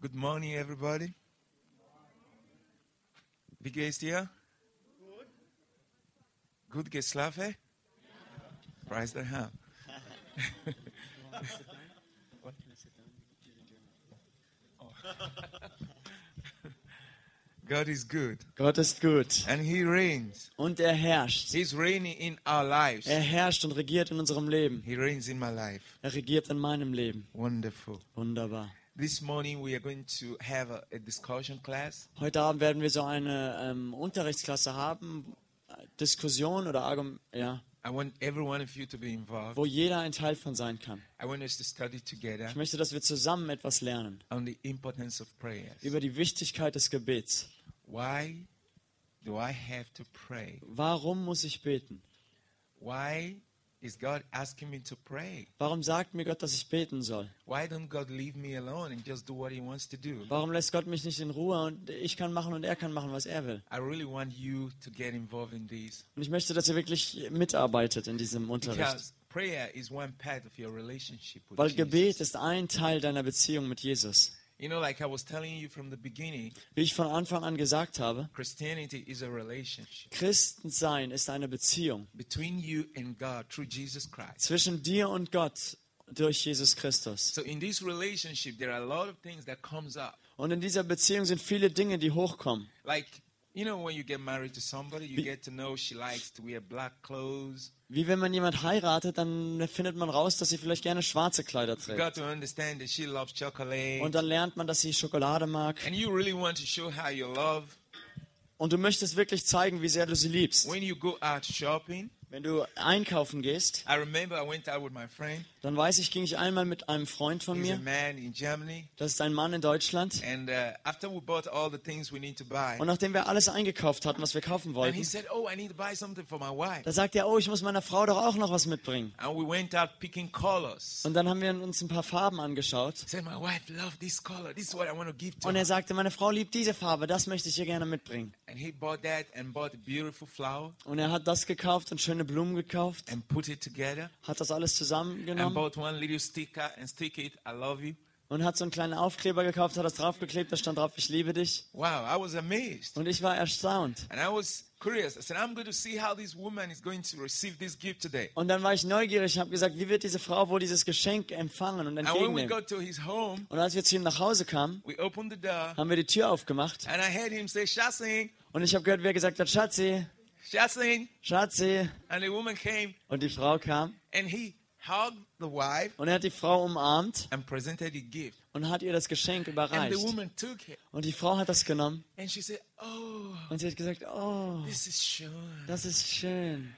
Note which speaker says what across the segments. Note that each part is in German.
Speaker 1: Good morning, everybody. Wie geht's dir? Gut. Gut geschlafen? Ja. Praise the Herr. God is good
Speaker 2: Gott ist gut
Speaker 1: and He reigns.
Speaker 2: und er herrscht.
Speaker 1: He's reigning in our lives.
Speaker 2: Er herrscht und regiert in unserem Leben.
Speaker 1: He reigns in my life.
Speaker 2: Er regiert in meinem Leben.
Speaker 1: Wonderful.
Speaker 2: Wunderbar.
Speaker 1: This morning we are going to have a, a discussion class.
Speaker 2: Heute Abend werden wir so eine ähm, Unterrichtsklasse haben, äh, Diskussion oder Argument, ja,
Speaker 1: I want every one of you to be involved.
Speaker 2: wo jeder ein Teil von sein kann.
Speaker 1: I want us to study together
Speaker 2: Ich möchte, dass wir zusammen etwas lernen
Speaker 1: on the importance of prayers.
Speaker 2: über die Wichtigkeit des Gebets.
Speaker 1: Why do I have to pray?
Speaker 2: Warum muss ich beten?
Speaker 1: Why is God asking me to pray?
Speaker 2: Warum sagt mir Gott, dass ich beten soll?
Speaker 1: Why don't God leave me alone and just do what He wants to do?
Speaker 2: Warum lässt Gott mich nicht in Ruhe und ich kann machen und er kann machen, was er will?
Speaker 1: I really want you to get involved in this
Speaker 2: Und ich möchte, dass ihr wirklich mitarbeitet in diesem Unterricht.
Speaker 1: because prayer is one part of your relationship with
Speaker 2: Weil Gebet
Speaker 1: Jesus.
Speaker 2: ist ein Teil deiner Beziehung mit Jesus.
Speaker 1: You know, like I was telling you from the beginning,
Speaker 2: Wie ich von Anfang an gesagt habe,
Speaker 1: Christianity is a relationship
Speaker 2: Christsein ist eine Beziehung
Speaker 1: between you and God through Jesus Christ.
Speaker 2: zwischen dir und Gott durch Jesus Christus.
Speaker 1: So in this relationship, there are a lot of things that comes up.
Speaker 2: Und in dieser Beziehung sind viele Dinge, die hochkommen.
Speaker 1: Like, you know, when you get married to somebody, you
Speaker 2: Be-
Speaker 1: get to know she likes to wear black clothes.
Speaker 2: Wie wenn man jemand heiratet, dann findet man raus, dass sie vielleicht gerne schwarze Kleider
Speaker 1: You
Speaker 2: trägt.
Speaker 1: got to understand that she loves
Speaker 2: Und
Speaker 1: chocolate.
Speaker 2: dann lernt man, dass sie Schokolade mag.
Speaker 1: And you really want to show her your love.
Speaker 2: Und du möchtest wirklich zeigen, wie sehr du sie liebst.
Speaker 1: When you go out shopping,
Speaker 2: Wenn du einkaufen gehst,
Speaker 1: I remember I went out with my friend.
Speaker 2: dann weiß ich, ging ich einmal mit einem Freund von
Speaker 1: He's a
Speaker 2: mir.
Speaker 1: man in Germany.
Speaker 2: Das ist ein Mann in Deutschland.
Speaker 1: And uh, after we bought all the things we need to buy,
Speaker 2: Und nachdem wir alles eingekauft hatten, was wir kaufen
Speaker 1: and he
Speaker 2: wollten,
Speaker 1: said, Oh, I need to buy something for my wife.
Speaker 2: da sagt er, oh, ich muss meiner Frau doch auch noch was mitbringen.
Speaker 1: And we went out picking colors.
Speaker 2: Und dann haben wir uns ein paar Farben angeschaut.
Speaker 1: He said, My wife loves this color. This is what I want to give to
Speaker 2: Und
Speaker 1: her.
Speaker 2: er sagte, meine Frau liebt diese Farbe, das möchte ich ihr gerne mitbringen.
Speaker 1: And he bought that and bought a beautiful flower
Speaker 2: Und er hat das gekauft und schöne Blumen gekauft,
Speaker 1: and put it together.
Speaker 2: hat das alles
Speaker 1: and
Speaker 2: zusammengenommen
Speaker 1: bought one little sticker and stick it. I love you.
Speaker 2: und hat so einen kleinen Aufkleber gekauft, hat das draufgeklebt, da stand drauf, ich liebe dich.
Speaker 1: Wow, I was amazed.
Speaker 2: Und ich war erstaunt.
Speaker 1: And I was curious. I said, I'm going to see how this woman is going to receive this gift today.
Speaker 2: Und dann war ich neugierig und habe gesagt, wie wird diese Frau wohl dieses Geschenk empfangen und
Speaker 1: And when we
Speaker 2: entgegennehmen?
Speaker 1: got to his home,
Speaker 2: Und als wir zu ihm nach Hause kamen,
Speaker 1: we opened the door
Speaker 2: haben wir die Tür aufgemacht
Speaker 1: and I heard him say, Shasing,
Speaker 2: und ich habe gehört, wie er gesagt hat, Schatzi,
Speaker 1: Shasing.
Speaker 2: Schatzi.
Speaker 1: And the woman came
Speaker 2: Und die Frau kam
Speaker 1: and he hugged the wife
Speaker 2: und er hat die Frau umarmt
Speaker 1: and presented the gift.
Speaker 2: und hat ihr das Geschenk
Speaker 1: And the
Speaker 2: überreicht.
Speaker 1: woman took it
Speaker 2: Und die Frau hat das genommen
Speaker 1: and she said, Oh,
Speaker 2: und sie hat gesagt, oh,
Speaker 1: this is Sean.
Speaker 2: das ist schön.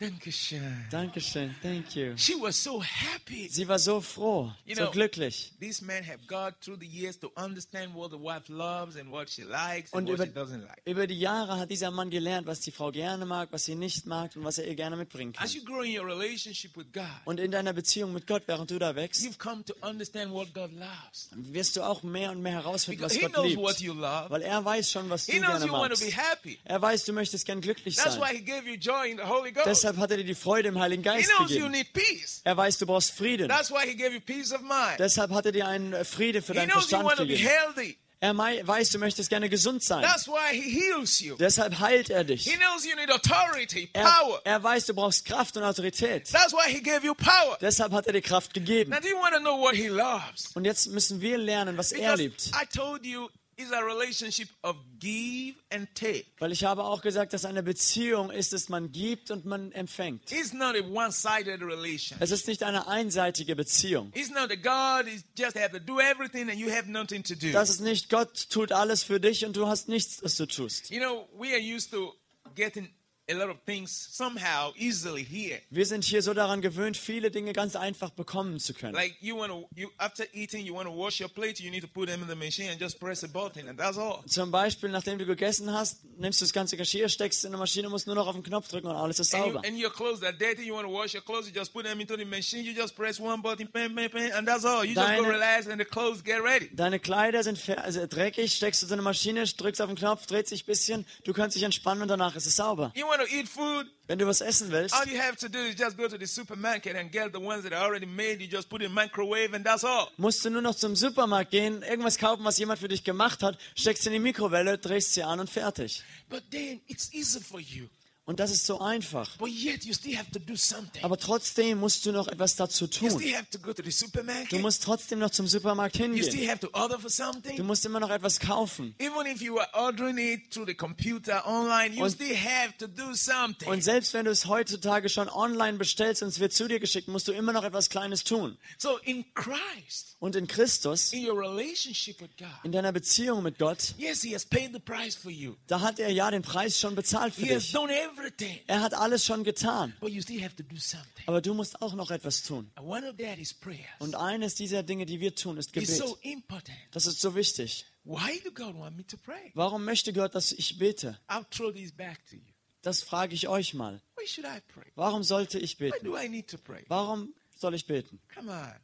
Speaker 1: Thank you, Sean.
Speaker 2: Dankeschön, thank you.
Speaker 1: She was so happy.
Speaker 2: Sie war so froh,
Speaker 1: You
Speaker 2: so
Speaker 1: know-
Speaker 2: glücklich.
Speaker 1: These men have got through the years to understand what the wife loves and what she likes and
Speaker 2: Und
Speaker 1: what she
Speaker 2: über-
Speaker 1: doesn't like.
Speaker 2: Über die Jahre hat dieser Mann gelernt, was die Frau gerne mag, was sie nicht mag und was er ihr gerne mitbringen kann.
Speaker 1: As you grow in your relationship with God,
Speaker 2: Und in deiner Beziehung mit Gott, während du da wächst,
Speaker 1: you've come to understand what God loves.
Speaker 2: wirst du auch mehr und mehr herausfinden,
Speaker 1: Because
Speaker 2: was
Speaker 1: He
Speaker 2: Gott
Speaker 1: knows what
Speaker 2: liebt.
Speaker 1: you love.
Speaker 2: Weil er weiß schon, was du
Speaker 1: He knows
Speaker 2: gerne
Speaker 1: you want to be
Speaker 2: magst.
Speaker 1: happy.
Speaker 2: Er weiß, du möchtest gern glücklich
Speaker 1: That's
Speaker 2: sein.
Speaker 1: why He gave you joy in the Holy Ghost.
Speaker 2: Deshalb hat er dir die Freude im Heiligen
Speaker 1: He
Speaker 2: Geist
Speaker 1: knows you
Speaker 2: gegeben.
Speaker 1: need peace.
Speaker 2: Er weiß, du brauchst Frieden.
Speaker 1: That's why He gave you peace of mind.
Speaker 2: Deshalb hat er dir einen äh, Friede für
Speaker 1: He
Speaker 2: deinen
Speaker 1: knows you
Speaker 2: Verstand
Speaker 1: want to be
Speaker 2: gegeben.
Speaker 1: healthy.
Speaker 2: Er mei- weiß, du möchtest gerne gesund sein.
Speaker 1: That's why He heals you.
Speaker 2: Deshalb heilt er dich.
Speaker 1: He knows you need authority, power.
Speaker 2: Er, er weiß, du brauchst Kraft und Autorität.
Speaker 1: That's why He gave you power.
Speaker 2: Deshalb hat er dir Kraft gegeben.
Speaker 1: Now, do you want to know what He loves?
Speaker 2: Und jetzt müssen wir lernen, was er
Speaker 1: Because
Speaker 2: liebt.
Speaker 1: I told you it's a relationship of give and take.
Speaker 2: Weil ich habe auch gesagt, dass eine Beziehung ist, dass man gibt und man empfängt.
Speaker 1: It's not a one-sided relation.
Speaker 2: Es ist nicht eine einseitige Beziehung.
Speaker 1: It's not that God is just have to do everything and you have nothing to do.
Speaker 2: Das ist nicht, Gott tut alles für dich und du hast nichts, was du tust.
Speaker 1: You know, we are used to getting a lot of things somehow easily here.
Speaker 2: Wir sind hier so daran gewöhnt, viele Dinge ganz einfach bekommen zu können.
Speaker 1: Like you want to, you after eating, you want to wash your plate. You need to put them in the machine and just press a button, and that's all.
Speaker 2: Zum Beispiel, nachdem du gegessen hast, nimmst du das ganze Geschirr, steckst es in eine Maschine, musst nur noch auf den Knopf drücken und alles ist
Speaker 1: And, you,
Speaker 2: sauber.
Speaker 1: and your clothes are dirty. You want to wash your clothes. You just put them into the machine. You just press one button, bam, bam, bam, and that's all. You just go
Speaker 2: Deine-
Speaker 1: relax, and the clothes get ready.
Speaker 2: Deine Kleider sind fer- also dreckig, steckst du in eine Maschine, drückst auf den Knopf, dreht sich ein bisschen, du kannst dich entspannen und danach ist es sauber.
Speaker 1: You want want to eat food,
Speaker 2: Wenn du was essen willst,
Speaker 1: all you have to do is just go to the supermarket and get the ones that are already made. You just put in microwave and that's all.
Speaker 2: musst du nur noch zum Supermarkt gehen, irgendwas kaufen, was jemand für dich gemacht hat, steckst in die Mikrowelle, drehst sie an und fertig.
Speaker 1: But then it's easy for you.
Speaker 2: Und das ist so einfach.
Speaker 1: But yet you still have to do something.
Speaker 2: Aber trotzdem musst du noch etwas dazu
Speaker 1: You
Speaker 2: tun.
Speaker 1: still have to go to the
Speaker 2: Du
Speaker 1: supermarket.
Speaker 2: musst trotzdem noch zum Supermarkt
Speaker 1: You still
Speaker 2: hingehen.
Speaker 1: have to order for
Speaker 2: Du
Speaker 1: something.
Speaker 2: musst immer noch etwas kaufen.
Speaker 1: Even if you are ordering it through the computer online, you
Speaker 2: Und-
Speaker 1: still have to do something.
Speaker 2: Und selbst wenn du es heutzutage schon online bestellst und es wird zu dir geschickt, musst du immer noch etwas Kleines tun.
Speaker 1: So in Christ,
Speaker 2: Und in Christus,
Speaker 1: in your relationship with God,
Speaker 2: in deiner Beziehung mit Gott,
Speaker 1: yes, He has paid the price for you.
Speaker 2: da hat er ja den Preis schon bezahlt für
Speaker 1: He has
Speaker 2: dich.
Speaker 1: done everything.
Speaker 2: Er hat alles schon getan.
Speaker 1: But you still have to do something.
Speaker 2: Aber du musst auch noch etwas tun.
Speaker 1: And one of that is prayer.
Speaker 2: Und eines dieser Dinge, die wir tun, ist
Speaker 1: It's
Speaker 2: Gebet.
Speaker 1: so important.
Speaker 2: Das ist so wichtig.
Speaker 1: Why do God want me to pray?
Speaker 2: Warum möchte Gott, dass ich bete?
Speaker 1: I'll throw this back to you.
Speaker 2: Das frage ich euch mal.
Speaker 1: Why should I pray?
Speaker 2: Warum sollte ich
Speaker 1: Why
Speaker 2: beten?
Speaker 1: do I need to pray?
Speaker 2: Warum soll ich beten?
Speaker 1: Come on.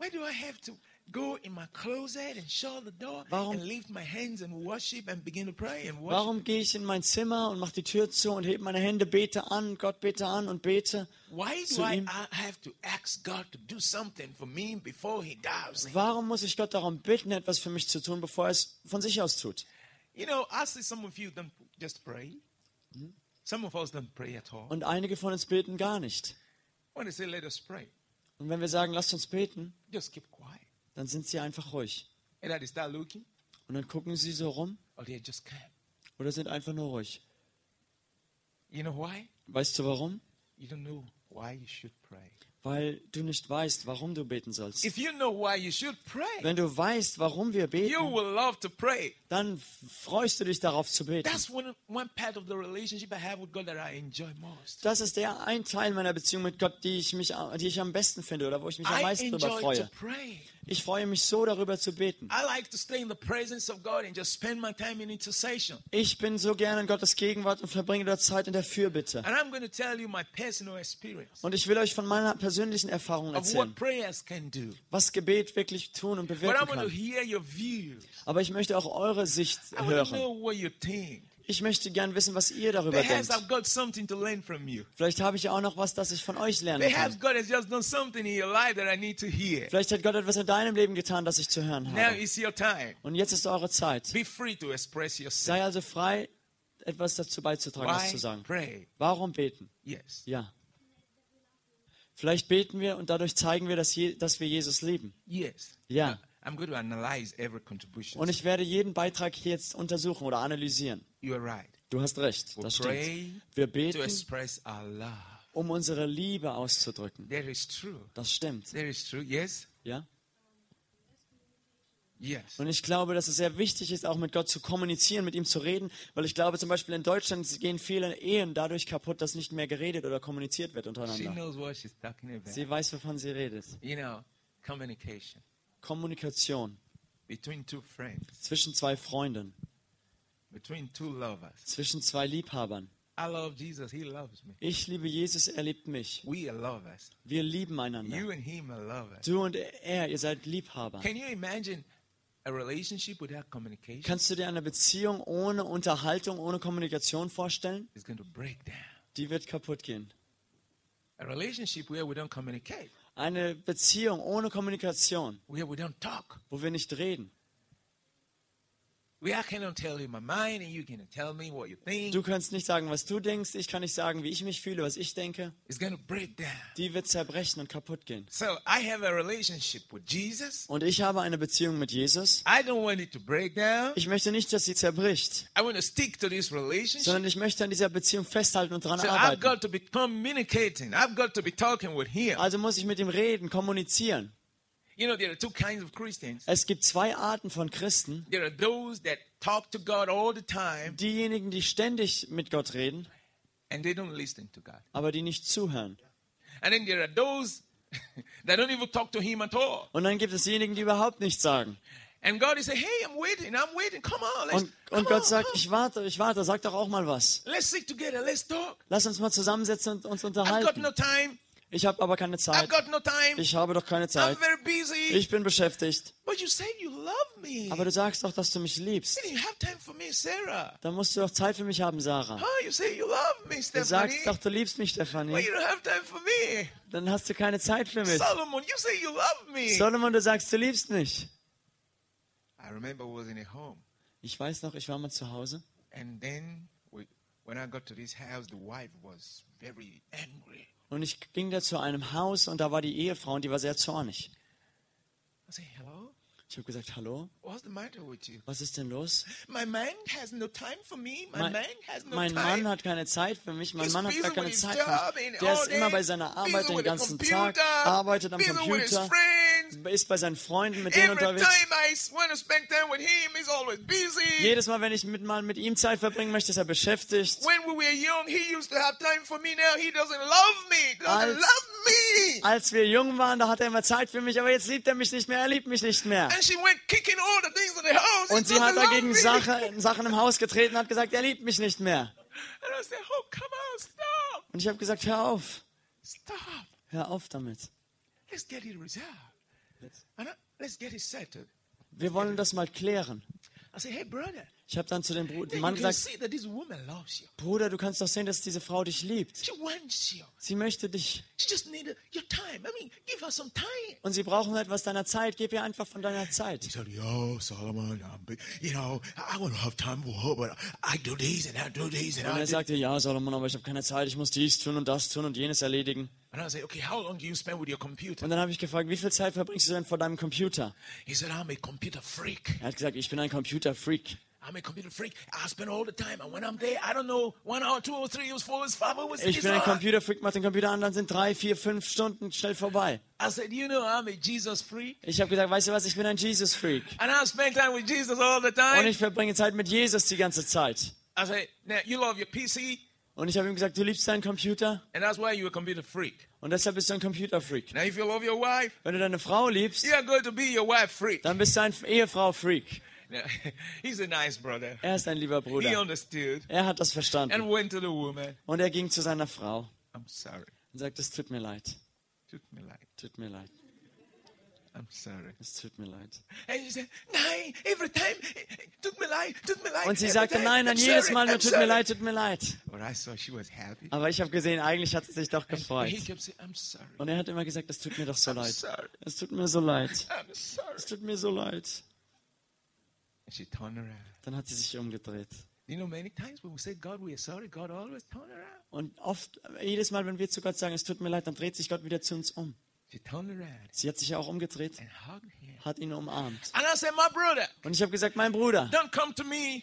Speaker 1: Why do I have to go in my closet and shut the door
Speaker 2: Warum-
Speaker 1: and lift my hands and worship and begin to pray and worship?
Speaker 2: Warum gehe ich in mein Zimmer und mache die Tür zu und hebe meine Hände, bete an, Gott bete an und bete?
Speaker 1: Why do
Speaker 2: zu
Speaker 1: I,
Speaker 2: ihm?
Speaker 1: I have to ask God to do something for me before He dies?
Speaker 2: Warum muss ich Gott darum bitten, etwas für mich zu tun, bevor er es von sich aus tut?
Speaker 1: You know, I see some of you don't just pray. Some of us don't pray at all.
Speaker 2: Und einige von uns beten gar nicht.
Speaker 1: When they say, let us pray,
Speaker 2: Und wenn wir sagen, lasst uns beten,
Speaker 1: just keep quiet.
Speaker 2: dann sind sie einfach ruhig.
Speaker 1: Either they start looking
Speaker 2: Und dann gucken sie so rum
Speaker 1: or they just can't.
Speaker 2: oder sind einfach nur ruhig.
Speaker 1: You know why?
Speaker 2: Weißt du warum?
Speaker 1: You don't know why you should pray.
Speaker 2: Weil du nicht weißt, warum du beten sollst.
Speaker 1: If you know why you should pray,
Speaker 2: Wenn du weißt, warum wir
Speaker 1: you
Speaker 2: beten,
Speaker 1: will love to pray.
Speaker 2: dann freust du dich darauf zu beten.
Speaker 1: That's one, one part of the relationship I have with God that I enjoy most.
Speaker 2: Das ist der ein Teil meiner Beziehung mit Gott, die ich, mich, die ich am besten finde oder wo ich mich am
Speaker 1: I
Speaker 2: meisten darüber
Speaker 1: enjoy to
Speaker 2: freue.
Speaker 1: pray.
Speaker 2: Ich freue mich so darüber zu beten.
Speaker 1: I like to stay in the presence of God and just spend my time in intercession.
Speaker 2: Ich bin so gerne in Gottes Gegenwart und verbringe dort Zeit in der Fürbitte.
Speaker 1: And I'm going to tell you my personal experience
Speaker 2: Und ich will euch von meiner persönlichen
Speaker 1: of
Speaker 2: Erfahrung
Speaker 1: what
Speaker 2: erzählen,
Speaker 1: prayers can do.
Speaker 2: was Gebet wirklich tun und
Speaker 1: But I
Speaker 2: bewirken
Speaker 1: want to
Speaker 2: kann.
Speaker 1: hear your views.
Speaker 2: Aber ich möchte auch eure Sicht
Speaker 1: I want to
Speaker 2: hören.
Speaker 1: know what you think.
Speaker 2: Ich möchte gern wissen, was ihr darüber
Speaker 1: Perhaps
Speaker 2: denkt.
Speaker 1: I've got something to learn from you.
Speaker 2: Vielleicht habe ich ja auch noch was, das ich von euch lernen
Speaker 1: Perhaps
Speaker 2: kann.
Speaker 1: God has just done something in your life that I need to hear.
Speaker 2: Vielleicht hat Gott etwas in deinem Leben getan, das ich zu hören
Speaker 1: Now
Speaker 2: habe.
Speaker 1: it's your time.
Speaker 2: Und jetzt ist eure Zeit.
Speaker 1: Be free to express yourself.
Speaker 2: Sei also frei, etwas dazu beizutragen, was
Speaker 1: Why
Speaker 2: zu sagen.
Speaker 1: pray?
Speaker 2: Warum beten?
Speaker 1: Yes.
Speaker 2: Ja. Vielleicht beten wir und dadurch zeigen wir, dass, Je dass wir Jesus lieben.
Speaker 1: Yes.
Speaker 2: Ja.
Speaker 1: I'm going to analyze every contribution.
Speaker 2: Und ich werde jeden Beitrag hier jetzt untersuchen oder analysieren.
Speaker 1: You are right.
Speaker 2: Du hast recht, das
Speaker 1: pray
Speaker 2: stimmt. Wir
Speaker 1: To
Speaker 2: beten,
Speaker 1: express our love.
Speaker 2: um unsere Liebe auszudrücken.
Speaker 1: That is true.
Speaker 2: Das stimmt,
Speaker 1: That is true. Yes.
Speaker 2: ja?
Speaker 1: Yes.
Speaker 2: Und ich glaube, dass es sehr wichtig ist, auch mit Gott zu kommunizieren, mit ihm zu reden, weil ich glaube, zum Beispiel in Deutschland gehen viele Ehen dadurch kaputt, dass nicht mehr geredet oder kommuniziert wird
Speaker 1: She
Speaker 2: untereinander.
Speaker 1: knows what she's talking about.
Speaker 2: Sie weiß, wovon sie redet.
Speaker 1: You know, communication
Speaker 2: Kommunikation
Speaker 1: between two friends,
Speaker 2: zwischen zwei Freunden,
Speaker 1: between two lovers.
Speaker 2: zwischen zwei Liebhabern.
Speaker 1: I love Jesus. He loves me.
Speaker 2: Ich liebe Jesus, er liebt mich.
Speaker 1: We are lovers.
Speaker 2: Wir lieben einander.
Speaker 1: You and him are lovers.
Speaker 2: Du und er, ihr seid Liebhaber.
Speaker 1: Can you imagine a relationship without communication?
Speaker 2: Kannst du dir eine Beziehung ohne Unterhaltung, ohne Kommunikation vorstellen?
Speaker 1: It's going to break down.
Speaker 2: Die wird kaputt gehen.
Speaker 1: A relationship where we don't communicate,
Speaker 2: Eine Beziehung ohne Kommunikation,
Speaker 1: where we don't talk,
Speaker 2: wo wir nicht reden.
Speaker 1: where I cannot tell you my mind and you cannot tell me what you think,
Speaker 2: Du kannst nicht sagen, was du denkst, ich kann nicht sagen, wie ich mich fühle, was ich denke.
Speaker 1: it's going to break down.
Speaker 2: Die wird zerbrechen und kaputt gehen.
Speaker 1: So I have a relationship with Jesus.
Speaker 2: Und ich habe eine Beziehung mit Jesus.
Speaker 1: I don't want it to break down.
Speaker 2: Ich möchte nicht, dass sie zerbricht,
Speaker 1: I want to stick to this relationship.
Speaker 2: sondern ich möchte an dieser Beziehung festhalten und daran
Speaker 1: So I've
Speaker 2: arbeiten.
Speaker 1: got to be communicating. I've got to be talking with him.
Speaker 2: Also muss ich mit ihm reden, kommunizieren.
Speaker 1: You know, there are two kinds of Christians.
Speaker 2: Es gibt zwei Arten von Christen.
Speaker 1: There are those that talk to God all the time
Speaker 2: Diejenigen, die ständig mit Gott reden,
Speaker 1: and they don't listen to God.
Speaker 2: aber die nicht zuhören.
Speaker 1: And then there are those that don't even talk to him at all.
Speaker 2: Und dann gibt es diejenigen, die überhaupt nichts sagen.
Speaker 1: And God is saying, hey, I'm waiting, I'm waiting. Come on, let's,
Speaker 2: Und, und
Speaker 1: come on,
Speaker 2: Gott sagt,
Speaker 1: come.
Speaker 2: ich warte, ich warte, sag doch auch mal was.
Speaker 1: let's sit together, let's talk.
Speaker 2: Lass uns mal zusammensetzen und uns
Speaker 1: I've got
Speaker 2: unterhalten.
Speaker 1: no time
Speaker 2: Ich habe aber keine
Speaker 1: I've
Speaker 2: Zeit.
Speaker 1: got no time.
Speaker 2: Ich habe doch keine
Speaker 1: I'm
Speaker 2: Zeit.
Speaker 1: very busy.
Speaker 2: Ich bin beschäftigt.
Speaker 1: But you said you love me.
Speaker 2: Aber du sagst doch, dass du mich liebst.
Speaker 1: Then you have time for me, Sarah.
Speaker 2: Dann musst du doch Zeit für mich haben, Sarah.
Speaker 1: Oh, you say you love me,
Speaker 2: Ah. Du
Speaker 1: Stephanie.
Speaker 2: sagst doch, du liebst mich,
Speaker 1: But
Speaker 2: Stefanie.
Speaker 1: you don't have time for me.
Speaker 2: Dann hast du keine Zeit für mich.
Speaker 1: Solomon, you say you love me.
Speaker 2: Solomon, du sagst, du liebst mich.
Speaker 1: I remember I was in a home.
Speaker 2: Ich weiß noch, ich war mal zu Hause.
Speaker 1: And then we, when I got to this house, the wife was very angry.
Speaker 2: Und ich ging da zu einem Haus und da war die Ehefrau und die war sehr zornig.
Speaker 1: I say, hello?
Speaker 2: Ich habe gesagt, hallo,
Speaker 1: What's the matter with you?
Speaker 2: was ist denn los?
Speaker 1: My man has no time for me. My
Speaker 2: Mein,
Speaker 1: man has no
Speaker 2: mein
Speaker 1: time.
Speaker 2: Mann hat keine Zeit für mich, mein
Speaker 1: He's
Speaker 2: Mann hat
Speaker 1: busy
Speaker 2: gar keine
Speaker 1: with his
Speaker 2: Zeit für
Speaker 1: job and
Speaker 2: mich. Der ist
Speaker 1: all
Speaker 2: immer
Speaker 1: day,
Speaker 2: bei seiner
Speaker 1: busy
Speaker 2: Arbeit
Speaker 1: with
Speaker 2: den
Speaker 1: the
Speaker 2: ganzen Tag,
Speaker 1: computer,
Speaker 2: arbeitet am
Speaker 1: busy with his
Speaker 2: Computer,
Speaker 1: friends.
Speaker 2: ist bei seinen Freunden, mit denen
Speaker 1: Every
Speaker 2: unterwegs.
Speaker 1: time I want to spend time with him, he's always busy.
Speaker 2: Jedes Mal, wenn ich mit, mal mit ihm Zeit verbringen möchte, ist er beschäftigt.
Speaker 1: When we were young, he used to have time for me. Now he doesn't love me. Doesn't
Speaker 2: Als-
Speaker 1: love me.
Speaker 2: Als wir jung waren, da hat er immer Zeit für mich, aber jetzt liebt er mich nicht mehr, er liebt mich nicht mehr.
Speaker 1: And she went kicking all the things in the house. He
Speaker 2: Und sie hat
Speaker 1: doesn't love
Speaker 2: dagegen
Speaker 1: me.
Speaker 2: Sache, Sachen im Haus getreten und hat gesagt, er liebt mich nicht mehr.
Speaker 1: And I said, "Oh, come on, stop,
Speaker 2: Und ich habe gesagt, hör auf,
Speaker 1: stop.
Speaker 2: hör auf damit.
Speaker 1: Let's get it resolved. And I- let's get it settled."
Speaker 2: Wir wollen das mal klären.
Speaker 1: I said, "Hey, brother,
Speaker 2: Ich habe dann zu dem Bru-
Speaker 1: then
Speaker 2: dem Mann
Speaker 1: you can
Speaker 2: gesagt,
Speaker 1: see that this woman loves you.
Speaker 2: Bruder, du kannst doch sehen, dass diese Frau dich liebt.
Speaker 1: She wants you.
Speaker 2: Sie möchte dich.
Speaker 1: She just needed your time. I mean, give her some time."
Speaker 2: Und sie brauchen nur etwas deiner Zeit. Gib ihr einfach von deiner
Speaker 1: He
Speaker 2: Zeit.
Speaker 1: said, Yo, Solomon, I'm big, you know, I want to have time for her, but I do this and I do this and
Speaker 2: Und
Speaker 1: I
Speaker 2: er
Speaker 1: do.
Speaker 2: sagte, ja, Solomon, aber ich habe keine Zeit. Ich muss dies tun und das tun und jenes erledigen.
Speaker 1: And I said, Okay, how long do you spend with your computer?
Speaker 2: Und dann habe ich gefragt, wie viel Zeit verbringst du denn vor deinem Computer?
Speaker 1: He said, I'm a computer freak.
Speaker 2: Er hat gesagt, ich bin ein Computerfreak.
Speaker 1: I'm a computer freak. I spend all the time. And when I'm there, I don't know, one hour, two hours, three hours, four hours, five hours.
Speaker 2: Ich
Speaker 1: six
Speaker 2: bin ein
Speaker 1: hours.
Speaker 2: Computerfreak, mach den Computer an, dann sind drei, vier, fünf Stunden schnell vorbei.
Speaker 1: I said, You know, I'm a Jesus freak.
Speaker 2: Ich habe gesagt, weißt du was, ich bin ein Jesus-Freak.
Speaker 1: And I spend time with Jesus all the
Speaker 2: Und
Speaker 1: time.
Speaker 2: ich verbringe Zeit mit Jesus die ganze Zeit.
Speaker 1: I said, Now, you love your PC,
Speaker 2: Und ich habe ihm gesagt, du liebst deinen Computer
Speaker 1: and that's why you're a computer freak.
Speaker 2: und deshalb bist du ein Computerfreak.
Speaker 1: Now, if you love your wife,
Speaker 2: Wenn du deine Frau liebst,
Speaker 1: you're going to be your wife freak.
Speaker 2: dann bist du ein Ehefrau-Freak.
Speaker 1: Now, he's a nice brother.
Speaker 2: Er ist ein lieber
Speaker 1: He
Speaker 2: Bruder.
Speaker 1: understood.
Speaker 2: Er hat das verstanden.
Speaker 1: and went to the woman.
Speaker 2: Und er ging zu seiner Frau
Speaker 1: I'm sorry.
Speaker 2: und sagte, es tut mir leid,
Speaker 1: Took me like,
Speaker 2: tut mir leid,
Speaker 1: I'm sorry.
Speaker 2: es tut mir leid.
Speaker 1: And she said, Nein, every time, tut me like, tut me like.
Speaker 2: Und sie
Speaker 1: every
Speaker 2: sagte,
Speaker 1: time,
Speaker 2: nein,
Speaker 1: I'm
Speaker 2: dann jedes
Speaker 1: sorry,
Speaker 2: Mal nur,
Speaker 1: I'm
Speaker 2: tut mir
Speaker 1: sorry."
Speaker 2: leid, tut mir leid.
Speaker 1: But I saw she was happy.
Speaker 2: Aber ich habe gesehen, eigentlich hat sie sich doch
Speaker 1: And he
Speaker 2: gefreut.
Speaker 1: kept saying, I'm sorry.
Speaker 2: Und er hat immer gesagt, es tut mir doch so
Speaker 1: I'm
Speaker 2: leid.
Speaker 1: sorry.
Speaker 2: Es tut mir so leid.
Speaker 1: I'm sorry.
Speaker 2: Es tut mir so leid.
Speaker 1: And she turned around.
Speaker 2: Dann hat sie sich umgedreht.
Speaker 1: You know, many times when we say, God, we are sorry, God always turned around.
Speaker 2: Und oft, jedes Mal, wenn wir zu Gott sagen, es tut mir leid, dann dreht sich Gott wieder zu uns um.
Speaker 1: She turned around
Speaker 2: Sie hat sich ja auch umgedreht,
Speaker 1: and hugged him.
Speaker 2: hat ihn umarmt.
Speaker 1: And I said, My brother,
Speaker 2: Und ich habe gesagt, mein Bruder,
Speaker 1: don't come to me.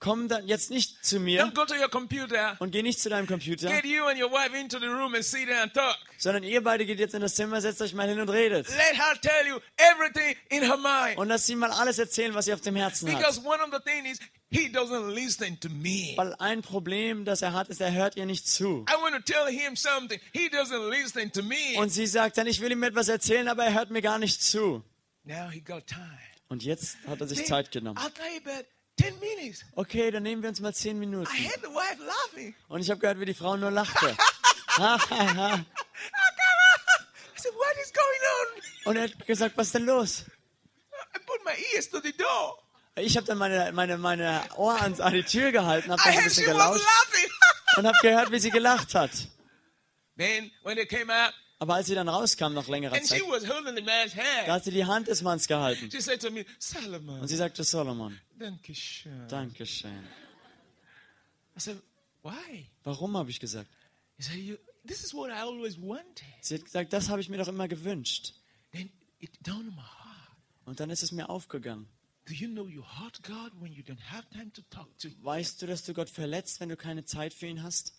Speaker 2: komm dann jetzt nicht zu mir
Speaker 1: Don't go to your computer.
Speaker 2: und geh nicht zu deinem Computer,
Speaker 1: Get you and your wife into the room and sit there and talk.
Speaker 2: sondern ihr beide geht jetzt in das Zimmer, setzt euch mal hin und redet.
Speaker 1: Let her tell you everything in her mind.
Speaker 2: Und lasst sie mal alles erzählen, was sie auf dem Herzen hat.
Speaker 1: Because one of the things is he doesn't listen to me.
Speaker 2: Weil ein Problem, das er hat, ist, er hört ihr nicht zu.
Speaker 1: I want to tell him something. He doesn't listen to me.
Speaker 2: Und sie sagt dann, ich will ihm etwas erzählen, aber er hört mir gar nicht zu.
Speaker 1: Now he got time.
Speaker 2: Und jetzt hat er sich
Speaker 1: Then
Speaker 2: Zeit genommen.
Speaker 1: I'll tell you about 10 minutes.
Speaker 2: Okay, dann nehmen wir uns mal zehn
Speaker 1: I
Speaker 2: Minuten.
Speaker 1: had the wife laughing.
Speaker 2: Und ich habe gehört, wie die Frau nur lachte.
Speaker 1: I said, What is going on?
Speaker 2: Und er hat gesagt, was ist denn los?
Speaker 1: I put my ears to the door.
Speaker 2: Ich habe dann meine, meine, meine Ohr an, an die Tür gehalten, habe
Speaker 1: I
Speaker 2: dann so
Speaker 1: heard
Speaker 2: ein bisschen
Speaker 1: she was
Speaker 2: gelauscht
Speaker 1: laughing.
Speaker 2: und habe gehört, wie sie gelacht hat.
Speaker 1: then when they came out
Speaker 2: Aber als sie dann rauskam nach längerer
Speaker 1: and she
Speaker 2: Zeit,
Speaker 1: was holding the man's
Speaker 2: da
Speaker 1: hand,
Speaker 2: hat sie die Hand des Manns gehalten.
Speaker 1: she said to me,
Speaker 2: Und
Speaker 1: Solomon,
Speaker 2: sie sagte, Solomon,
Speaker 1: thank you. Sean."
Speaker 2: Dankeschön.
Speaker 1: I said, Why?
Speaker 2: Warum habe ich gesagt?
Speaker 1: He said, you, This is what I always wanted.
Speaker 2: Sie hat gesagt, das habe ich mir doch immer gewünscht.
Speaker 1: Then it dawned on my heart.
Speaker 2: Und dann ist es mir aufgegangen.
Speaker 1: Do you know you hurt God when you don't have time to talk to? Him?
Speaker 2: Weißt du, dass du Gott verletzt, wenn du keine Zeit für ihn hast?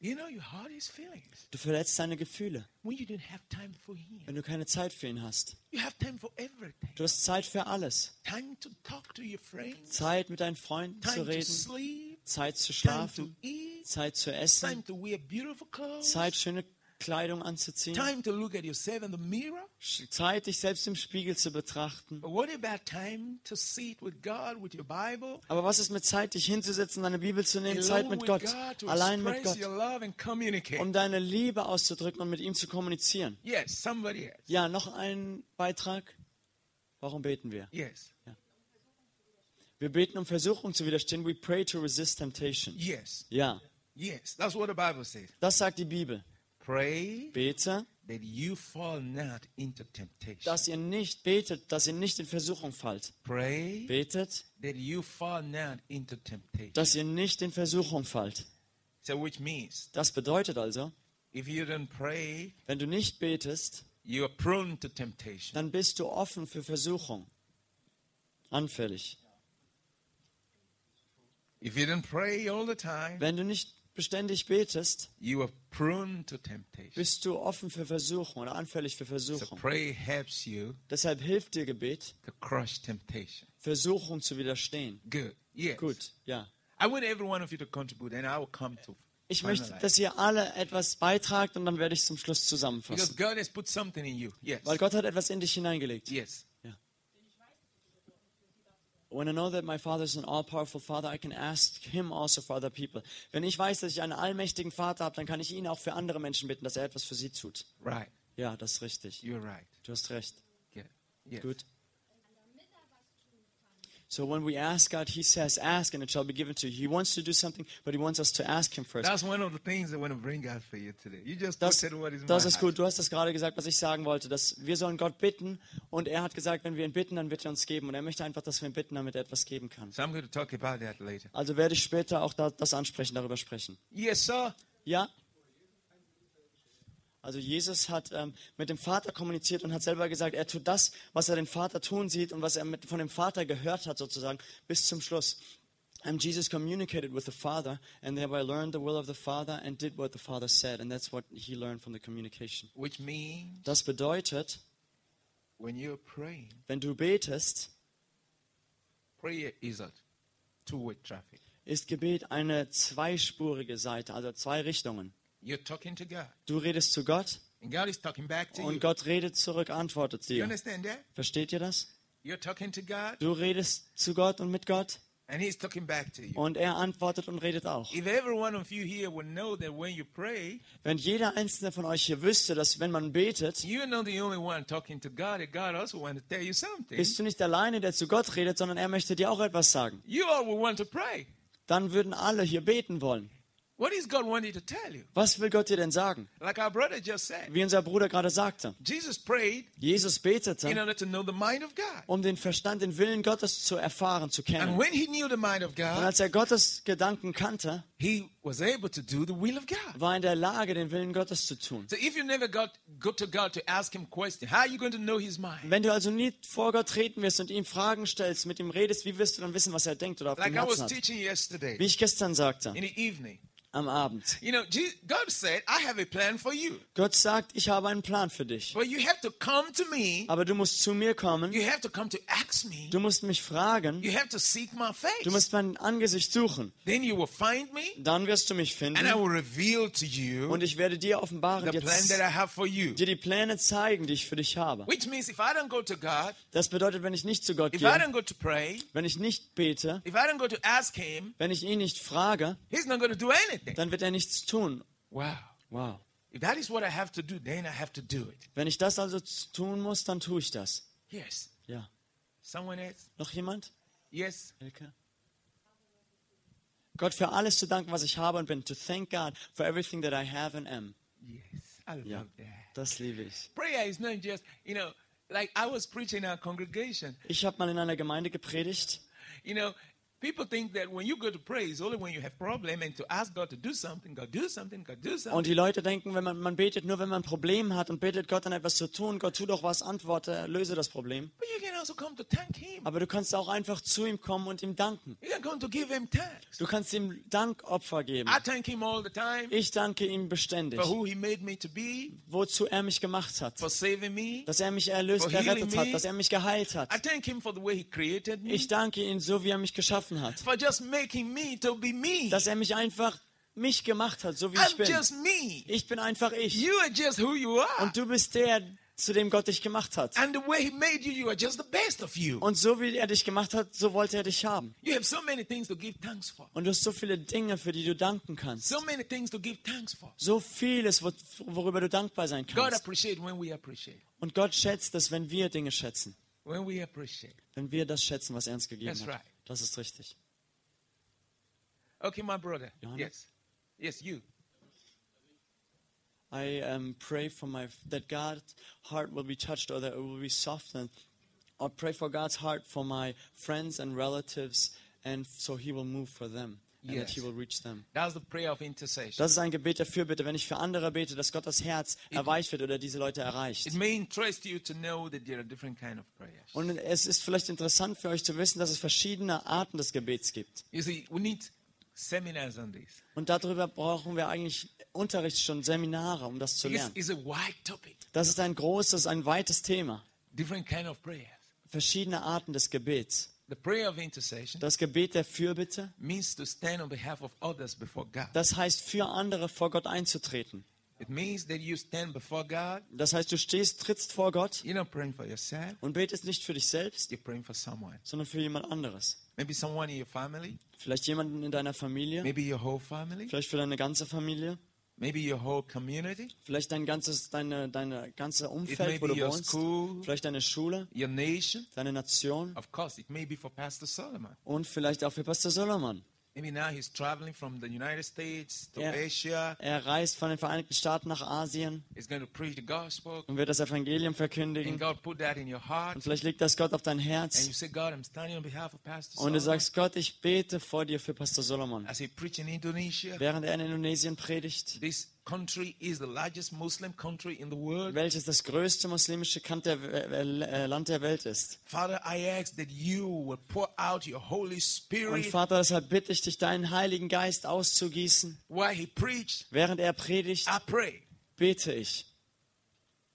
Speaker 1: You know you hurt His feelings
Speaker 2: Du verletzt seine Gefühle,
Speaker 1: when you don't have time for Him.
Speaker 2: wenn du keine Zeit für ihn hast.
Speaker 1: You have time for everything.
Speaker 2: Du hast Zeit für alles.
Speaker 1: Time to talk to your friends.
Speaker 2: Zeit mit deinen Freunden zu
Speaker 1: Time to
Speaker 2: reden,
Speaker 1: sleep.
Speaker 2: Zeit zu
Speaker 1: Time to
Speaker 2: schlafen,
Speaker 1: eat.
Speaker 2: Zeit zu
Speaker 1: Time
Speaker 2: essen,
Speaker 1: to wear beautiful clothes.
Speaker 2: Zeit schöne Kleidung anzuziehen,
Speaker 1: Time to look at yourself in the mirror.
Speaker 2: Zeit, dich selbst im Spiegel zu betrachten.
Speaker 1: But what about time to sit with God, with your Bible?
Speaker 2: Aber was ist mit Zeit, dich hinzusetzen, deine Bibel zu nehmen, Zeit
Speaker 1: alone
Speaker 2: mit
Speaker 1: with
Speaker 2: Gott,
Speaker 1: God, to
Speaker 2: allein mit
Speaker 1: express
Speaker 2: Gott,
Speaker 1: your love and communicate.
Speaker 2: um deine Liebe auszudrücken und mit ihm zu kommunizieren?
Speaker 1: yes, somebody else.
Speaker 2: Ja, noch ein Beitrag. Warum beten wir?
Speaker 1: Yes,
Speaker 2: Wir beten, um Versuchung zu widerstehen. We pray to resist temptation.
Speaker 1: yes,
Speaker 2: Ja,
Speaker 1: yes. That's what the Bible says.
Speaker 2: das sagt die Bibel.
Speaker 1: Pray
Speaker 2: Bete,
Speaker 1: that you fall not into temptation.
Speaker 2: dass ihr nicht betet, dass ihr nicht in Versuchung fallt.
Speaker 1: Pray
Speaker 2: Betet,
Speaker 1: that you fall not into temptation.
Speaker 2: dass ihr nicht in Versuchung fallt.
Speaker 1: So, which means
Speaker 2: Das bedeutet also,
Speaker 1: if you don't pray,
Speaker 2: wenn du nicht betest,
Speaker 1: you are prone to temptation.
Speaker 2: dann bist du offen für Versuchung. Anfällig.
Speaker 1: If you don't pray all the time,
Speaker 2: Wenn du nicht beständig betest,
Speaker 1: you are prone to temptation.
Speaker 2: bist du offen für Versuchung oder anfällig für
Speaker 1: So,
Speaker 2: Versuchung.
Speaker 1: pray helps you
Speaker 2: Deshalb hilft dir Gebet,
Speaker 1: to crush temptation.
Speaker 2: Versuchung zu widerstehen.
Speaker 1: Good. Yes.
Speaker 2: Gut, ja.
Speaker 1: I want every one of you to contribute, and I will come to.
Speaker 2: Ich möchte,
Speaker 1: finalize.
Speaker 2: dass ihr alle etwas beitragt und dann werde ich zum Schluss
Speaker 1: Because
Speaker 2: zusammenfassen.
Speaker 1: God has put something in you. Yes.
Speaker 2: Weil Gott hat etwas in dich hineingelegt.
Speaker 1: Yes.
Speaker 2: When I know that my Father is an all-powerful Father, I can ask Him also for other people. Wenn ich weiß, dass ich einen allmächtigen Vater habe, dann kann ich ihn auch für andere Menschen bitten, dass er etwas für sie tut.
Speaker 1: Right.
Speaker 2: Ja, das ist richtig.
Speaker 1: You're right.
Speaker 2: Du hast recht.
Speaker 1: Yeah. Yes.
Speaker 2: Gut. So when we ask God, He says, "Ask and it shall be given to you." He wants to do something, but He wants us to ask Him first.
Speaker 1: That's one of the things I want to bring out for you today. You just
Speaker 2: Das,
Speaker 1: said what is
Speaker 2: das
Speaker 1: my
Speaker 2: ist
Speaker 1: heart.
Speaker 2: gut. Du hast das gerade gesagt, was ich sagen wollte. Dass wir sollen Gott bitten und er hat gesagt, wenn wir ihn bitten, dann wird er uns geben. Und er möchte einfach, dass wir ihn bitten, damit er etwas geben kann.
Speaker 1: So I'm going to talk about that later.
Speaker 2: Also werde ich später auch da, das ansprechen, darüber sprechen.
Speaker 1: Yes, sir.
Speaker 2: Ja? Also Jesus hat ähm, mit dem Vater kommuniziert und hat selber gesagt, er tut das, was er den Vater tun sieht und was er mit, von dem Vater gehört hat sozusagen bis zum Schluss. And Jesus communicated with the Father and thereby learned the will of the Father and did what the Father said and that's what he learned from the communication.
Speaker 1: Which means
Speaker 2: Das bedeutet,
Speaker 1: when you're praying,
Speaker 2: wenn du betest,
Speaker 1: prayer is a two-way traffic.
Speaker 2: ist Gebet eine zweispurige Seite, also zwei Richtungen.
Speaker 1: You're talking to God,
Speaker 2: Du redest zu Gott
Speaker 1: and God is talking back to you.
Speaker 2: und Gott redet zurück, antwortet
Speaker 1: You
Speaker 2: dir.
Speaker 1: understand that?
Speaker 2: Versteht ihr das?
Speaker 1: You're talking to God,
Speaker 2: Du redest zu Gott und mit Gott
Speaker 1: and He's talking back to you.
Speaker 2: und er antwortet und redet auch.
Speaker 1: If every one of you here would know that when you pray,
Speaker 2: Wenn jeder einzelne von euch hier wüsste, dass wenn man betet,
Speaker 1: you're not the only one talking to God, and God also wants to tell you something.
Speaker 2: bist du nicht alleine, der zu Gott redet, sondern er möchte dir auch etwas sagen.
Speaker 1: You all will want to pray.
Speaker 2: Dann würden alle hier beten wollen.
Speaker 1: What is God wanting to tell you?
Speaker 2: Was will Gott dir denn sagen?
Speaker 1: Like our brother just said,
Speaker 2: Wie unser Bruder gerade sagte,
Speaker 1: Jesus prayed
Speaker 2: Jesus
Speaker 1: in
Speaker 2: betete,
Speaker 1: order to know the mind of God.
Speaker 2: um den Verstand, den Willen Gottes zu erfahren, zu
Speaker 1: And
Speaker 2: kennen.
Speaker 1: when he knew the mind of
Speaker 2: Und
Speaker 1: God,
Speaker 2: als er Gottes Gedanken kannte,
Speaker 1: he was able to do the will of God.
Speaker 2: war er in der Lage, den Willen Gottes zu tun.
Speaker 1: So if you never got go to God to ask him questions, how are you going to know his mind?
Speaker 2: Wenn du also nie vor Gott treten wirst und ihm Fragen stellst, mit ihm redest, wie wirst du dann wissen, was er denkt oder auf
Speaker 1: Like
Speaker 2: dem
Speaker 1: I was
Speaker 2: Herzen hat?
Speaker 1: teaching yesterday
Speaker 2: Wie ich gestern sagte,
Speaker 1: in the evening.
Speaker 2: am Abend.
Speaker 1: You know, Je- God said, I have a plan for you.
Speaker 2: Gott sagt, ich habe einen Plan für dich.
Speaker 1: But you have to come to me.
Speaker 2: Aber du musst zu mir kommen,
Speaker 1: You have to come to ask me.
Speaker 2: du musst mich fragen,
Speaker 1: You have to seek my
Speaker 2: du
Speaker 1: face.
Speaker 2: musst mein Angesicht suchen.
Speaker 1: Then you will find me
Speaker 2: Dann wirst du mich
Speaker 1: and I
Speaker 2: finden
Speaker 1: will reveal to you
Speaker 2: und ich werde dir offenbaren,
Speaker 1: the
Speaker 2: dir,
Speaker 1: plan that I have for you.
Speaker 2: dir die Pläne zeigen, die ich für dich habe.
Speaker 1: Which means if I don't go to God,
Speaker 2: Das bedeutet, wenn ich nicht zu Gott
Speaker 1: if I
Speaker 2: gehe,
Speaker 1: don't go to pray,
Speaker 2: wenn ich nicht bete,
Speaker 1: if I don't go to ask him,
Speaker 2: wenn ich ihn nicht frage,
Speaker 1: he's not going to do anything.
Speaker 2: dann wird er nichts tun.
Speaker 1: Wow.
Speaker 2: Wow.
Speaker 1: If that is what I have to do, then I have to do it.
Speaker 2: Wenn ich das also z- tun muss, dann tue ich das.
Speaker 1: Yes.
Speaker 2: Ja.
Speaker 1: Someone else?
Speaker 2: Noch jemand?
Speaker 1: Yes.
Speaker 2: Elke? Gott für alles zu danken, was ich habe und bin. To thank God for everything that I have and am.
Speaker 1: Yes. I love
Speaker 2: Ja.
Speaker 1: that.
Speaker 2: Das liebe ich.
Speaker 1: Prayer is not just, you know, like I was preaching in our congregation.
Speaker 2: Ich habe mal in einer Gemeinde gepredigt.
Speaker 1: You know, people think that when you go to pray, it's only when you have problem and to ask God to do something, God do something, God do something.
Speaker 2: Und die Leute denken, wenn man, man betet nur, wenn man ein Problem hat und betet Gott dann etwas zu tun. Gott, tu doch was, antworte, löse das Problem.
Speaker 1: But you can also come to thank him.
Speaker 2: Aber du kannst auch einfach zu ihm kommen und ihm danken.
Speaker 1: You can come to give him thanks.
Speaker 2: Du kannst ihm Dankopfer geben.
Speaker 1: I thank him all the time
Speaker 2: Ich danke ihm beständig,
Speaker 1: for who he made me to be,
Speaker 2: wozu er mich gemacht hat.
Speaker 1: for saving me.
Speaker 2: Dass er mich
Speaker 1: For
Speaker 2: erlöst,
Speaker 1: healing
Speaker 2: errettet hat,
Speaker 1: me.
Speaker 2: dass er mich geheilt hat.
Speaker 1: I thank him for the way he created me.
Speaker 2: Ich danke ihm so, wie er mich geschaffen hat.
Speaker 1: for just making me to be me.
Speaker 2: Dass er mich einfach mich gemacht hat, so wie ich
Speaker 1: I'm
Speaker 2: bin.
Speaker 1: just me.
Speaker 2: Ich bin einfach ich.
Speaker 1: You are just who you are.
Speaker 2: Und du bist der, zu dem Gott dich gemacht hat.
Speaker 1: And the way He made you, you are just the best of you.
Speaker 2: Und so wie er dich gemacht hat, so wollte er dich haben.
Speaker 1: You have so many things to give thanks for.
Speaker 2: Und du hast so viele Dinge, für die du danken kannst.
Speaker 1: So many things to give thanks for.
Speaker 2: So vieles, wo- worüber du dankbar sein
Speaker 1: God
Speaker 2: kannst.
Speaker 1: appreciates when we appreciate.
Speaker 2: Und Gott schätzt es, wenn wir Dinge schätzen.
Speaker 1: When we appreciate.
Speaker 2: Wenn wir das schätzen, was er uns gegeben
Speaker 1: That's
Speaker 2: hat.
Speaker 1: right.
Speaker 2: Das ist richtig.
Speaker 1: Okay, my brother.
Speaker 2: Johanna?
Speaker 1: Yes. Yes, you.
Speaker 2: I um, pray for my that God's heart will be touched or that it will be softened. I pray for God's heart for my friends and relatives, and so He will move for them and that
Speaker 1: Yes.
Speaker 2: He will reach them.
Speaker 1: That's the prayer of intercession.
Speaker 2: Das ist ein Gebet dafür, bitte, wenn ich für andere bete, dass Gott das Herz erweicht wird oder diese Leute erreicht.
Speaker 1: It may interest you to know that there are different kind of prayers.
Speaker 2: Und es ist vielleicht interessant für euch zu wissen, dass es verschiedene Arten des Gebets gibt.
Speaker 1: You see, we need seminars on this.
Speaker 2: Und darüber brauchen wir eigentlich Unterrichtsstunden, Seminare, um das zu
Speaker 1: It's,
Speaker 2: lernen.
Speaker 1: it's a wide topic.
Speaker 2: Das ist ein großes, ein weites Thema.
Speaker 1: Different kind of prayers.
Speaker 2: Verschiedene Arten des Gebets.
Speaker 1: The prayer of intercession
Speaker 2: Das Gebet der Fürbitte,
Speaker 1: means to stand on behalf of others before God.
Speaker 2: das heißt für andere vor Gott einzutreten.
Speaker 1: It means that you stand before God.
Speaker 2: Das heißt, du stehst, trittst vor Gott
Speaker 1: You're not praying for yourself.
Speaker 2: und betest nicht für dich selbst,
Speaker 1: You're praying for someone.
Speaker 2: sondern für jemand anderes.
Speaker 1: Maybe someone in your family.
Speaker 2: Vielleicht jemanden in deiner Familie,
Speaker 1: Maybe your whole family.
Speaker 2: vielleicht für deine ganze Familie,
Speaker 1: Maybe your whole community.
Speaker 2: vielleicht dein ganzes, deine, deine ganze
Speaker 1: It may
Speaker 2: Umfeld, wo
Speaker 1: be
Speaker 2: du
Speaker 1: your
Speaker 2: wohnst,
Speaker 1: school,
Speaker 2: vielleicht deine Schule,
Speaker 1: your nation.
Speaker 2: deine Nation
Speaker 1: Of course, it may be for Pastor Solomon.
Speaker 2: und vielleicht auch für Pastor Solomon.
Speaker 1: Maybe now he's traveling from the United States to
Speaker 2: Yeah.
Speaker 1: Asia.
Speaker 2: Er reist von den Vereinigten Staaten nach Asien
Speaker 1: He's going to preach the gospel.
Speaker 2: und wird das Evangelium
Speaker 1: And
Speaker 2: verkündigen.
Speaker 1: God put that in your
Speaker 2: Und
Speaker 1: heart.
Speaker 2: vielleicht legt das Gott auf dein
Speaker 1: And
Speaker 2: Herz
Speaker 1: you say, God, I'm standing on behalf of Pastor
Speaker 2: und du
Speaker 1: Solomon.
Speaker 2: sagst, Gott, ich bete vor dir für Pastor Solomon.
Speaker 1: As he preached in Indonesia,
Speaker 2: Während er in Indonesien predigt,
Speaker 1: this country is the largest Muslim country in the world.
Speaker 2: welches das größte muslimische Kant der, äh, äh, Land der Welt ist.
Speaker 1: Father, I ask that you will pour out your Holy
Speaker 2: Und
Speaker 1: Spirit
Speaker 2: Vater, deshalb bitte ich dich, deinen Heiligen Geist auszugießen.
Speaker 1: while he preached.
Speaker 2: Während er predigt,
Speaker 1: I pray.
Speaker 2: bete ich.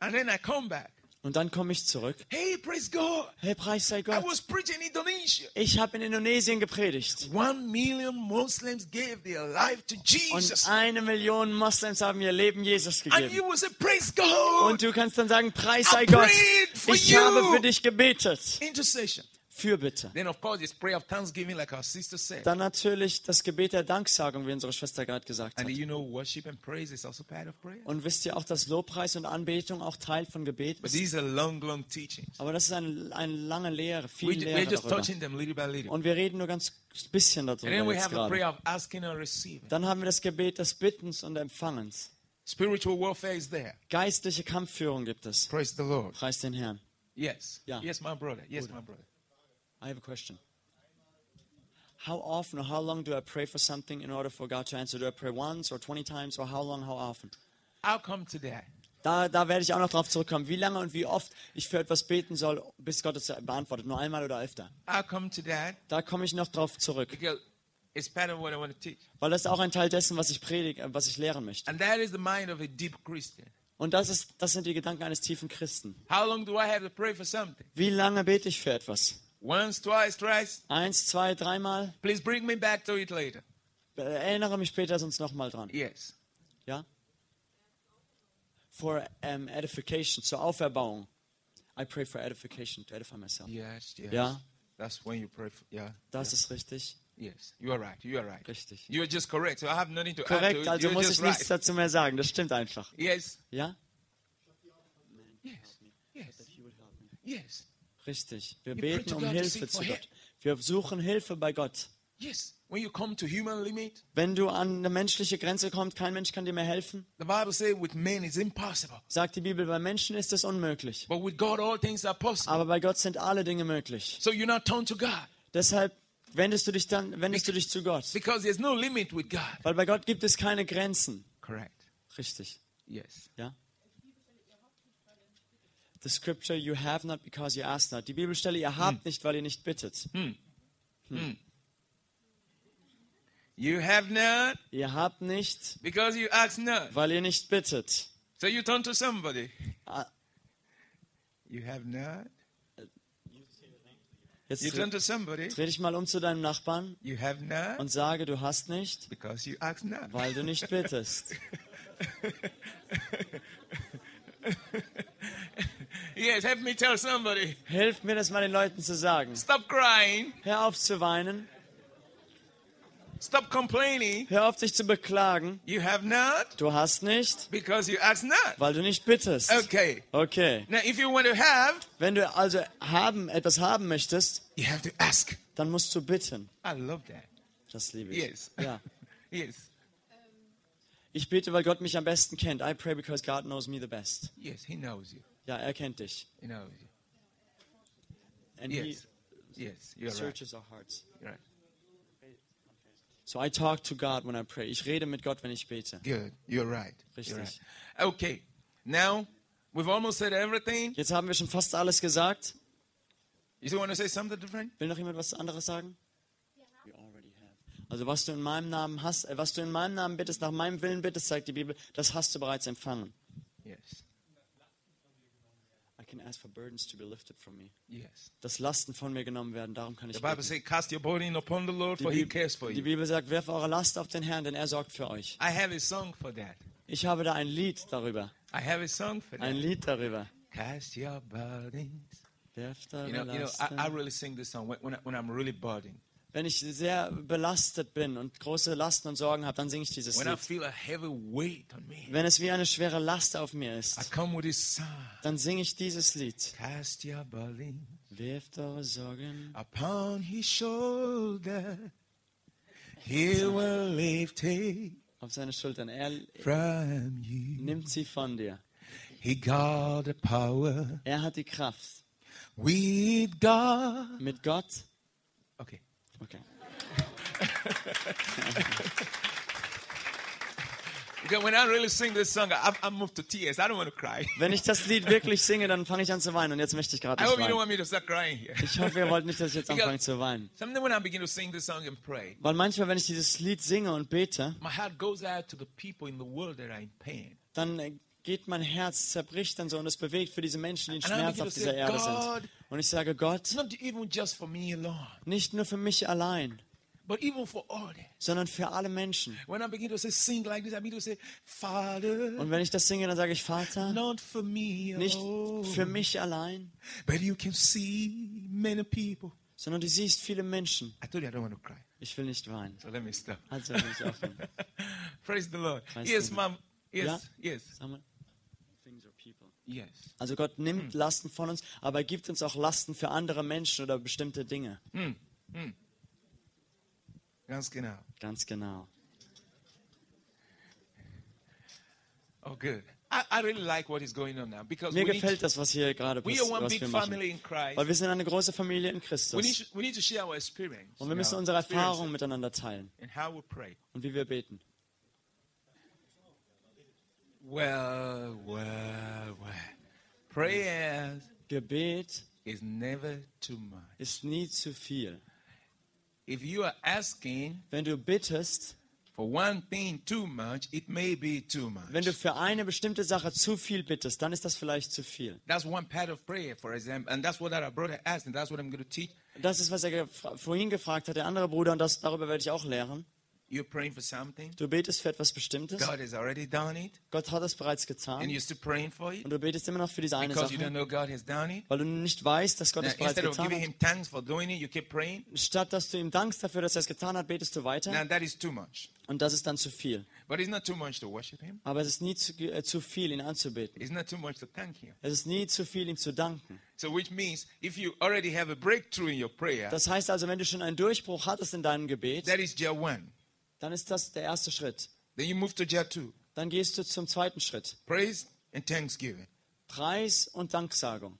Speaker 1: And then I come back.
Speaker 2: Und dann komme ich zurück.
Speaker 1: Hey, praise God.
Speaker 2: Hey, Preis sei
Speaker 1: I
Speaker 2: Gott.
Speaker 1: was preaching in Indonesia.
Speaker 2: Ich habe in Indonesien gepredigt.
Speaker 1: One million Muslims gave their life to
Speaker 2: Und
Speaker 1: Jesus.
Speaker 2: eine Million Moslems haben ihr Leben Jesus
Speaker 1: And
Speaker 2: gegeben.
Speaker 1: you will say, praise God.
Speaker 2: Und du kannst dann sagen, Preis
Speaker 1: I
Speaker 2: sei Gott.
Speaker 1: prayed for
Speaker 2: Ich
Speaker 1: you.
Speaker 2: habe für dich gebetet.
Speaker 1: Intercession.
Speaker 2: Fürbitte.
Speaker 1: Then, of course, it's prayer of thanksgiving, like our sister said.
Speaker 2: Dann natürlich das Gebet der Danksagung, wie unsere Schwester gerade gesagt hat.
Speaker 1: And you know, worship and praise is also part of prayer.
Speaker 2: Und wisst ihr auch, dass Lobpreis und Anbetung auch Teil von Gebet
Speaker 1: But
Speaker 2: ist?
Speaker 1: these are long, long teachings.
Speaker 2: Aber das ist ein, eine lange Lehre, viel
Speaker 1: We,
Speaker 2: Lehre
Speaker 1: we're just
Speaker 2: darüber.
Speaker 1: touching them little by little.
Speaker 2: Und wir reden nur ganz bisschen darüber
Speaker 1: And then we
Speaker 2: jetzt
Speaker 1: have the prayer
Speaker 2: gerade.
Speaker 1: of asking and receiving.
Speaker 2: Dann haben wir das Gebet des Bittens und Empfangens.
Speaker 1: Spiritual warfare is there.
Speaker 2: Geistliche Kampfführung gibt es.
Speaker 1: Praise the Lord.
Speaker 2: Preis den Herrn.
Speaker 1: Yes.
Speaker 2: Yeah.
Speaker 1: Yes, my brother. Yes, my brother.
Speaker 2: I have a question. How often or how long do I pray for something in order for God to answer? Do I pray once or 20 times or how long, how often?
Speaker 1: I'll come to that.
Speaker 2: Da, da werde ich auch noch drauf zurückkommen, wie lange und wie oft ich für etwas beten soll, bis Gott es beantwortet. Nur einmal oder öfter.
Speaker 1: I'll come to that
Speaker 2: Da komme ich noch drauf zurück.
Speaker 1: because it's part of what I want to teach.
Speaker 2: Weil das ist auch ein Teil dessen, was ich predige, äh, was ich lehren möchte.
Speaker 1: And that is the mind of a deep Christian.
Speaker 2: Und das, ist, das sind die Gedanken eines tiefen Christen.
Speaker 1: How long do I have to pray for something?
Speaker 2: Wie lange bete ich für etwas?
Speaker 1: Once, twice, thrice?
Speaker 2: Eins, zwei, dreimal?
Speaker 1: Please bring me back to it later.
Speaker 2: Äh, Erinnere mich später sonst nochmal dran.
Speaker 1: Yes.
Speaker 2: Ja? For ähm, edification, zur Auferbauung. I pray for edification, to edify myself.
Speaker 1: Yes, yes.
Speaker 2: Yeah.
Speaker 1: That's when you pray for, yeah.
Speaker 2: Das ist richtig.
Speaker 1: Yes, you are right. You are right.
Speaker 2: Richtig.
Speaker 1: You are just correct. So I have nothing to add to
Speaker 2: Korrekt,
Speaker 1: it.
Speaker 2: also
Speaker 1: You're
Speaker 2: muss ich
Speaker 1: just
Speaker 2: nichts
Speaker 1: right.
Speaker 2: dazu mehr sagen. Das stimmt einfach.
Speaker 1: Yes.
Speaker 2: Ja?
Speaker 1: Yes. Yes. Yes.
Speaker 2: Richtig. Wir
Speaker 1: You pray
Speaker 2: beten
Speaker 1: to
Speaker 2: um
Speaker 1: God to
Speaker 2: Hilfe
Speaker 1: seek
Speaker 2: zu
Speaker 1: for
Speaker 2: Gott. Wir suchen Hilfe bei Gott.
Speaker 1: Yes. When you come to human limit,
Speaker 2: Wenn du an eine menschliche Grenze kommst, kein Mensch kann dir mehr helfen,
Speaker 1: the Bible says with men it's impossible,
Speaker 2: sagt die Bibel, bei Menschen ist es unmöglich.
Speaker 1: but with God all things are possible.
Speaker 2: Aber bei Gott sind alle Dinge möglich.
Speaker 1: So you're not turned to God
Speaker 2: Deshalb wendest du dich dann, wendest du dich zu Gott.
Speaker 1: because there's no limit with God.
Speaker 2: Weil bei Gott gibt es keine Grenzen.
Speaker 1: Correct.
Speaker 2: Richtig,
Speaker 1: Yes.
Speaker 2: ja? The scripture you have not because you ask not. Die Bibelstelle, ihr habt
Speaker 1: Hm.
Speaker 2: nicht, weil ihr nicht bittet.
Speaker 1: You have none
Speaker 2: Ihr habt nicht,
Speaker 1: because you ask none.
Speaker 2: weil ihr nicht bittet.
Speaker 1: So you turn to somebody.
Speaker 2: Ah,
Speaker 1: You have none.
Speaker 2: Jetzt
Speaker 1: You turn
Speaker 2: dreh,
Speaker 1: to somebody.
Speaker 2: dreh dich mal um zu deinem Nachbarn
Speaker 1: You have none
Speaker 2: und sage, du hast nicht,
Speaker 1: because you ask none.
Speaker 2: weil du nicht bittest.
Speaker 1: Yes, help me tell somebody.
Speaker 2: Hilf mir das mal den Leuten zu sagen.
Speaker 1: Stop crying.
Speaker 2: Hör auf zu weinen.
Speaker 1: Stop complaining.
Speaker 2: Hör auf dich zu beklagen.
Speaker 1: You have not
Speaker 2: Du hast nicht,
Speaker 1: because you ask not.
Speaker 2: weil du nicht bittest.
Speaker 1: Okay.
Speaker 2: Okay.
Speaker 1: Now, if you want to have,
Speaker 2: Wenn du also haben, etwas haben möchtest,
Speaker 1: you have to ask.
Speaker 2: dann musst du bitten.
Speaker 1: I love that.
Speaker 2: Das liebe ich.
Speaker 1: Yes.
Speaker 2: Ja.
Speaker 1: yes.
Speaker 2: Ich bete, weil Gott mich am besten kennt. I pray because God knows me the best.
Speaker 1: Yes. He knows you.
Speaker 2: Ja, er kennt dich.
Speaker 1: He knows you.
Speaker 2: And
Speaker 1: Yes. Yes.
Speaker 2: he
Speaker 1: You're right.
Speaker 2: searches our hearts.
Speaker 1: You're right.
Speaker 2: So I talk to God when I pray. Ich rede mit Gott, wenn ich bete.
Speaker 1: Good. You're right. You're
Speaker 2: Richtig.
Speaker 1: right. Okay. Now, we've almost said everything.
Speaker 2: Jetzt haben wir schon fast alles gesagt.
Speaker 1: You still want to say something different?
Speaker 2: Will noch jemand was anderes sagen? We already have. Also was du in meinem Namen hast, äh, was du in meinem Namen bittest, nach meinem Willen bittest, sagt die Bibel, das hast du bereits empfangen.
Speaker 1: Yes.
Speaker 2: I can ask for burdens to be lifted from me.
Speaker 1: Yes.
Speaker 2: Dass Lasten von mir genommen werden, darum kann ich
Speaker 1: The Bible
Speaker 2: beten.
Speaker 1: says, cast your burden upon the Lord,
Speaker 2: Die
Speaker 1: for he
Speaker 2: Bib-
Speaker 1: cares for
Speaker 2: Die
Speaker 1: you.
Speaker 2: Bibel sagt, werf eure Last auf den Herrn, denn er sorgt für euch.
Speaker 1: I have a song for that.
Speaker 2: Ich habe da ein Lied darüber.
Speaker 1: I have a song for
Speaker 2: Ein
Speaker 1: that.
Speaker 2: Lied darüber.
Speaker 1: Cast your burdens.
Speaker 2: Werft eure
Speaker 1: You know, you know
Speaker 2: Lasten.
Speaker 1: I, I really sing this song when, when, I, when I'm really burdened.
Speaker 2: Wenn ich sehr belastet bin und große Lasten und Sorgen habe, dann singe ich dieses
Speaker 1: When I
Speaker 2: Lied.
Speaker 1: feel a heavy weight on me,
Speaker 2: Wenn es wie eine schwere Last auf mir
Speaker 1: I
Speaker 2: ist,
Speaker 1: come with this song.
Speaker 2: dann singe ich dieses Lied.
Speaker 1: Cast your burden
Speaker 2: Werft eure Sorgen.
Speaker 1: upon his shoulder. He will lift it
Speaker 2: auf seine Schultern. Er
Speaker 1: from you.
Speaker 2: nimmt sie von dir.
Speaker 1: He got the power
Speaker 2: Er hat die Kraft.
Speaker 1: with God.
Speaker 2: Mit Gott.
Speaker 1: Okay.
Speaker 2: Okay.
Speaker 1: Because when I really sing this song, I, I move to tears. I don't want to cry.
Speaker 2: Wenn ich das Lied wirklich singe, dann fange ich an zu weinen. Und jetzt möchte ich gerade
Speaker 1: I
Speaker 2: nicht
Speaker 1: hope you don't
Speaker 2: weinen.
Speaker 1: want me to start crying here.
Speaker 2: Ich hoffe, ihr wollt nicht, dass ich jetzt anfange zu weinen.
Speaker 1: Sometimes when I begin to sing this song and pray,
Speaker 2: Weil manchmal, wenn ich dieses Lied singe und bete,
Speaker 1: my heart goes out to the people in the world that are in pain.
Speaker 2: dann äh, geht mein Herz, zerbricht dann so und es bewegt für diese Menschen, die in
Speaker 1: And I
Speaker 2: Schmerz
Speaker 1: begin
Speaker 2: auf
Speaker 1: to
Speaker 2: dieser
Speaker 1: say,
Speaker 2: Erde
Speaker 1: God.
Speaker 2: sind. Und ich sage,
Speaker 1: It's
Speaker 2: Gott,
Speaker 1: not even just for me alone,
Speaker 2: nicht nur für mich allein,
Speaker 1: but even for all that.
Speaker 2: sondern für alle Menschen.
Speaker 1: When I begin to say, sing like this, I begin to say, Father,
Speaker 2: Und wenn ich das singe, dann sage ich, Vater,
Speaker 1: not for me
Speaker 2: nicht
Speaker 1: alone,
Speaker 2: für mich allein,
Speaker 1: but you can see many people.
Speaker 2: sondern du siehst viele Menschen.
Speaker 1: I told you I don't want to cry,
Speaker 2: Ich will nicht weinen.
Speaker 1: so let me stop.
Speaker 2: Also will ich aufhören.
Speaker 1: Praise the Lord.
Speaker 2: Praise
Speaker 1: yes,
Speaker 2: the
Speaker 1: ma'am. Yes,
Speaker 2: Yeah.
Speaker 1: yes,
Speaker 2: Sag mal. Things or people.
Speaker 1: yes.
Speaker 2: Also Gott
Speaker 1: Hm.
Speaker 2: nimmt Lasten von uns, aber er gibt uns auch Lasten für andere Menschen oder bestimmte Dinge.
Speaker 1: Ganz genau.
Speaker 2: Ganz genau.
Speaker 1: Oh, good. I, I really like what is going on now because
Speaker 2: Mir
Speaker 1: we, need,
Speaker 2: gefällt das, was hier gerade
Speaker 1: we are
Speaker 2: passiert,
Speaker 1: one
Speaker 2: was
Speaker 1: big
Speaker 2: wir
Speaker 1: family
Speaker 2: machen.
Speaker 1: in Christ.
Speaker 2: Weil wir sind eine große Familie in Christus.
Speaker 1: We need, to- we need to share our experience.
Speaker 2: Und wir müssen
Speaker 1: now,
Speaker 2: unsere
Speaker 1: experiences
Speaker 2: Erfahrungen miteinander teilen
Speaker 1: And how we pray.
Speaker 2: und wie wir beten.
Speaker 1: Well, well, well. Prayers
Speaker 2: Gebet
Speaker 1: is never too much.
Speaker 2: ist nie zu viel.
Speaker 1: If you are asking
Speaker 2: Wenn du bittest,
Speaker 1: for one thing too much, it may be too
Speaker 2: wenn
Speaker 1: much.
Speaker 2: du für eine bestimmte Sache zu viel bittest, dann ist das vielleicht zu viel.
Speaker 1: That's one part of prayer, for example, and that's what our brother asked, and that's what I'm going to teach.
Speaker 2: Das ist, was er gefra- vorhin gefragt hat, der andere Bruder, und das, darüber werde ich auch lehren.
Speaker 1: You're praying for something.
Speaker 2: Du betest für etwas Bestimmtes.
Speaker 1: God has already done it,
Speaker 2: Gott hat es bereits getan.
Speaker 1: and you're still praying for it
Speaker 2: Und du betest immer noch für diese eine
Speaker 1: because you don't
Speaker 2: Sache,
Speaker 1: know God has done it.
Speaker 2: weil du nicht weißt, dass Gott
Speaker 1: Now,
Speaker 2: es bereits
Speaker 1: instead of
Speaker 2: getan
Speaker 1: giving
Speaker 2: hat.
Speaker 1: him thanks for doing it, you keep praying.
Speaker 2: Statt dass du ihm dankst dafür, dass er es getan hat, betest du
Speaker 1: Now
Speaker 2: weiter.
Speaker 1: that is too much.
Speaker 2: Und das ist dann zu viel.
Speaker 1: But it's not too much to worship him.
Speaker 2: Aber es ist nie zu, äh, zu viel, ihn anzubeten.
Speaker 1: It's not too much to thank him.
Speaker 2: Es ist nie zu viel, ihm zu danken.
Speaker 1: So which means if you already have a breakthrough in your prayer,
Speaker 2: Das heißt also, wenn du schon einen Durchbruch hattest in deinem Gebet,
Speaker 1: that is jar one.
Speaker 2: dann ist das der erste Schritt.
Speaker 1: Then you move to jar two.
Speaker 2: Dann gehst du zum zweiten Schritt.
Speaker 1: Praise and thanksgiving.
Speaker 2: Preis und Danksagung.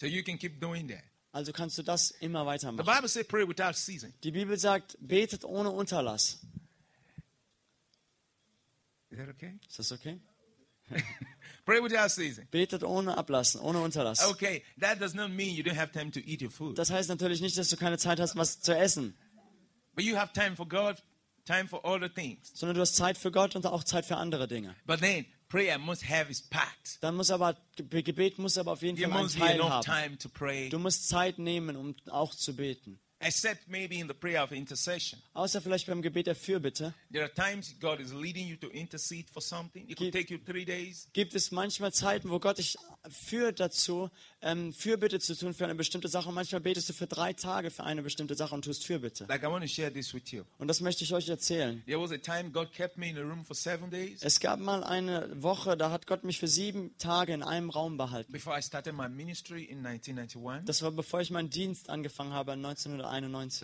Speaker 1: So you can keep doing that.
Speaker 2: Also kannst du das immer
Speaker 1: The
Speaker 2: weitermachen.
Speaker 1: Bible says pray without ceasing.
Speaker 2: Die Bibel sagt, betet ohne Unterlass.
Speaker 1: Is that okay?
Speaker 2: Ist das okay?
Speaker 1: Pray without ceasing.
Speaker 2: Betet ohne Ablassen, ohne Unterlass.
Speaker 1: Okay, that does not mean you don't have time to eat your food.
Speaker 2: Das heißt natürlich nicht, dass du keine Zeit hast, was zu essen,
Speaker 1: But you have time for God, time for other things.
Speaker 2: sondern du hast Zeit für Gott und auch Zeit für andere Dinge.
Speaker 1: But then prayer must have its part.
Speaker 2: Dann muss aber Ge- Gebet muss aber auf jeden
Speaker 1: There
Speaker 2: Fall einen
Speaker 1: must be
Speaker 2: Teil
Speaker 1: enough
Speaker 2: haben.
Speaker 1: time to pray.
Speaker 2: Du musst Zeit nehmen, um auch zu beten.
Speaker 1: except maybe in the prayer of intercession.
Speaker 2: Außer vielleicht beim Gebet der Fürbitte
Speaker 1: There are times God is leading you to intercede for something. It could
Speaker 2: Keep-
Speaker 1: take you three days.
Speaker 2: gibt es manchmal Zeiten, wo Gott dich führt dazu, ähm, Fürbitte zu tun für eine bestimmte Sache. Und manchmal betest du für drei Tage für eine bestimmte Sache und tust Fürbitte.
Speaker 1: Like I want to share this with you.
Speaker 2: Und das möchte ich euch erzählen.
Speaker 1: There was a time God kept me in a room for seven days
Speaker 2: Es gab mal eine Woche, da hat Gott mich für sieben Tage in einem Raum behalten.
Speaker 1: before I started my ministry in 1991.
Speaker 2: Das war bevor ich meinen Dienst angefangen habe 1991.
Speaker 1: I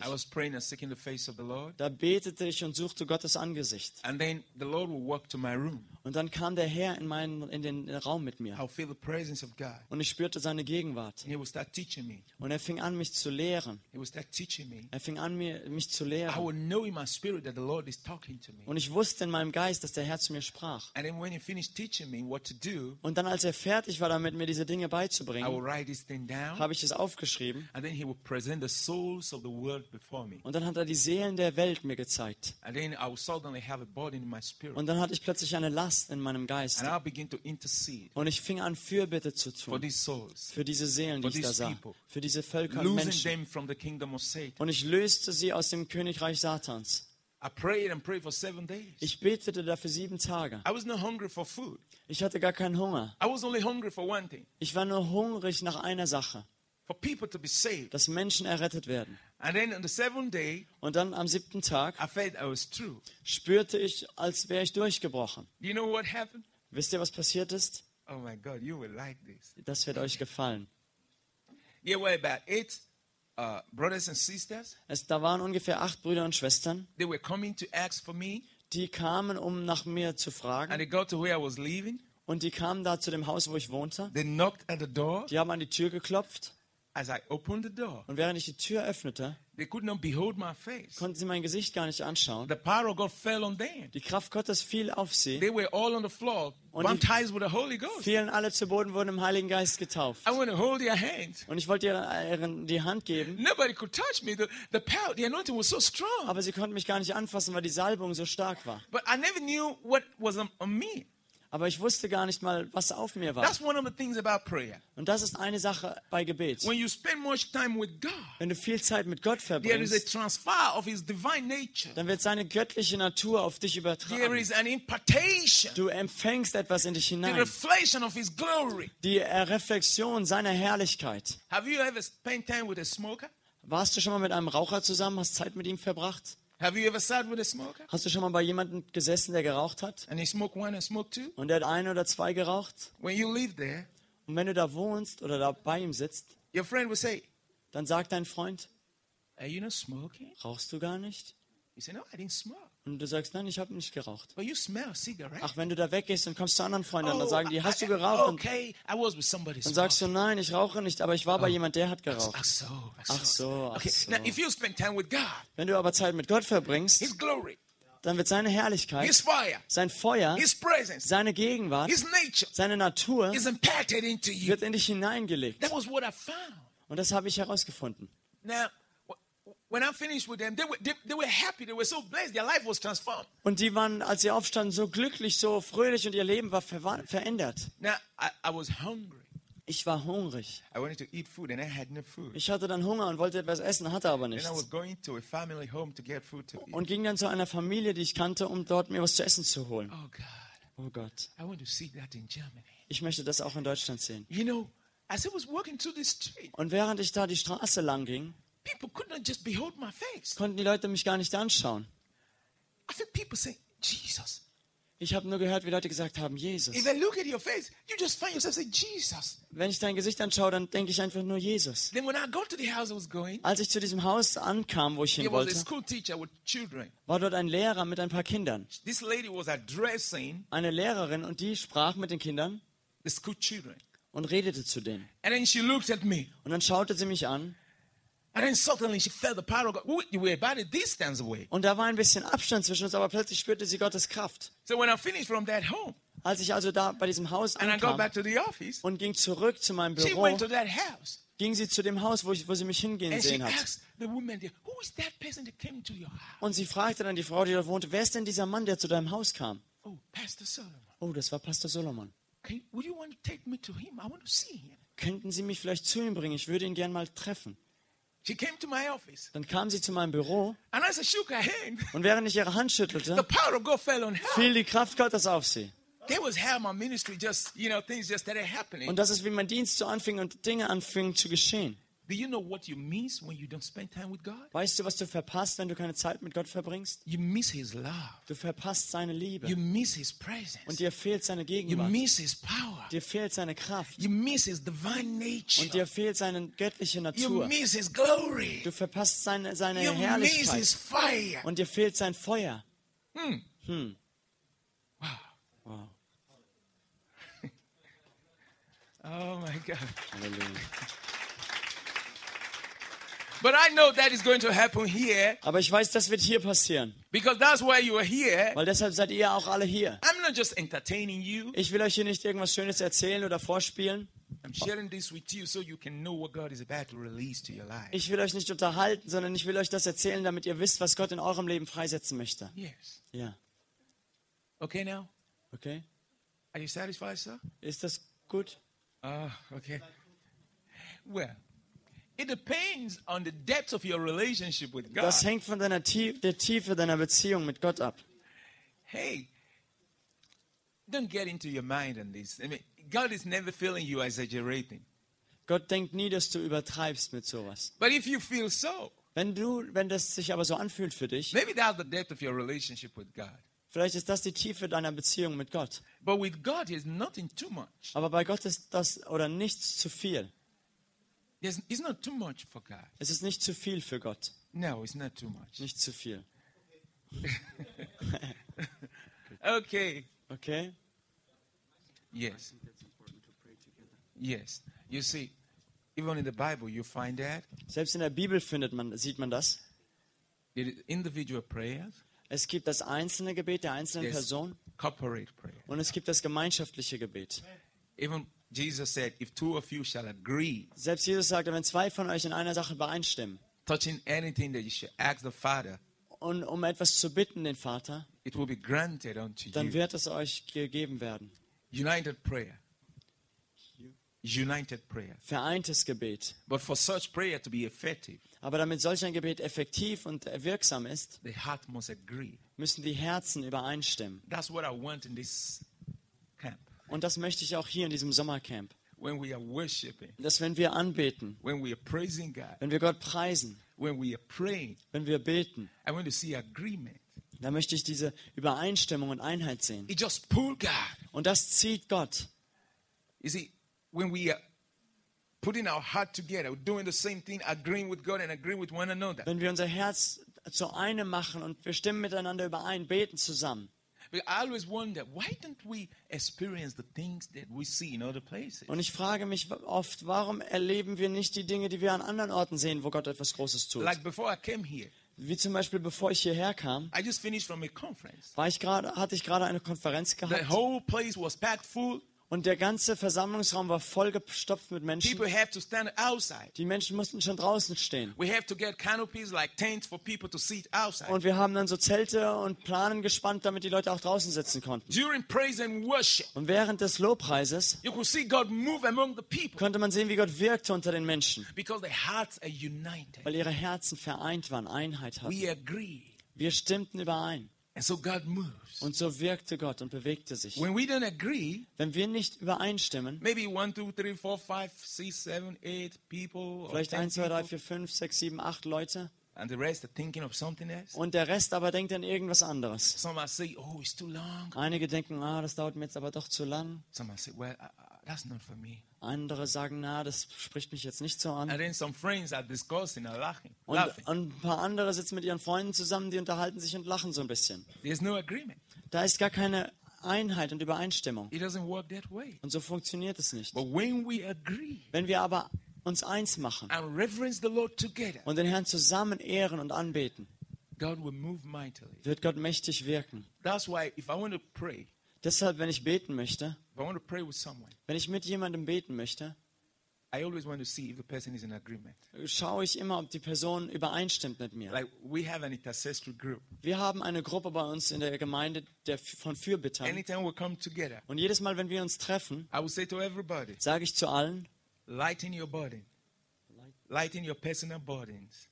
Speaker 1: was praying and seeking the face of the Lord.
Speaker 2: Da betete ich und suchte Gottes Angesicht.
Speaker 1: And then the Lord will walk to my room.
Speaker 2: Und dann kam der Herr in, meinen, in den Raum mit mir.
Speaker 1: I'll feel the presence of God.
Speaker 2: Und ich spürte seine Gegenwart.
Speaker 1: And He will start teaching me.
Speaker 2: Und er fing an, mich zu lehren.
Speaker 1: He will start teaching me.
Speaker 2: Er fing an, mir, mich zu
Speaker 1: I
Speaker 2: lehren.
Speaker 1: will know in my spirit that the Lord is talking to me.
Speaker 2: Und ich wusste in meinem Geist, dass der Herr zu mir sprach.
Speaker 1: And then when He finished teaching me what to do,
Speaker 2: Und dann, als er fertig war damit, mir diese Dinge
Speaker 1: I will
Speaker 2: beizubringen,
Speaker 1: write this thing down.
Speaker 2: habe ich es aufgeschrieben.
Speaker 1: And then He will present the souls of the world before me.
Speaker 2: Und dann hat er die Seelen der Welt mir gezeigt.
Speaker 1: And then I will suddenly have a burden in my spirit.
Speaker 2: Und dann hatte ich plötzlich eine Last in meinem Geist.
Speaker 1: And I'll begin to intercede
Speaker 2: Und ich fing an, Fürbitte zu
Speaker 1: for
Speaker 2: tun.
Speaker 1: these souls,
Speaker 2: Für diese Seelen, die
Speaker 1: For
Speaker 2: ich da
Speaker 1: these
Speaker 2: sah.
Speaker 1: people.
Speaker 2: Für diese Völker und
Speaker 1: losing
Speaker 2: Menschen.
Speaker 1: them from the kingdom of Satan.
Speaker 2: Und ich löste sie aus dem Königreich Satans.
Speaker 1: I prayed and prayed for seven days.
Speaker 2: Ich betete dafür sieben Tage.
Speaker 1: I was not hungry for food.
Speaker 2: Ich hatte gar keinen Hunger.
Speaker 1: I was only hungry for one thing
Speaker 2: Ich war nur hungrig nach einer Sache,
Speaker 1: for people to be saved.
Speaker 2: dass Menschen errettet werden.
Speaker 1: And then on the seventh day,
Speaker 2: Und dann am siebten Tag
Speaker 1: I felt I was through.
Speaker 2: spürte ich, als wäre ich durchgebrochen.
Speaker 1: You know what happened?
Speaker 2: Wisst ihr, was passiert ist?
Speaker 1: Oh my God, you will like this.
Speaker 2: Das wird euch gefallen.
Speaker 1: There were about eight uh, brothers and sisters.
Speaker 2: Es, da waren ungefähr acht Brüder und Schwestern,
Speaker 1: They were coming to ask for me,
Speaker 2: die kamen, um nach mir zu
Speaker 1: and
Speaker 2: fragen.
Speaker 1: they got to where I was living.
Speaker 2: Und die kamen da zu dem Haus, wo ich wohnte.
Speaker 1: They knocked at the door.
Speaker 2: Die haben an die Tür geklopft.
Speaker 1: As I opened the door,
Speaker 2: Und während ich die Tür öffnete,
Speaker 1: they could not behold my face.
Speaker 2: konnten sie mein Gesicht gar nicht anschauen.
Speaker 1: The power of God fell on them.
Speaker 2: Die Kraft Gottes fiel auf sie.
Speaker 1: They were all on the floor,
Speaker 2: Und die-
Speaker 1: baptized with the Holy Ghost.
Speaker 2: Fielen alle zu Boden, wurden im Heiligen Geist getauft.
Speaker 1: I want to hold their hands.
Speaker 2: Und ich wollte ihr ihren, die Hand geben,
Speaker 1: Nobody could touch me. The, the power, the anointing was so strong.
Speaker 2: aber sie konnten mich gar nicht anfassen, weil die Salbung so stark war.
Speaker 1: But I never knew what was on, on me.
Speaker 2: Aber ich wusste gar nicht mal, was auf mir war.
Speaker 1: That's one of the things about prayer.
Speaker 2: Und das ist eine Sache bei Gebet.
Speaker 1: When you spend much time with God,
Speaker 2: Wenn du viel Zeit mit Gott
Speaker 1: there is a
Speaker 2: verbringst,
Speaker 1: transfer of His divine nature.
Speaker 2: dann wird seine göttliche Natur auf dich
Speaker 1: There
Speaker 2: übertragen.
Speaker 1: is an impartation,
Speaker 2: Du empfängst etwas in dich
Speaker 1: the
Speaker 2: hinein.
Speaker 1: reflection of His glory.
Speaker 2: Die äh, Reflexion seiner Herrlichkeit.
Speaker 1: Have you ever spent time with a smoker?
Speaker 2: Warst du schon mal mit einem Raucher zusammen, hast Zeit mit ihm verbracht?
Speaker 1: Have you ever sat with a smoker?
Speaker 2: Hast du schon mal bei jemandem gesessen, der geraucht hat?
Speaker 1: And he smoked one and smoked two?
Speaker 2: Und der hat ein oder zwei geraucht?
Speaker 1: When you live there,
Speaker 2: Und wenn du da wohnst oder da bei ihm sitzt,
Speaker 1: your friend will say,
Speaker 2: dann sagt dein Freund,
Speaker 1: Are you not smoking?
Speaker 2: rauchst du gar nicht?
Speaker 1: You say, No, I didn't smoke.
Speaker 2: Und du sagst, nein, ich habe nicht geraucht.
Speaker 1: But you smell cigarette.
Speaker 2: Ach, wenn du da weggehst und kommst zu anderen Freunden,
Speaker 1: Oh,
Speaker 2: dann sagen die,
Speaker 1: I-
Speaker 2: hast du
Speaker 1: I-
Speaker 2: geraucht? Und
Speaker 1: Okay, I was with somebody.
Speaker 2: dann sagst du, nein, ich rauche nicht, aber ich war
Speaker 1: Ah.
Speaker 2: bei jemand, der hat geraucht.
Speaker 1: Ach so, ach so.
Speaker 2: Ach ah, so, ach
Speaker 1: okay.
Speaker 2: so.
Speaker 1: Now, if you spend time with God,
Speaker 2: Wenn du aber Zeit mit Gott
Speaker 1: His
Speaker 2: verbringst,
Speaker 1: glory,
Speaker 2: dann wird seine Herrlichkeit,
Speaker 1: His fire,
Speaker 2: sein Feuer,
Speaker 1: His presence,
Speaker 2: seine Gegenwart,
Speaker 1: His nature
Speaker 2: seine Natur
Speaker 1: is impacted into you.
Speaker 2: wird in dich hineingelegt.
Speaker 1: That was what I found.
Speaker 2: Und das habe ich herausgefunden.
Speaker 1: Now, wh- when I finished with them, they were, they, they were happy. They were so blessed. Their life was transformed.
Speaker 2: Und die waren, als sie aufstanden, so glücklich, so fröhlich und ihr Leben war verwa- verändert.
Speaker 1: Now, I, I was hungry.
Speaker 2: Ich war hungrig.
Speaker 1: I wanted to eat food and I had no food.
Speaker 2: Ich hatte dann Hunger und wollte etwas essen, hatte aber
Speaker 1: Then I was
Speaker 2: nichts.
Speaker 1: going to a family home to get food to eat.
Speaker 2: Und ging dann zu einer Familie, die ich kannte, um dort mir was zu essen zu holen.
Speaker 1: Oh, God.
Speaker 2: Oh Gott,
Speaker 1: I want to see that in Germany.
Speaker 2: ich möchte das auch in Deutschland sehen.
Speaker 1: You know, as I was walking through the street,
Speaker 2: Und während ich da die Straße lang ging,
Speaker 1: people could not just behold my face.
Speaker 2: konnten die Leute mich gar nicht anschauen.
Speaker 1: I think people say, Jesus.
Speaker 2: Ich habe nur gehört, wie Leute gesagt haben, Jesus.
Speaker 1: If they look at your face, you just find yourself saying, Jesus.
Speaker 2: Wenn ich dein Gesicht anschaue, dann denke ich einfach nur Jesus.
Speaker 1: Then when I got to the house I was going,
Speaker 2: Als ich zu diesem Haus ankam, wo ich
Speaker 1: there
Speaker 2: hin
Speaker 1: was a
Speaker 2: wollte,
Speaker 1: school teacher with children.
Speaker 2: war dort ein Lehrer mit ein paar Kindern.
Speaker 1: This lady was addressing
Speaker 2: Eine Lehrerin und die sprach mit den Kindern
Speaker 1: the school children.
Speaker 2: und redete zu denen.
Speaker 1: And then she looked at me.
Speaker 2: Und dann schaute sie mich an
Speaker 1: And then suddenly she felt the power of God. We were about a distance away.
Speaker 2: und da war ein bisschen Abstand zwischen uns, aber plötzlich spürte sie Gottes Kraft.
Speaker 1: So when I finished from that home
Speaker 2: Als ich also da bei diesem Haus
Speaker 1: and I got
Speaker 2: ankam
Speaker 1: back to the office,
Speaker 2: und ging zurück zu meinem
Speaker 1: she
Speaker 2: Büro,
Speaker 1: went to that house.
Speaker 2: ging sie zu dem Haus, wo, ich, wo sie mich hingehen
Speaker 1: And she
Speaker 2: sehen hat.
Speaker 1: asked the woman there, Who is that person that came to your house?
Speaker 2: Und sie fragte dann die Frau, die dort wohnte, wer ist denn dieser Mann, der zu deinem Haus kam?
Speaker 1: Oh, Pastor Solomon.
Speaker 2: Oh, das war Pastor Solomon.
Speaker 1: Can, would you want to take me to him? I want to see him.
Speaker 2: Könnten Sie mich vielleicht zu ihm bringen? Ich würde ihn gern mal treffen.
Speaker 1: She came to my office
Speaker 2: Dann kam sie zu meinem Büro
Speaker 1: and as I shook her hand,
Speaker 2: und während ich ihre Hand
Speaker 1: the
Speaker 2: schüttelte,
Speaker 1: power of God fell on her.
Speaker 2: fiel die Kraft Gottes auf sie.
Speaker 1: That was how my ministry just, you know, things just started happening.
Speaker 2: Und das ist, wie mein Dienst so anfing und Dinge anfingen zu geschehen.
Speaker 1: Do you know what you miss when you don't spend time with God?
Speaker 2: Weißt du, was du verpasst, wenn du keine Zeit mit Gott verbringst?
Speaker 1: You miss His love.
Speaker 2: Du verpasst seine
Speaker 1: You
Speaker 2: Liebe.
Speaker 1: miss His
Speaker 2: Und
Speaker 1: presence.
Speaker 2: dir fehlt seine
Speaker 1: You
Speaker 2: Gegenwart.
Speaker 1: miss His power.
Speaker 2: Dir fehlt seine Kraft.
Speaker 1: You miss His divine
Speaker 2: Und dir
Speaker 1: nature.
Speaker 2: fehlt seine göttliche
Speaker 1: You
Speaker 2: Natur.
Speaker 1: miss His glory.
Speaker 2: Du verpasst seine, seine
Speaker 1: You miss His
Speaker 2: Herrlichkeit.
Speaker 1: fire.
Speaker 2: Und dir fehlt sein Feuer.
Speaker 1: Wow.
Speaker 2: Wow.
Speaker 1: Oh my God.
Speaker 2: Halleluja.
Speaker 1: But I know that is going to happen here
Speaker 2: Aber ich weiß, das wird hier passieren.
Speaker 1: because that's why you are here.
Speaker 2: Weil deshalb seid ihr auch alle hier.
Speaker 1: I'm not just entertaining you,
Speaker 2: Ich will euch hier nicht irgendwas Schönes erzählen oder vorspielen.
Speaker 1: I'm sharing this with you so you can know what God is about to release to your life.
Speaker 2: Ich will euch nicht unterhalten, sondern ich will euch das erzählen, damit ihr wisst, was Gott in eurem Leben freisetzen möchte.
Speaker 1: Yes.
Speaker 2: Ja.
Speaker 1: Okay, now?
Speaker 2: Okay?
Speaker 1: Are you satisfied, sir?
Speaker 2: Ist das gut?
Speaker 1: Ah, okay. Well, it depends on the depth of your relationship with God.
Speaker 2: Das hängt von deiner Tie der Tiefe deiner Beziehung mit Gott ab.
Speaker 1: Hey, don't get into your mind on this. I mean, God is never feeling you are exaggerating.
Speaker 2: Gott denkt nie, dass du übertreibst mit sowas.
Speaker 1: But if you feel so,
Speaker 2: Wenn du, wenn das sich aber so anfühlt für dich,
Speaker 1: maybe that's the depth of your relationship with God.
Speaker 2: vielleicht ist das die Tiefe deiner Beziehung mit Gott.
Speaker 1: But with God, there's nothing too much.
Speaker 2: Aber bei Gott ist das oder nichts zu viel.
Speaker 1: There's, it's not too much for God.
Speaker 2: Es ist nicht zu viel für Gott.
Speaker 1: No, it's not too much.
Speaker 2: Nicht zu viel.
Speaker 1: Okay.
Speaker 2: Okay?
Speaker 1: Yes. Yes. You see, even in the Bible, you find that
Speaker 2: Selbst in der Bibel findet man, sieht man das.
Speaker 1: there is individual prayers,
Speaker 2: Es gibt das einzelne Gebet der einzelnen
Speaker 1: Yes.
Speaker 2: Person
Speaker 1: corporate prayer.
Speaker 2: und es gibt das gemeinschaftliche Gebet.
Speaker 1: Even Jesus said, if two of you shall agree,
Speaker 2: Selbst Jesus sagte, wenn zwei von euch in einer Sache übereinstimmen
Speaker 1: touching anything that you shall ask the Father,
Speaker 2: und um etwas zu bitten, den Vater,
Speaker 1: it will be granted unto
Speaker 2: dann
Speaker 1: you.
Speaker 2: wird es euch gegeben werden.
Speaker 1: United prayer. United prayer.
Speaker 2: Vereintes Gebet.
Speaker 1: But for such prayer to be effective,
Speaker 2: Aber damit solch ein Gebet effektiv und wirksam ist,
Speaker 1: the heart must agree.
Speaker 2: müssen die Herzen übereinstimmen.
Speaker 1: That's what I want in this camp.
Speaker 2: Und das möchte ich auch hier in diesem Sommercamp.
Speaker 1: When we are worshiping,
Speaker 2: Dass wenn wir anbeten,
Speaker 1: when we are praising God,
Speaker 2: wenn wir Gott preisen,
Speaker 1: when we are praying,
Speaker 2: wenn wir beten,
Speaker 1: I want to see agreement.
Speaker 2: dann möchte ich diese Übereinstimmung und Einheit sehen.
Speaker 1: It just pull God.
Speaker 2: Und das zieht Gott.
Speaker 1: You see, when we are putting our heart together, doing the same thing, agreeing with God and agreeing with one another.
Speaker 2: Wenn wir unser Herz zu einem machen und wir stimmen miteinander überein, beten zusammen.
Speaker 1: But I always wonder why don't we experience the things that we see in other places?
Speaker 2: Und ich frage mich oft, warum erleben wir nicht die Dinge, die wir an anderen Orten sehen, wo Gott etwas Großes tut?
Speaker 1: Like before I came here,
Speaker 2: Wie zum Beispiel, bevor ich hierher kam,
Speaker 1: I just finished from a conference.
Speaker 2: war ich gerade, hatte ich gerade eine Konferenz
Speaker 1: The
Speaker 2: gehabt
Speaker 1: whole place was packed full.
Speaker 2: und der ganze Versammlungsraum war vollgestopft mit Menschen.
Speaker 1: People have to stand outside.
Speaker 2: Die Menschen mussten schon draußen stehen.
Speaker 1: We have to get canopies like tents for people to sit outside.
Speaker 2: Und wir haben dann so Zelte und Planen gespannt, damit die Leute auch draußen sitzen konnten.
Speaker 1: During praise and worship,
Speaker 2: Und während des Lobpreises
Speaker 1: you could see God move among the people
Speaker 2: konnte man sehen, wie Gott wirkte unter den Menschen,
Speaker 1: because their hearts are united.
Speaker 2: weil ihre Herzen vereint waren, Einheit hatten.
Speaker 1: We agree.
Speaker 2: Wir stimmten überein.
Speaker 1: And so God moves.
Speaker 2: Und so wirkte Gott und bewegte sich.
Speaker 1: When we don't agree,
Speaker 2: Wenn wir nicht übereinstimmen,
Speaker 1: maybe one, two, three, four, five, six, seven, eight people, or
Speaker 2: vielleicht
Speaker 1: 10
Speaker 2: 1, 2, 3,
Speaker 1: people
Speaker 2: 4, 5, 6, 7, 8 Leute
Speaker 1: and the rest are thinking of something else.
Speaker 2: und der Rest aber denkt an irgendwas anderes.
Speaker 1: Some are saying, oh, it's too long.
Speaker 2: Einige denken, ah, das dauert mir jetzt aber doch zu lang.
Speaker 1: Some are saying, well, uh, uh, that's not for me.
Speaker 2: Andere sagen, na, das spricht mich jetzt nicht so an.
Speaker 1: And then some friends are discussing and laughing.
Speaker 2: Und,
Speaker 1: laughing.
Speaker 2: und ein paar andere sitzen mit ihren Freunden zusammen, die unterhalten sich und lachen so ein bisschen.
Speaker 1: There's no agreement.
Speaker 2: Da ist gar keine Einheit und Übereinstimmung.
Speaker 1: It doesn't work that way.
Speaker 2: Und so funktioniert es nicht.
Speaker 1: But when we agree
Speaker 2: Wenn wir aber uns eins machen
Speaker 1: and reverence the Lord together,
Speaker 2: und den Herrn zusammen ehren und anbeten,
Speaker 1: God will move mightily.
Speaker 2: wird Gott mächtig wirken.
Speaker 1: That's why if I want to pray,
Speaker 2: Deshalb, wenn ich beten möchte,
Speaker 1: if I want to pray with someone,
Speaker 2: wenn ich mit jemandem beten möchte,
Speaker 1: I always want to see if the person is in agreement.
Speaker 2: schaue ich immer, ob die Person übereinstimmt mit mir.
Speaker 1: Like we have an intercessory group.
Speaker 2: Wir haben eine Gruppe bei uns in der Gemeinde der von Fürbittern.
Speaker 1: Anytime we come together,
Speaker 2: Und jedes Mal, wenn wir uns treffen,
Speaker 1: I will say to everybody,
Speaker 2: sage ich zu allen,
Speaker 1: lighten your burden. lighten your personal burdens.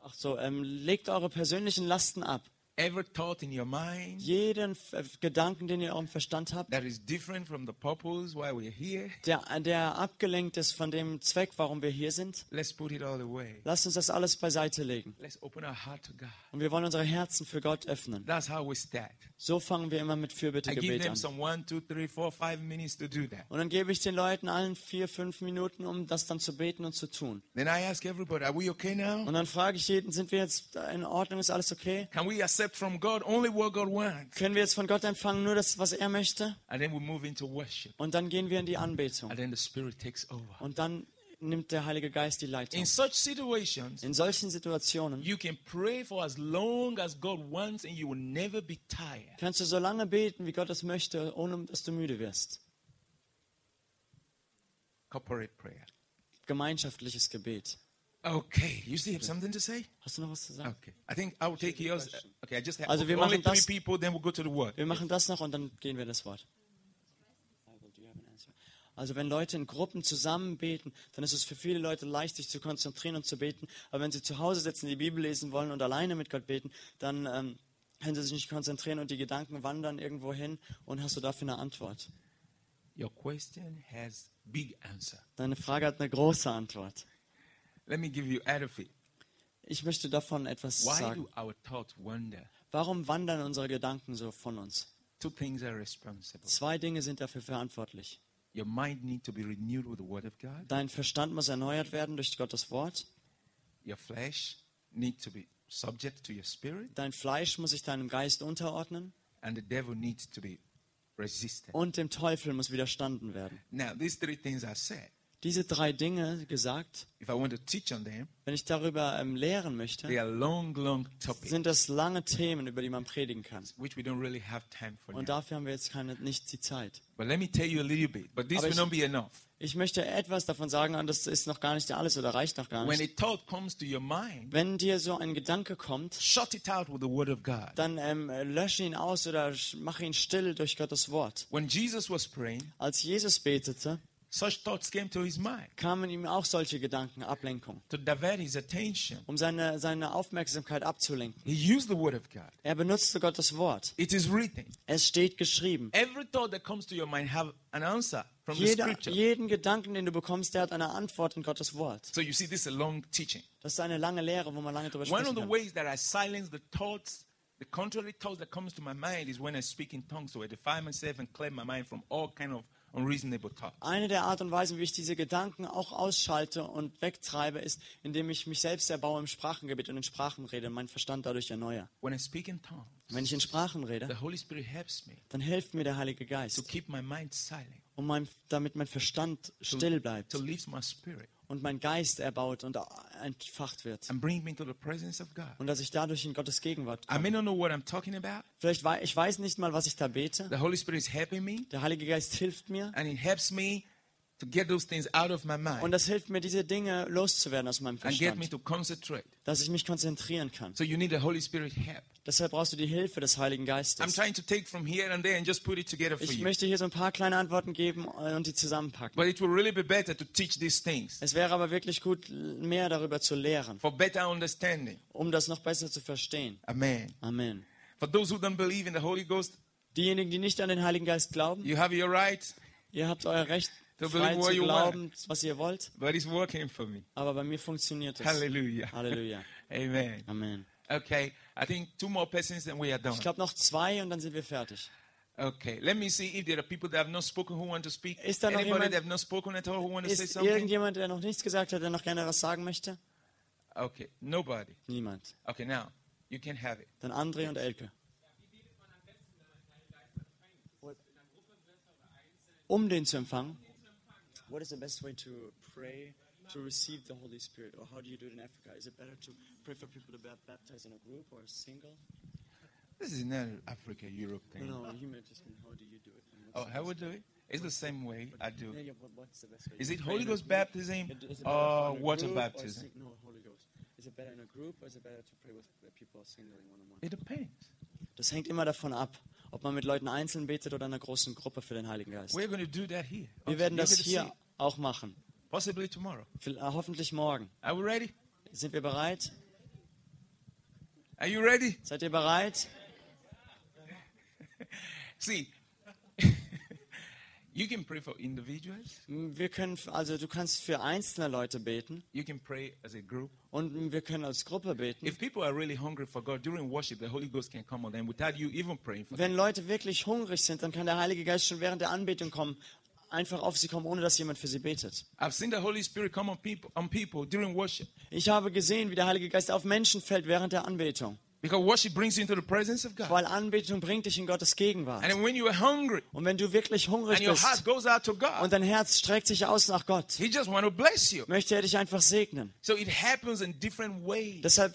Speaker 2: Ach so, ähm, legt eure persönlichen Lasten ab.
Speaker 1: Every thought in your mind
Speaker 2: Jeden F äh, Gedanken, den ihr eurem Verstand habt,
Speaker 1: that is different from the purpose why we're here,
Speaker 2: der, der abgelenkt ist von dem Zweck, warum wir hier sind,
Speaker 1: let's put it all away.
Speaker 2: lasst uns das alles beiseite legen.
Speaker 1: Let's open our heart to God.
Speaker 2: Und wir wollen unsere Herzen für Gott öffnen.
Speaker 1: That's how we start.
Speaker 2: So fangen wir immer mit
Speaker 1: I give
Speaker 2: Fürbittegebet
Speaker 1: them
Speaker 2: an.
Speaker 1: some one, two, three, four, five minutes to do that.
Speaker 2: Und dann gebe ich den Leuten allen vier, fünf Minuten, um das dann zu beten und zu tun.
Speaker 1: Then I ask everybody, are we okay now?
Speaker 2: Und dann frage ich jeden, sind wir jetzt in Ordnung, ist alles okay?
Speaker 1: Can we accept from God only what God wants?
Speaker 2: Können wir jetzt von Gott empfangen nur das, was er möchte?
Speaker 1: And then we move into worship.
Speaker 2: Und dann gehen wir in die Anbetung.
Speaker 1: And then the Spirit takes over.
Speaker 2: Und dann nimmt der Heilige Geist die Leitung.
Speaker 1: In such situations,
Speaker 2: In solchen Situationen
Speaker 1: you can pray for as long as God wants and you will never be tired.
Speaker 2: kannst du so lange beten, wie Gott es möchte, ohne dass du müde wirst.
Speaker 1: Corporate prayer.
Speaker 2: Gemeinschaftliches Gebet.
Speaker 1: Okay, you still have something to say?
Speaker 2: Hast du noch was zu sagen?
Speaker 1: Okay. I think I will take yours. Okay, I just have
Speaker 2: Also wir
Speaker 1: only
Speaker 2: machen
Speaker 1: three
Speaker 2: das-
Speaker 1: people, then we'll go to the word.
Speaker 2: Wir machen das noch und dann gehen wir das Wort. Also wenn Leute in Gruppen zusammen beten, dann ist es für viele Leute leicht, sich zu konzentrieren und zu beten. Aber wenn sie zu Hause sitzen, die Bibel lesen wollen und alleine mit Gott beten, dann ähm, können sie sich nicht konzentrieren und die Gedanken wandern irgendwo hin und hast du dafür eine Antwort.
Speaker 1: Your question has big answer.
Speaker 2: Deine Frage hat eine große Antwort.
Speaker 1: Let me give you out of it.
Speaker 2: Ich möchte davon etwas
Speaker 1: Why
Speaker 2: sagen.
Speaker 1: do our thoughts wander?
Speaker 2: Warum wandern unsere Gedanken so von uns?
Speaker 1: Two things are responsible.
Speaker 2: Zwei Dinge sind dafür verantwortlich.
Speaker 1: Your mind needs to be renewed with the Word of God.
Speaker 2: Dein Verstand muss erneuert werden durch Gottes Wort.
Speaker 1: Your flesh needs to be subject to your spirit,
Speaker 2: Dein Fleisch muss sich deinem Geist unterordnen
Speaker 1: and the devil needs to be resisted.
Speaker 2: und dem Teufel muss widerstanden werden.
Speaker 1: Now, these three things are said.
Speaker 2: Diese drei Dinge gesagt,
Speaker 1: If I want to teach on them,
Speaker 2: wenn ich darüber ähm, lehren
Speaker 1: they
Speaker 2: möchte,
Speaker 1: are long, long topics,
Speaker 2: sind das lange Themen, über die man predigen kann.
Speaker 1: which we don't really have time for
Speaker 2: Und
Speaker 1: now.
Speaker 2: dafür haben wir jetzt keine, nicht die Zeit.
Speaker 1: But let me tell you a little bit. But this
Speaker 2: Aber
Speaker 1: will
Speaker 2: ich-
Speaker 1: not be enough.
Speaker 2: Ich möchte etwas davon sagen, und das ist noch gar nicht alles oder reicht noch gar
Speaker 1: When a
Speaker 2: nicht.
Speaker 1: thought comes to your mind,
Speaker 2: Wenn dir so ein Gedanke kommt,
Speaker 1: shut it out with the Word of God.
Speaker 2: dann ähm, lösche ihn aus oder sch- mache ihn still durch Gottes Wort.
Speaker 1: When Jesus was praying,
Speaker 2: Als Jesus betete,
Speaker 1: such thoughts came to his mind
Speaker 2: kamen ihm auch solche Gedanken, Ablenkung,
Speaker 1: to divert his attention.
Speaker 2: um seine, seine Aufmerksamkeit abzulenken.
Speaker 1: He used the Word of God.
Speaker 2: Er benutzte Gottes Wort.
Speaker 1: It is written.
Speaker 2: Es steht geschrieben.
Speaker 1: Every thought that comes to your mind have an answer from the
Speaker 2: Jeder,
Speaker 1: scripture.
Speaker 2: jeden Gedanken, den du bekommst, der hat eine Antwort in Gottes Wort.
Speaker 1: So you see, this is a long teaching.
Speaker 2: Das ist eine lange Lehre, wo man lange drüber
Speaker 1: One of
Speaker 2: sprechen
Speaker 1: the
Speaker 2: kann.
Speaker 1: ways that I silence the thoughts, the contrary thoughts that comes to my mind is when I speak in tongues to edify myself and clear my mind from all kind of unreasonable thoughts.
Speaker 2: Eine der Art und Weisen, wie ich diese Gedanken auch ausschalte und wegtreibe, ist, indem ich mich selbst erbaue im Sprachengebet und in Sprachen rede und meinen Verstand dadurch erneuere.
Speaker 1: When I speak in tongues,
Speaker 2: Und wenn ich in Sprachen
Speaker 1: the
Speaker 2: rede,
Speaker 1: Holy Spirit helps me
Speaker 2: dann hilft mir der Heilige
Speaker 1: to
Speaker 2: Geist,
Speaker 1: keep my mind silent,
Speaker 2: um mein, damit mein Verstand
Speaker 1: to,
Speaker 2: still bleibt
Speaker 1: to lift my spirit
Speaker 2: und mein Geist erbaut und entfacht wird.
Speaker 1: and bring me to the presence of God.
Speaker 2: Und dass ich dadurch in Gottes Gegenwart
Speaker 1: I
Speaker 2: komme.
Speaker 1: may not know what I'm talking about.
Speaker 2: Vielleicht wei ich weiß nicht mal, was ich da bete.
Speaker 1: The Holy Spirit is helping me,
Speaker 2: Der Heilige Geist hilft mir.
Speaker 1: and it helps me to get those things out of my mind
Speaker 2: Und das hilft mir, diese Dinge loszuwerden aus meinem
Speaker 1: and get me
Speaker 2: Verstand,
Speaker 1: to concentrate.
Speaker 2: dass ich mich konzentrieren kann.
Speaker 1: So you need the Holy Spirit help.
Speaker 2: Deshalb brauchst du die Hilfe des Heiligen
Speaker 1: I'm
Speaker 2: Geistes.
Speaker 1: trying to take from here and there and just put it together for
Speaker 2: Ich
Speaker 1: you.
Speaker 2: möchte hier so ein paar kleine Antworten geben äh, und die zusammenpacken.
Speaker 1: But it will really be better to teach these things
Speaker 2: Es wäre aber wirklich gut, mehr darüber zu lehren,
Speaker 1: for better understanding.
Speaker 2: um das noch besser zu verstehen.
Speaker 1: Amen.
Speaker 2: Amen.
Speaker 1: For those who don't believe in the Holy Ghost,
Speaker 2: Diejenigen, die nicht an den Heiligen Geist glauben,
Speaker 1: you have your right,
Speaker 2: ihr habt euer Recht,
Speaker 1: To
Speaker 2: frei
Speaker 1: believe
Speaker 2: zu
Speaker 1: what you
Speaker 2: glauben, was ihr wollt,
Speaker 1: but it's working for me.
Speaker 2: aber bei mir funktioniert es.
Speaker 1: Hallelujah.
Speaker 2: Halleluja.
Speaker 1: Amen.
Speaker 2: Amen.
Speaker 1: Okay, I think two more persons and we are done.
Speaker 2: Ich glaube noch zwei und dann sind wir fertig.
Speaker 1: Okay, let me see if there are people that have not spoken who want to speak.
Speaker 2: Is there not
Speaker 1: Anybody
Speaker 2: anyone-
Speaker 1: that have not spoken at all who want to say
Speaker 2: Ist
Speaker 1: something?
Speaker 2: irgendjemand, der noch nichts gesagt hat, der noch gerne was sagen möchte?
Speaker 1: Okay, nobody.
Speaker 2: Niemand.
Speaker 1: Okay, now you can have it.
Speaker 2: Dann André und Elke. Um den zu empfangen. What is the best way to pray to receive the Holy Spirit? Or how do you do it in Africa? Is it better to pray for people to be baptized in a group or single?
Speaker 1: This is not an Africa Europe thing.
Speaker 2: No, no, he meant just mean how do you do it?
Speaker 1: Oh, how we do it? It's the same way I do.
Speaker 2: Yeah,
Speaker 1: it.
Speaker 2: yeah, but what's the best way?
Speaker 1: Is
Speaker 2: You
Speaker 1: it
Speaker 2: pray
Speaker 1: Holy
Speaker 2: in a
Speaker 1: Ghost
Speaker 2: group?
Speaker 1: baptism
Speaker 2: It- is it better
Speaker 1: or
Speaker 2: in a
Speaker 1: water
Speaker 2: group or
Speaker 1: baptism?
Speaker 2: sing- no, Holy Ghost. Is it better in a group or is it better to pray with uh, people single in one-on-one?
Speaker 1: It depends.
Speaker 2: Das hängt immer davon ab, ob man mit Leuten einzeln betet oder in einer großen Gruppe für den Heiligen Geist.
Speaker 1: We're going to do that here.
Speaker 2: Wir werden
Speaker 1: You're
Speaker 2: das
Speaker 1: going to see
Speaker 2: hier auch machen.
Speaker 1: it. possibly tomorrow.
Speaker 2: Vill- äh, hoffentlich morgen.
Speaker 1: Are we ready?
Speaker 2: Sind wir bereit?
Speaker 1: Are you ready?
Speaker 2: Seid ihr bereit?
Speaker 1: See, you can pray for individuals,
Speaker 2: M, Wir können, f- also du kannst für einzelne Leute beten
Speaker 1: you can pray as a group.
Speaker 2: und m, wir können als Gruppe beten.
Speaker 1: If people are really hungry for God during worship, the Holy Ghost can come on them without you even praying for them.
Speaker 2: Wenn Leute wirklich hungrig sind, dann kann der Heilige Geist schon während der Anbetung kommen, einfach auf sie kommen, ohne dass jemand für sie betet.
Speaker 1: I've seen the Holy Spirit come on people on people during worship
Speaker 2: Ich habe gesehen, wie der Heilige Geist auf Menschen fällt während der Anbetung,
Speaker 1: because worship brings you into the presence of God.
Speaker 2: weil Anbetung bringt dich in Gottes Gegenwart.
Speaker 1: And when you are hungry
Speaker 2: Und wenn du wirklich hungrig
Speaker 1: and your heart
Speaker 2: bist
Speaker 1: goes out to
Speaker 2: und
Speaker 1: God,
Speaker 2: dein Herz streckt sich aus nach Gott,
Speaker 1: He just want to bless you.
Speaker 2: möchte er dich einfach segnen.
Speaker 1: So it happens in different ways.
Speaker 2: Deshalb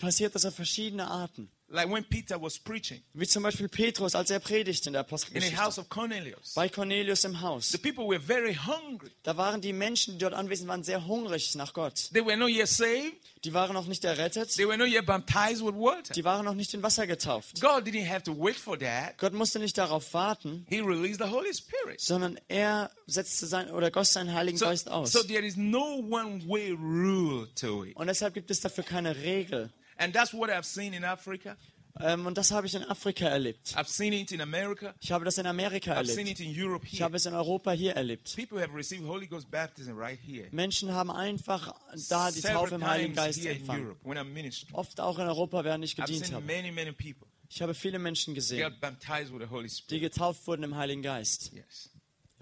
Speaker 2: passiert das auf verschiedene Arten.
Speaker 1: Like when Peter was preaching
Speaker 2: Wie zum Beispiel Petrus, als er predigte in der
Speaker 1: in the house
Speaker 2: Apostelgeschichte.
Speaker 1: of Cornelius,
Speaker 2: Bei Cornelius im Haus.
Speaker 1: the people were very hungry.
Speaker 2: Da waren die Menschen, die dort anwesend waren, sehr hungrig nach Gott.
Speaker 1: They were not yet saved.
Speaker 2: Die waren noch nicht errettet.
Speaker 1: They were not yet baptized with water.
Speaker 2: Die waren noch nicht in Wasser getauft.
Speaker 1: God didn't have to wait for that.
Speaker 2: Gott musste nicht darauf warten,
Speaker 1: He released the Holy Spirit.
Speaker 2: sondern er setzte sein oder goss seinen Heiligen
Speaker 1: So,
Speaker 2: Geist aus.
Speaker 1: so there is no one way rule to it.
Speaker 2: Und deshalb gibt es dafür keine Regel.
Speaker 1: And that's what I've seen in Africa.
Speaker 2: Ähm, und das habe ich in Afrika erlebt.
Speaker 1: I've seen it in America.
Speaker 2: Ich habe das in Amerika
Speaker 1: I've seen
Speaker 2: erlebt.
Speaker 1: it in Europe
Speaker 2: Ich
Speaker 1: here.
Speaker 2: habe es in Europa hier erlebt.
Speaker 1: People have received Holy Ghost baptism right here.
Speaker 2: Menschen haben einfach da die
Speaker 1: Several
Speaker 2: Taufe im Heiligen
Speaker 1: times
Speaker 2: Geist
Speaker 1: here in
Speaker 2: empfangen.
Speaker 1: Europe when I minister.
Speaker 2: Oft auch in Europa, während ich
Speaker 1: I've
Speaker 2: gedient
Speaker 1: seen
Speaker 2: habe.
Speaker 1: many, many people
Speaker 2: Ich habe viele Menschen gesehen,
Speaker 1: get baptized with the Holy Spirit.
Speaker 2: die getauft wurden im Heiligen Geist.
Speaker 1: Yes.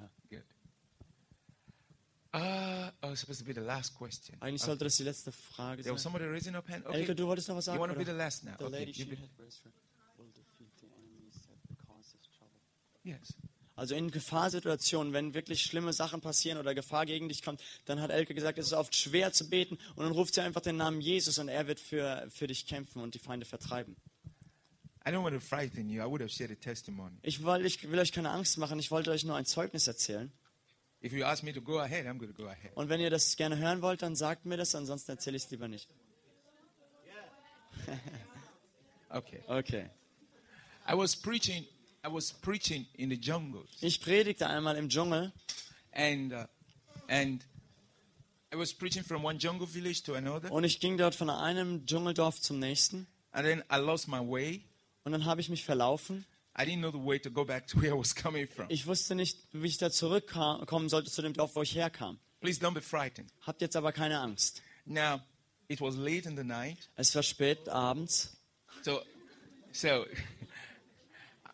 Speaker 2: Yeah.
Speaker 1: Good. Uh, oh, it's supposed to be the last question.
Speaker 2: Eigentlich
Speaker 1: Okay.
Speaker 2: sollte das die letzte Frage
Speaker 1: There was
Speaker 2: sein.
Speaker 1: somebody raising up hand. Okay.
Speaker 2: Elke, du wolltest noch was
Speaker 1: you
Speaker 2: sagen?
Speaker 1: want to be
Speaker 2: Oder?
Speaker 1: the last now?
Speaker 2: The
Speaker 1: okay.
Speaker 2: lady,
Speaker 1: you
Speaker 2: she
Speaker 1: be-
Speaker 2: had-
Speaker 3: will defeat the enemies that causes trouble.
Speaker 1: yes.
Speaker 2: Also in Gefahrsituationen, wenn wirklich schlimme Sachen passieren oder Gefahr gegen dich kommt, dann hat Elke gesagt, es ist oft schwer zu beten und dann ruft sie einfach den Namen Jesus und er wird für, für dich kämpfen und die Feinde vertreiben.
Speaker 1: I don't want to frighten you. I would have shared a testimony.
Speaker 2: Ich, will, ich will euch keine Angst machen, ich wollte euch nur ein Zeugnis erzählen.
Speaker 1: If you ask me to go ahead, I'm going to go ahead.
Speaker 2: Und wenn ihr das gerne hören wollt, dann sagt mir das, ansonsten erzähle ich es lieber nicht.
Speaker 1: Okay.
Speaker 2: Okay.
Speaker 1: I was preaching. I was preaching in the jungles,
Speaker 2: Ich predigte einmal im Dschungel
Speaker 1: and uh, and I was preaching from one jungle village to another,
Speaker 2: und ich ging dort von einem Dschungeldorf zum nächsten
Speaker 1: and then I lost my way.
Speaker 2: und dann habe ich mich verlaufen.
Speaker 1: I didn't know the way to go back to where I was coming from.
Speaker 2: Ich wusste nicht, wie ich da zurückkommen sollte zu dem Dorf, wo ich herkam.
Speaker 1: Please don't be frightened.
Speaker 2: Habt jetzt aber keine Angst.
Speaker 1: Now, it was late in the night,
Speaker 2: Es war spät abends.
Speaker 1: so so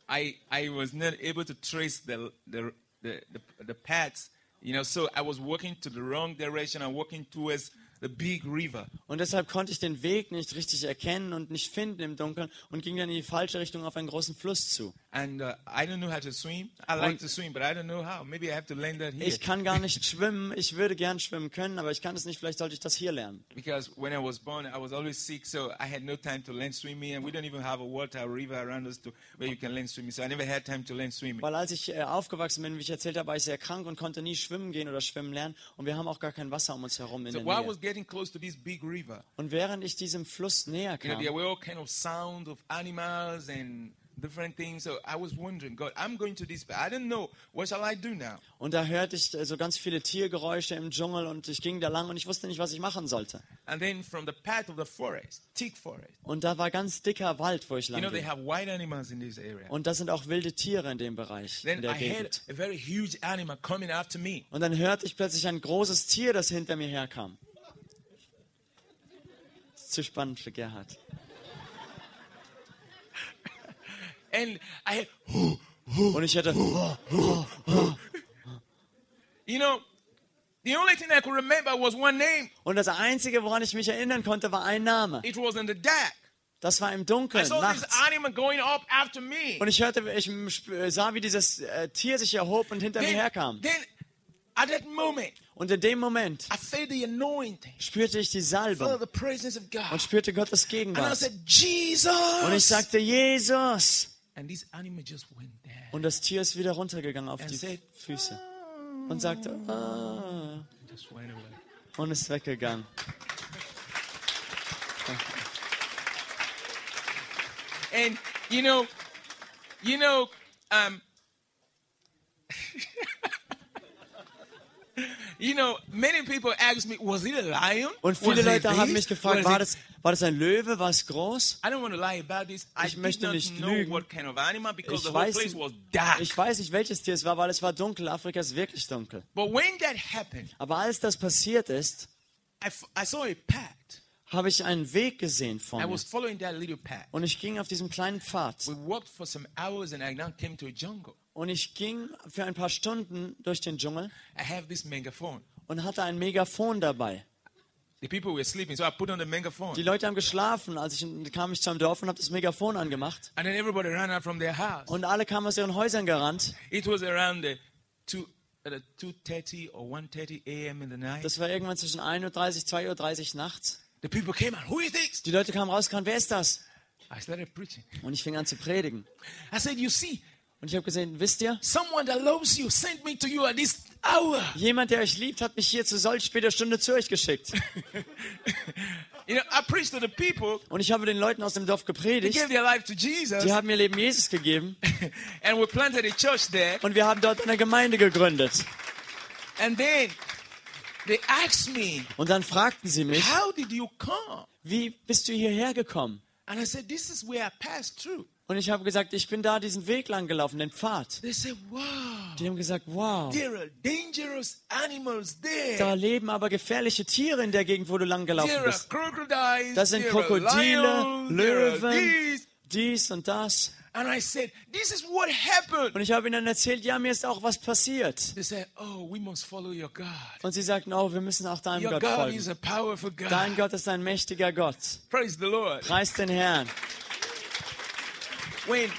Speaker 1: I I was not able to trace the the the, the, the paths, you know. So I was walking to the wrong direction. I'm walking towards the big river.
Speaker 2: Und deshalb konnte ich den Weg nicht richtig erkennen und nicht finden im Dunkeln und ging dann in die falsche Richtung auf einen großen Fluss zu.
Speaker 1: And uh, I don't know how to swim. I like
Speaker 2: Und-
Speaker 1: to swim, but I don't know how. Maybe I have to learn that here.
Speaker 2: Ich kann gar nicht schwimmen. Ich würde gern schwimmen können, aber ich kann es nicht. Vielleicht sollte ich das hier lernen.
Speaker 1: Because when I was born, I was always sick, so I had no time to learn swimming. And we don't even have a water or river around us to, where you can learn swimming. So I never had time to learn swimming.
Speaker 2: Weil als ich äh, aufgewachsen bin, wie ich erzählt habe, war ich sehr krank und konnte nie schwimmen gehen oder schwimmen lernen. Und wir haben auch gar kein Wasser um uns herum in
Speaker 1: So
Speaker 2: der
Speaker 1: while I was
Speaker 2: Nähe.
Speaker 1: getting close to this big river,
Speaker 2: Und während ich diesem Fluss näher
Speaker 1: you know,
Speaker 2: kam,
Speaker 1: there were all kind of sound of animals and different things. So I was wondering, God, I'm going to this, but I don't know. What shall I do now?
Speaker 2: und da hörte ich äh, so ganz viele Tiergeräusche im Dschungel und ich ging da lang und ich wusste nicht, was ich machen sollte.
Speaker 1: And then from the path of the forest, thick forest,
Speaker 2: Und da war ganz dicker Wald, wo ich
Speaker 1: you
Speaker 2: lang
Speaker 1: know, they
Speaker 2: ging.
Speaker 1: have wild animals in this area.
Speaker 2: Und das sind auch wilde Tiere in dem Bereich, in
Speaker 1: Then
Speaker 2: der
Speaker 1: I heard
Speaker 2: Gegend.
Speaker 1: a very huge animal coming after me.
Speaker 2: Und dann hörte ich plötzlich ein großes Tier, das hinter mir herkam. Das ist zu spannend für Gerhard.
Speaker 1: And I,
Speaker 2: Und ich hätte, oh,
Speaker 1: you know, the only thing I could remember was one name.
Speaker 2: und das Einzige, woran ich mich erinnern konnte, war ein Name.
Speaker 1: It was in the dark.
Speaker 2: Das war im
Speaker 1: I
Speaker 2: Dunkeln,
Speaker 1: saw this
Speaker 2: nachts.
Speaker 1: animal going up after me.
Speaker 2: Und ich hörte, ich sp- sah, wie dieses äh, Tier sich erhob und hinter mir herkam.
Speaker 1: then, at that moment,
Speaker 2: Und in dem Moment
Speaker 1: I felt the anointing,
Speaker 2: spürte ich die
Speaker 1: felt
Speaker 2: Salbe
Speaker 1: the presence of God.
Speaker 2: und spürte Gottes
Speaker 1: And I
Speaker 2: Gegenwart.
Speaker 1: said, Jesus.
Speaker 2: Und ich sagte, Jesus.
Speaker 1: and this animal just went there
Speaker 2: Und das Tier ist wieder runtergegangen auf
Speaker 1: and
Speaker 2: die
Speaker 1: said,
Speaker 2: Füße und sagte, ah.
Speaker 1: just went away.
Speaker 2: und ist weggegangen.
Speaker 1: And you know, you know, um, You know, many people ask me, was it a lion?
Speaker 2: Und
Speaker 1: was
Speaker 2: viele
Speaker 1: it
Speaker 2: Leute haben
Speaker 1: this?
Speaker 2: mich gefragt,
Speaker 1: Was
Speaker 2: war
Speaker 1: it-"
Speaker 2: das, war das ein Löwe, war es groß?
Speaker 1: I don't want to lie about this. I
Speaker 2: Ich
Speaker 1: did
Speaker 2: möchte
Speaker 1: not
Speaker 2: nicht
Speaker 1: know
Speaker 2: lügen.
Speaker 1: what kind of animal because
Speaker 2: Ich
Speaker 1: the whole
Speaker 2: weiß,
Speaker 1: place was dark.
Speaker 2: ich weiß nicht, welches Tier es war, weil es war dunkel. Afrika ist wirklich dunkel.
Speaker 1: But when that happened,
Speaker 2: Aber als das passiert ist,
Speaker 1: I, f- I saw a path.
Speaker 2: habe ich einen Weg gesehen vor
Speaker 1: I
Speaker 2: mir.
Speaker 1: was following that little path.
Speaker 2: Und ich ging auf diesem kleinen Pfad.
Speaker 1: We walked for some hours and I now came to a jungle.
Speaker 2: Und ich ging für ein paar Stunden durch den Dschungel
Speaker 1: I have this megaphone.
Speaker 2: und hatte ein Megafon dabei.
Speaker 1: The people were sleeping, so I put on the megaphone.
Speaker 2: Die Leute haben geschlafen, als ich kam ich zum Dorf und habe das Megafon angemacht.
Speaker 1: And then everybody ran out from their house.
Speaker 2: Und alle kamen aus ihren Häusern gerannt.
Speaker 1: It was around the two, uh, the 2.30 or 1.30 a.m. in the night.
Speaker 2: Das war irgendwann zwischen 1.30 Uhr, 2.30 Uhr nachts.
Speaker 1: the people came out, who is this?
Speaker 2: Die Leute kamen raus, kamen, wer ist das?
Speaker 1: I started preaching.
Speaker 2: Und ich fing an zu predigen.
Speaker 1: I said, you see,
Speaker 2: Und ich habe gesehen, wisst ihr,
Speaker 1: someone that loves you sent me to you at this hour.
Speaker 2: jemand, der euch liebt, hat mich hier zu solch später Stunde zu euch geschickt.
Speaker 1: You know, I preached to the people.
Speaker 2: Und ich habe den Leuten aus dem Dorf
Speaker 1: They
Speaker 2: gepredigt.
Speaker 1: gave their life to Jesus.
Speaker 2: Die haben ihr Leben Jesus gegeben.
Speaker 1: and we planted a church there.
Speaker 2: Und wir haben dort eine Gemeinde gegründet.
Speaker 1: And then they asked me,
Speaker 2: Und dann fragten sie mich,
Speaker 1: How did you come?
Speaker 2: wie bist du hierher gekommen?
Speaker 1: And I said, This is where I passed through.
Speaker 2: Und ich habe gesagt, ich bin da diesen Weg lang gelaufen, den Pfad.
Speaker 1: They said, Wow,
Speaker 2: Die haben gesagt, wow,
Speaker 1: there are dangerous animals
Speaker 2: da
Speaker 1: there.
Speaker 2: leben aber gefährliche Tiere in der Gegend, wo du lang gelaufen
Speaker 1: There are
Speaker 2: bist.
Speaker 1: crocodiles,
Speaker 2: Das sind
Speaker 1: there are
Speaker 2: Krokodile,
Speaker 1: lions, there are
Speaker 2: Löwen,
Speaker 1: these.
Speaker 2: dies und das.
Speaker 1: And I said, This is what
Speaker 2: Und
Speaker 1: happened.
Speaker 2: ich habe ihnen erzählt, ja, mir ist auch was passiert.
Speaker 1: They said, Oh, we must follow your God.
Speaker 2: Und sie sagten, oh, wir müssen auch deinem
Speaker 1: Your
Speaker 2: Gott
Speaker 1: God
Speaker 2: folgen.
Speaker 1: is a powerful
Speaker 2: Dein
Speaker 1: God.
Speaker 2: Gott ist ein mächtiger Gott.
Speaker 1: Praise the Lord.
Speaker 2: Preis den Herrn.
Speaker 1: When,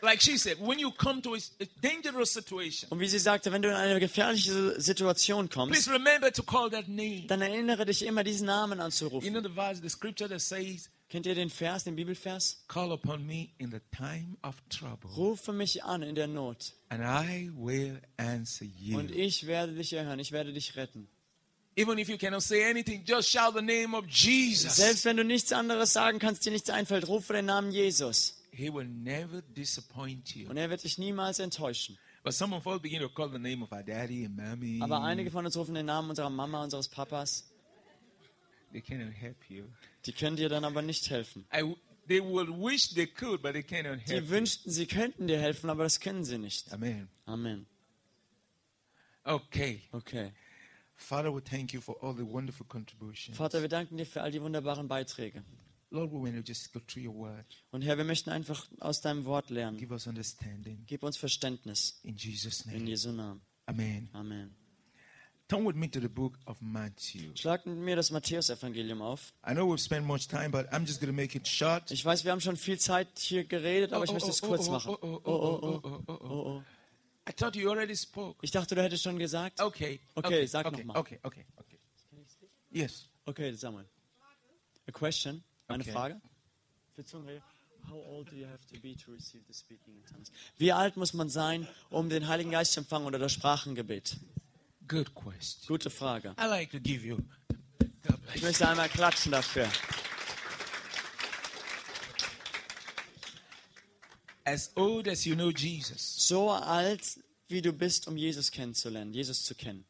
Speaker 1: like she said, when you come to a, a dangerous situation,
Speaker 2: Und wie sie sagte, wenn du in eine gefährliche Situation kommst,
Speaker 1: please remember to call that name.
Speaker 2: dann erinnere dich immer, diesen Namen
Speaker 1: You
Speaker 2: anzurufen.
Speaker 1: know the verse, the scripture that says,
Speaker 2: Kennt ihr den Vers, den Bibelvers?
Speaker 1: Call upon me in the time of trouble,
Speaker 2: Rufe mich an in der Not
Speaker 1: and I will answer you.
Speaker 2: und ich werde dich erhören, ich werde dich retten.
Speaker 1: e- Even if you cannot say anything, just shout the name of Jesus.
Speaker 2: Selbst wenn du nichts anderes sagen kannst, dir nichts einfällt, rufe den Namen Jesus
Speaker 1: He will never disappoint you.
Speaker 2: und er wird dich niemals enttäuschen.
Speaker 1: But some of us begin to call the name of our daddy and mommy.
Speaker 2: Aber einige von uns rufen den Namen unserer Mama, unseres Papas.
Speaker 1: They cannot help you.
Speaker 2: Die können dir dann aber nicht helfen.
Speaker 1: I w- they would wish they could, but they cannot help
Speaker 2: Die
Speaker 1: you.
Speaker 2: wünschten, sie könnten dir helfen, aber das können sie nicht.
Speaker 1: Amen.
Speaker 2: Amen.
Speaker 1: Okay.
Speaker 2: Okay.
Speaker 1: Father, we thank you for all the wonderful contributions.
Speaker 2: Vater, wir danken dir für all die wunderbaren Beiträge.
Speaker 1: Lord, we want to just go through your word.
Speaker 2: Und Herr, wir möchten einfach aus deinem Wort lernen.
Speaker 1: Give us understanding.
Speaker 2: Gib uns Verständnis.
Speaker 1: In Jesus'
Speaker 2: In
Speaker 1: name.
Speaker 2: Jesu Namen.
Speaker 1: Amen.
Speaker 2: Amen.
Speaker 1: Turn with me to the book of Matthew.
Speaker 2: Schlag mit mir das Matthäusevangelium auf.
Speaker 1: I know we've spent much time, but I'm just going to make it short.
Speaker 2: Ich weiß, wir haben schon viel Zeit hier geredet, aber ich
Speaker 1: Oh,
Speaker 2: möchte
Speaker 1: oh,
Speaker 2: es
Speaker 1: oh,
Speaker 2: kurz
Speaker 1: oh,
Speaker 2: machen.
Speaker 1: oh, oh, oh, oh, oh, oh,
Speaker 2: oh.
Speaker 1: I thought you already spoke.
Speaker 2: Ich dachte, du hättest schon gesagt.
Speaker 1: Okay.
Speaker 2: Okay, sag
Speaker 1: okay,
Speaker 2: nochmal.
Speaker 1: Okay, okay, okay. Yes.
Speaker 2: Okay, Samuel. A question? Eine
Speaker 1: Okay.
Speaker 2: Frage?
Speaker 3: Für Zungenrede, how old do you have to be to receive the speaking in tongues?
Speaker 2: Wie alt muss man sein, um den Heiligen Geist zu empfangen oder das Sprachengebet?
Speaker 1: Good question.
Speaker 2: Gute Frage.
Speaker 1: I like to give you. God
Speaker 2: Ich
Speaker 1: bless you.
Speaker 2: möchte einmal klatschen dafür.
Speaker 1: As old as you know Jesus,
Speaker 2: So alt, wie du bist, um Jesus kennenzulernen, Jesus zu kennen.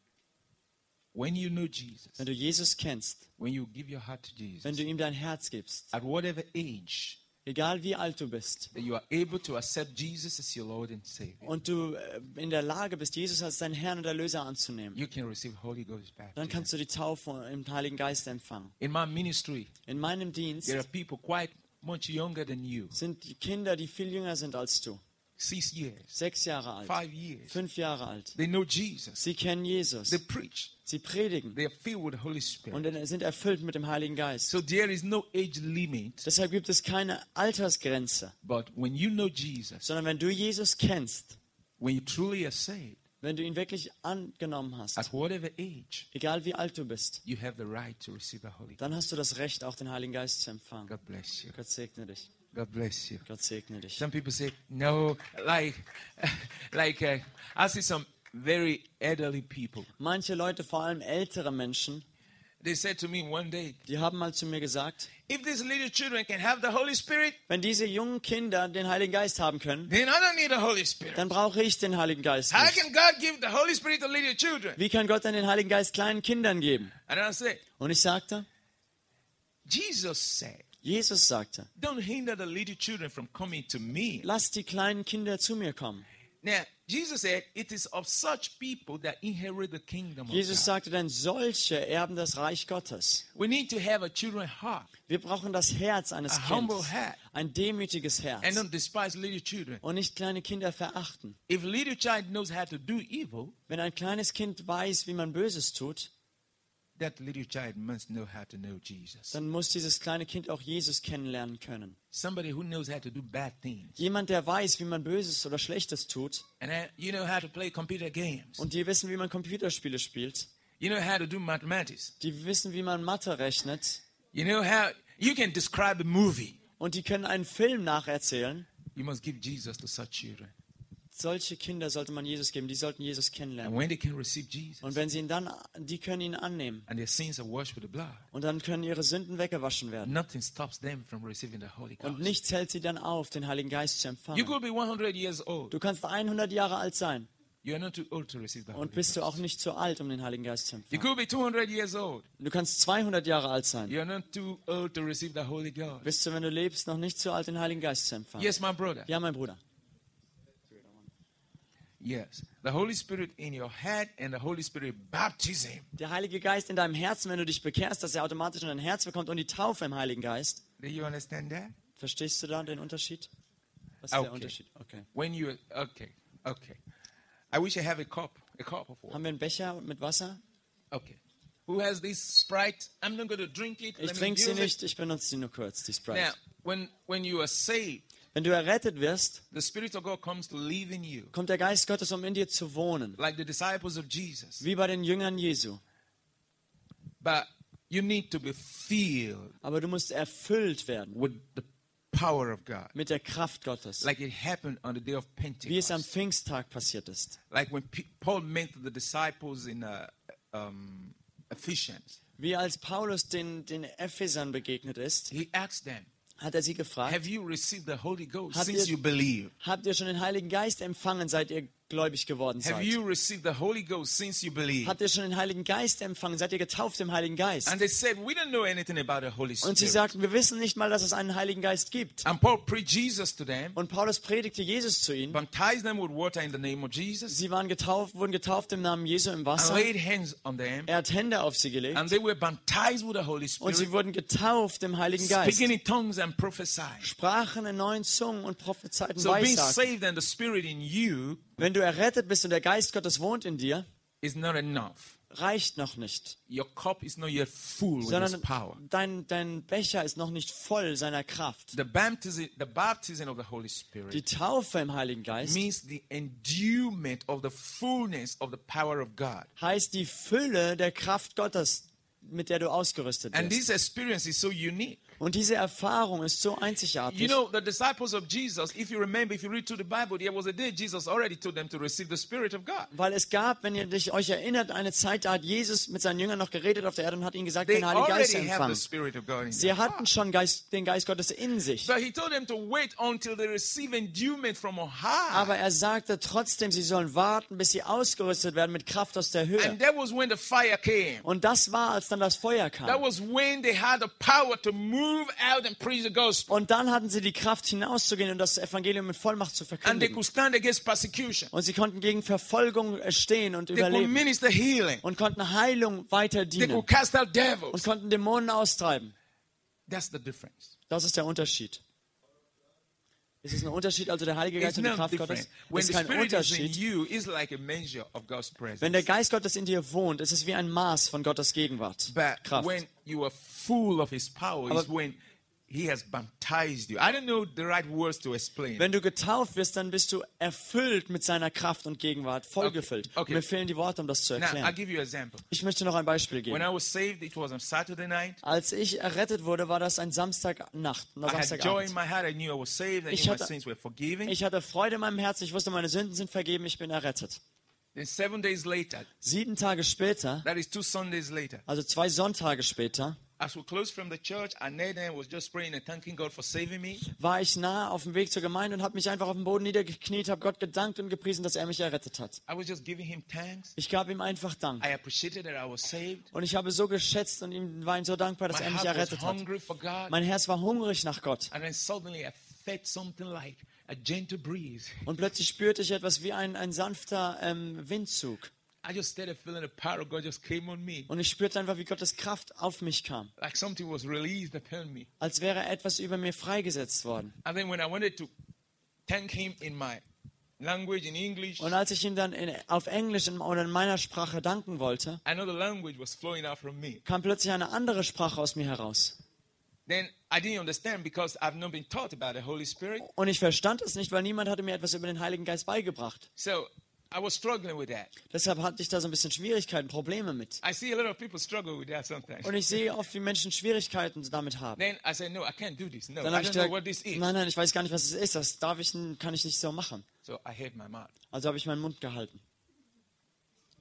Speaker 1: when you know Jesus,
Speaker 2: Wenn du Jesus kennst,
Speaker 1: when you give your heart to
Speaker 2: wenn
Speaker 1: Jesus,
Speaker 2: du ihm dein Herz gibst,
Speaker 1: at whatever age
Speaker 2: egal wie alt du bist,
Speaker 1: that you are able to accept Jesus as your Lord and Savior,
Speaker 2: und du äh, in der Lage bist, Jesus als deinen Herrn und Erlöser anzunehmen,
Speaker 1: you can receive Holy Ghost
Speaker 2: dann
Speaker 1: baptism.
Speaker 2: kannst du die Taufe im Heiligen Geist empfangen.
Speaker 1: In my ministry,
Speaker 2: In meinem Dienst
Speaker 1: there are people quite much younger than you,
Speaker 2: sind die Kinder, die viel jünger sind als du.
Speaker 1: six years,
Speaker 2: Sechs Jahre alt,
Speaker 1: five years.
Speaker 2: fünf Jahre alt.
Speaker 1: They know Jesus.
Speaker 2: Sie kennen Jesus.
Speaker 1: They preach.
Speaker 2: Sie predigen
Speaker 1: They are filled with the Holy
Speaker 2: und
Speaker 1: Spirit.
Speaker 2: sind erfüllt mit dem Heiligen Geist.
Speaker 1: So there is no age limit.
Speaker 2: Deshalb gibt es keine Altersgrenze,
Speaker 1: But when you know Jesus,
Speaker 2: sondern wenn du Jesus kennst,
Speaker 1: when you truly are saved,
Speaker 2: wenn du ihn wirklich angenommen
Speaker 1: at
Speaker 2: hast,
Speaker 1: whatever age,
Speaker 2: egal wie alt du bist,
Speaker 1: you have the right to receive the Holy Ghost.
Speaker 2: dann hast du das Recht, auch den Heiligen Geist zu empfangen.
Speaker 1: God bless you.
Speaker 2: Gott segne dich.
Speaker 1: God bless you.
Speaker 2: Gott segne dich.
Speaker 1: Some people say no, like, like uh, I see some very elderly people.
Speaker 2: Manche Leute, vor allem ältere Menschen,
Speaker 1: They said to me one day,
Speaker 2: Die haben mal zu mir gesagt,
Speaker 1: if these little children can have the Holy Spirit,
Speaker 2: wenn diese jungen Kinder den Heiligen Geist haben können,
Speaker 1: then I don't need the Holy Spirit.
Speaker 2: dann brauche ich den Heiligen Geist
Speaker 1: How
Speaker 2: nicht.
Speaker 1: can God give the Holy Spirit to little children?
Speaker 2: Wie kann Gott denn den Heiligen Geist kleinen Kindern geben?
Speaker 1: And I said,
Speaker 2: Und ich sagte,
Speaker 1: Jesus said,
Speaker 2: Jesus sagte,
Speaker 1: don't hinder the little children from coming to me.
Speaker 2: lass die kleinen Kinder zu mir kommen.
Speaker 1: Now, Jesus said, it is of such people that inherit the kingdom of
Speaker 2: Jesus
Speaker 1: God.
Speaker 2: sagte, denn solche erben das Reich Gottes.
Speaker 1: We need to have a children heart
Speaker 2: Wir brauchen das Herz eines
Speaker 1: A humble
Speaker 2: Kindes,
Speaker 1: heart.
Speaker 2: ein demütiges Herz
Speaker 1: and don't despise little children.
Speaker 2: und nicht kleine Kinder verachten.
Speaker 1: If little child knows how to do evil,
Speaker 2: Wenn ein kleines Kind weiß, wie man Böses tut,
Speaker 1: that little child must know how to know Jesus.
Speaker 2: dann muss dieses kleine Kind auch Jesus kennenlernen können.
Speaker 1: Somebody who knows how to do bad things
Speaker 2: Jemand, der weiß, wie man Böses oder Schlechtes tut
Speaker 1: and uh, you know how to play computer games,
Speaker 2: und die wissen, wie man Computerspiele spielt,
Speaker 1: you know how to do mathematics,
Speaker 2: die wissen, wie man Mathe rechnet
Speaker 1: you know how you can describe a movie.
Speaker 2: und die können einen Film nacherzählen.
Speaker 1: You must give Jesus to such children.
Speaker 2: Solche Kinder sollte man Jesus geben, die sollten Jesus
Speaker 1: And
Speaker 2: kennenlernen.
Speaker 1: when they can receive Jesus
Speaker 2: Und wenn sie ihn dann, die können ihn annehmen
Speaker 1: and their sins are washed with the blood,
Speaker 2: und dann können ihre Sünden weggewaschen werden.
Speaker 1: nothing stops them from receiving the Holy
Speaker 2: Und
Speaker 1: Ghost.
Speaker 2: nichts hält sie dann auf, den Heiligen Geist zu
Speaker 1: You
Speaker 2: empfangen.
Speaker 1: could be 100 years old.
Speaker 2: Du kannst 100 Jahre alt sein
Speaker 1: You are not too old to receive the Holy
Speaker 2: und bist du auch
Speaker 1: Ghost.
Speaker 2: nicht zu alt, um den Heiligen Geist zu
Speaker 1: You
Speaker 2: empfangen.
Speaker 1: could be 200 years old.
Speaker 2: Du kannst 200 Jahre alt sein.
Speaker 1: You are not too old to receive the Holy Ghost.
Speaker 2: Bist du, wenn du lebst, noch nicht zu alt, den Heiligen Geist zu empfangen.
Speaker 1: Yes, my brother.
Speaker 2: Ja, mein Bruder.
Speaker 1: Yes. The Holy Spirit in your head and the Holy Spirit baptism.
Speaker 2: Der Heilige Geist in deinem Herzen, wenn du dich bekehrst, dass er automatisch in dein Herz bekommt und die Taufe im Heiligen Geist.
Speaker 1: Do you understand that?
Speaker 2: Verstehst du da den Unterschied? Was ist
Speaker 1: Ah, Okay.
Speaker 2: der Unterschied? Okay.
Speaker 1: When you okay, okay. I wish I have a cup, a cup of water.
Speaker 2: Haben wir einen Becher mit Wasser?
Speaker 1: Okay. Who has this Sprite? I'm not going to drink it.
Speaker 2: Ich
Speaker 1: Let me
Speaker 2: trinke sie
Speaker 1: use it.
Speaker 2: nicht, ich benutze sie nur kurz, die Sprite.
Speaker 1: Now, when when you are saved,
Speaker 2: Wenn du errettet wirst,
Speaker 1: the Spirit of God comes to live in you,
Speaker 2: kommt der Geist Gottes, um in dir zu wohnen.
Speaker 1: like the disciples of Jesus.
Speaker 2: Wie bei den Jüngern Jesu.
Speaker 1: But you need to be filled
Speaker 2: Aber du musst erfüllt werden
Speaker 1: with the power of God,
Speaker 2: mit der Kraft Gottes.
Speaker 1: like it happened on the day of
Speaker 2: Wie es am
Speaker 1: Pentecost.
Speaker 2: Pfingsttag passiert ist.
Speaker 1: Like when P- Paul met the disciples in uh, um, Ephesians,
Speaker 2: Wie als Paulus den, den Ephesern begegnet ist,
Speaker 1: he asked them,
Speaker 2: hat er sie gefragt,
Speaker 1: "Have you received the Holy Ghost
Speaker 2: Have
Speaker 1: since
Speaker 2: you-
Speaker 1: you believe?"
Speaker 2: habt ihr schon den Heiligen Geist empfangen, seit ihr gläubig geworden
Speaker 1: Have
Speaker 2: seid?
Speaker 1: you received the Holy Ghost since you believe?
Speaker 2: Habt ihr schon den Heiligen Geist empfangen? Seid ihr getauft im Heiligen Geist?
Speaker 1: And they said, We don't know anything about the Holy
Speaker 2: Und sie
Speaker 1: Spirit.
Speaker 2: sagten, wir wissen nicht mal, dass es einen Heiligen Geist gibt.
Speaker 1: And Paul preached Jesus to them,
Speaker 2: Und Paulus predigte Jesus zu ihnen.
Speaker 1: baptized them with water in the name of Jesus,
Speaker 2: Sie waren getauft, wurden getauft im Namen Jesu im
Speaker 1: and
Speaker 2: Wasser.
Speaker 1: laid hands on them,
Speaker 2: Er hat Hände auf sie gelegt
Speaker 1: and they were baptized with the Holy
Speaker 2: und sie
Speaker 1: Spirit,
Speaker 2: wurden getauft im Heiligen Geist.
Speaker 1: speaking in tongues and prophesying.
Speaker 2: Sprachen in neuen Zungen und prophezeiten
Speaker 1: So being
Speaker 2: Weissagen.
Speaker 1: saved and the Spirit in you
Speaker 2: Wenn du errettet bist und der Geist Gottes wohnt in dir,
Speaker 1: is not enough.
Speaker 2: reicht noch nicht,
Speaker 1: Your cup is not yet full with His
Speaker 2: sondern
Speaker 1: power.
Speaker 2: dein, dein Becher ist noch nicht voll seiner Kraft.
Speaker 1: The baptism, the baptism of the Holy
Speaker 2: Die
Speaker 1: Spirit
Speaker 2: Taufe im Heiligen Geist
Speaker 1: means the endowment of the fullness of the power of God.
Speaker 2: heißt die Fülle der Kraft Gottes, mit der du ausgerüstet
Speaker 1: And
Speaker 2: wirst.
Speaker 1: this experience is so unique.
Speaker 2: Und diese Erfahrung ist so einzigartig.
Speaker 1: You know, the disciples of Jesus, if you remember, if you read through the Bible, there was a day Jesus already told them to receive the Spirit of God.
Speaker 2: weil es gab, wenn ihr dich euch erinnert, eine Zeit, da hat Jesus mit seinen Jüngern noch geredet auf der Erde und hat ihnen gesagt,
Speaker 1: They
Speaker 2: den Heiligen Geist
Speaker 1: already have the
Speaker 2: empfangen.
Speaker 1: Spirit of God in
Speaker 2: Sie
Speaker 1: them.
Speaker 2: hatten schon Geist, den Geist Gottes in sich.
Speaker 1: But he told them to wait until they receive endowment from on high.
Speaker 2: Aber er sagte trotzdem, sie sollen warten, bis sie ausgerüstet werden mit Kraft aus der Höhe.
Speaker 1: And that was when the fire came.
Speaker 2: Und das war, als dann das Feuer
Speaker 1: That
Speaker 2: kam.
Speaker 1: was when they had the power to move out and preach the gospel.
Speaker 2: Und dann hatten sie die Kraft, hinauszugehen und das Evangelium mit Vollmacht zu
Speaker 1: And they
Speaker 2: verkündigen.
Speaker 1: could stand against persecution.
Speaker 2: Und sie konnten gegen Verfolgung äh, stehen und
Speaker 1: They could
Speaker 2: überleben.
Speaker 1: minister healing.
Speaker 2: Und konnten Heilung weiter
Speaker 1: They
Speaker 2: dienen.
Speaker 1: could cast out
Speaker 2: Und
Speaker 1: devils.
Speaker 2: konnten Dämonen austreiben.
Speaker 1: That's the difference.
Speaker 2: Das ist der Unterschied. Ist es ein Unterschied, also der Heilige
Speaker 1: It's
Speaker 2: Geist und die
Speaker 1: not
Speaker 2: Kraft
Speaker 1: different.
Speaker 2: Gottes?
Speaker 1: When
Speaker 2: Es
Speaker 1: the
Speaker 2: ist kein
Speaker 1: Spirit is in
Speaker 2: Unterschied.
Speaker 1: you, it's like a measure of God's presence.
Speaker 2: Wenn der Geist Gottes in dir wohnt, ist es wie ein Maß von Gottes Gegenwart,
Speaker 1: But
Speaker 2: Kraft.
Speaker 1: when you are full of His power, is
Speaker 2: Aber-
Speaker 1: when He has baptized you. I don't know the right words to explain.
Speaker 2: Wenn du getauft wirst, dann bist du erfüllt mit seiner Kraft und Gegenwart, vollgefüllt.
Speaker 1: Okay, okay.
Speaker 2: Mir fehlen die Worte, um das zu
Speaker 1: now, I'll
Speaker 2: erklären.
Speaker 1: give you an example.
Speaker 2: Ich möchte noch ein Beispiel
Speaker 1: When
Speaker 2: geben.
Speaker 1: I was saved, it was on Saturday night.
Speaker 2: Als ich errettet wurde, war das ein Samstagnacht, ein
Speaker 1: I had joy in
Speaker 2: Samstagabend.
Speaker 1: my heart. I knew I was saved. I
Speaker 2: Ich
Speaker 1: knew my
Speaker 2: hatte-
Speaker 1: sins were forgiven.
Speaker 2: Ich hatte Freude in meinem Herzen, ich wusste, meine Sünden sind vergeben, ich bin errettet.
Speaker 1: Then seven days later,
Speaker 2: Sieben Tage später,
Speaker 1: that is two Sundays later,
Speaker 2: also zwei Sonntage später,
Speaker 1: as we closed from the church, I knelt there and was just praying and thanking God for saving me.
Speaker 2: war ich nah auf dem Weg zur Gemeinde und habe mich einfach auf den Boden niedergekniet, habe Gott gedankt und gepriesen, dass er mich errettet hat.
Speaker 1: I was just giving him thanks.
Speaker 2: Ich gab ihm einfach Dank.
Speaker 1: I appreciated that I was saved.
Speaker 2: Und ich habe so geschätzt und ihm war ihm so dankbar, dass
Speaker 1: My
Speaker 2: er mich
Speaker 1: heart was
Speaker 2: errettet hat.
Speaker 1: hungry for God.
Speaker 2: Mein Herz war hungrig nach Gott.
Speaker 1: And then suddenly I felt something like a gentle breeze.
Speaker 2: Und plötzlich spürte ich etwas wie ein, ein sanfter ähm, Windzug.
Speaker 1: I just started feeling the power of God just came on me.
Speaker 2: Und ich spürte einfach, wie Gottes Kraft auf mich kam.
Speaker 1: Like something was released upon me.
Speaker 2: Als wäre etwas über mir freigesetzt worden.
Speaker 1: And then when I wanted to thank him in my language, in English,
Speaker 2: Und als ich ihm dann in, auf Englisch in, oder in meiner Sprache danken wollte,
Speaker 1: another language was flowing out from me.
Speaker 2: kam plötzlich eine andere Sprache aus mir heraus.
Speaker 1: Then I didn't understand because I've not been taught about the Holy Spirit.
Speaker 2: Und ich verstand es nicht, weil niemand hatte mir etwas über den Heiligen Geist beigebracht.
Speaker 1: So I was struggling with that.
Speaker 2: Deshalb hatte ich da so ein bisschen Schwierigkeiten, Probleme mit.
Speaker 1: I see a lot of people struggle with that sometimes.
Speaker 2: Und ich sehe oft, wie Menschen Schwierigkeiten damit haben.
Speaker 1: Then I said, No, I can't do this. No,
Speaker 2: Dann
Speaker 1: Äh, I
Speaker 2: habe ich
Speaker 1: don't know
Speaker 2: gesagt,
Speaker 1: what this is.
Speaker 2: nein, nein, ich weiß gar nicht, was es ist. Das darf ich, kann ich nicht so machen.
Speaker 1: So I hid my mouth.
Speaker 2: Also habe ich meinen Mund gehalten.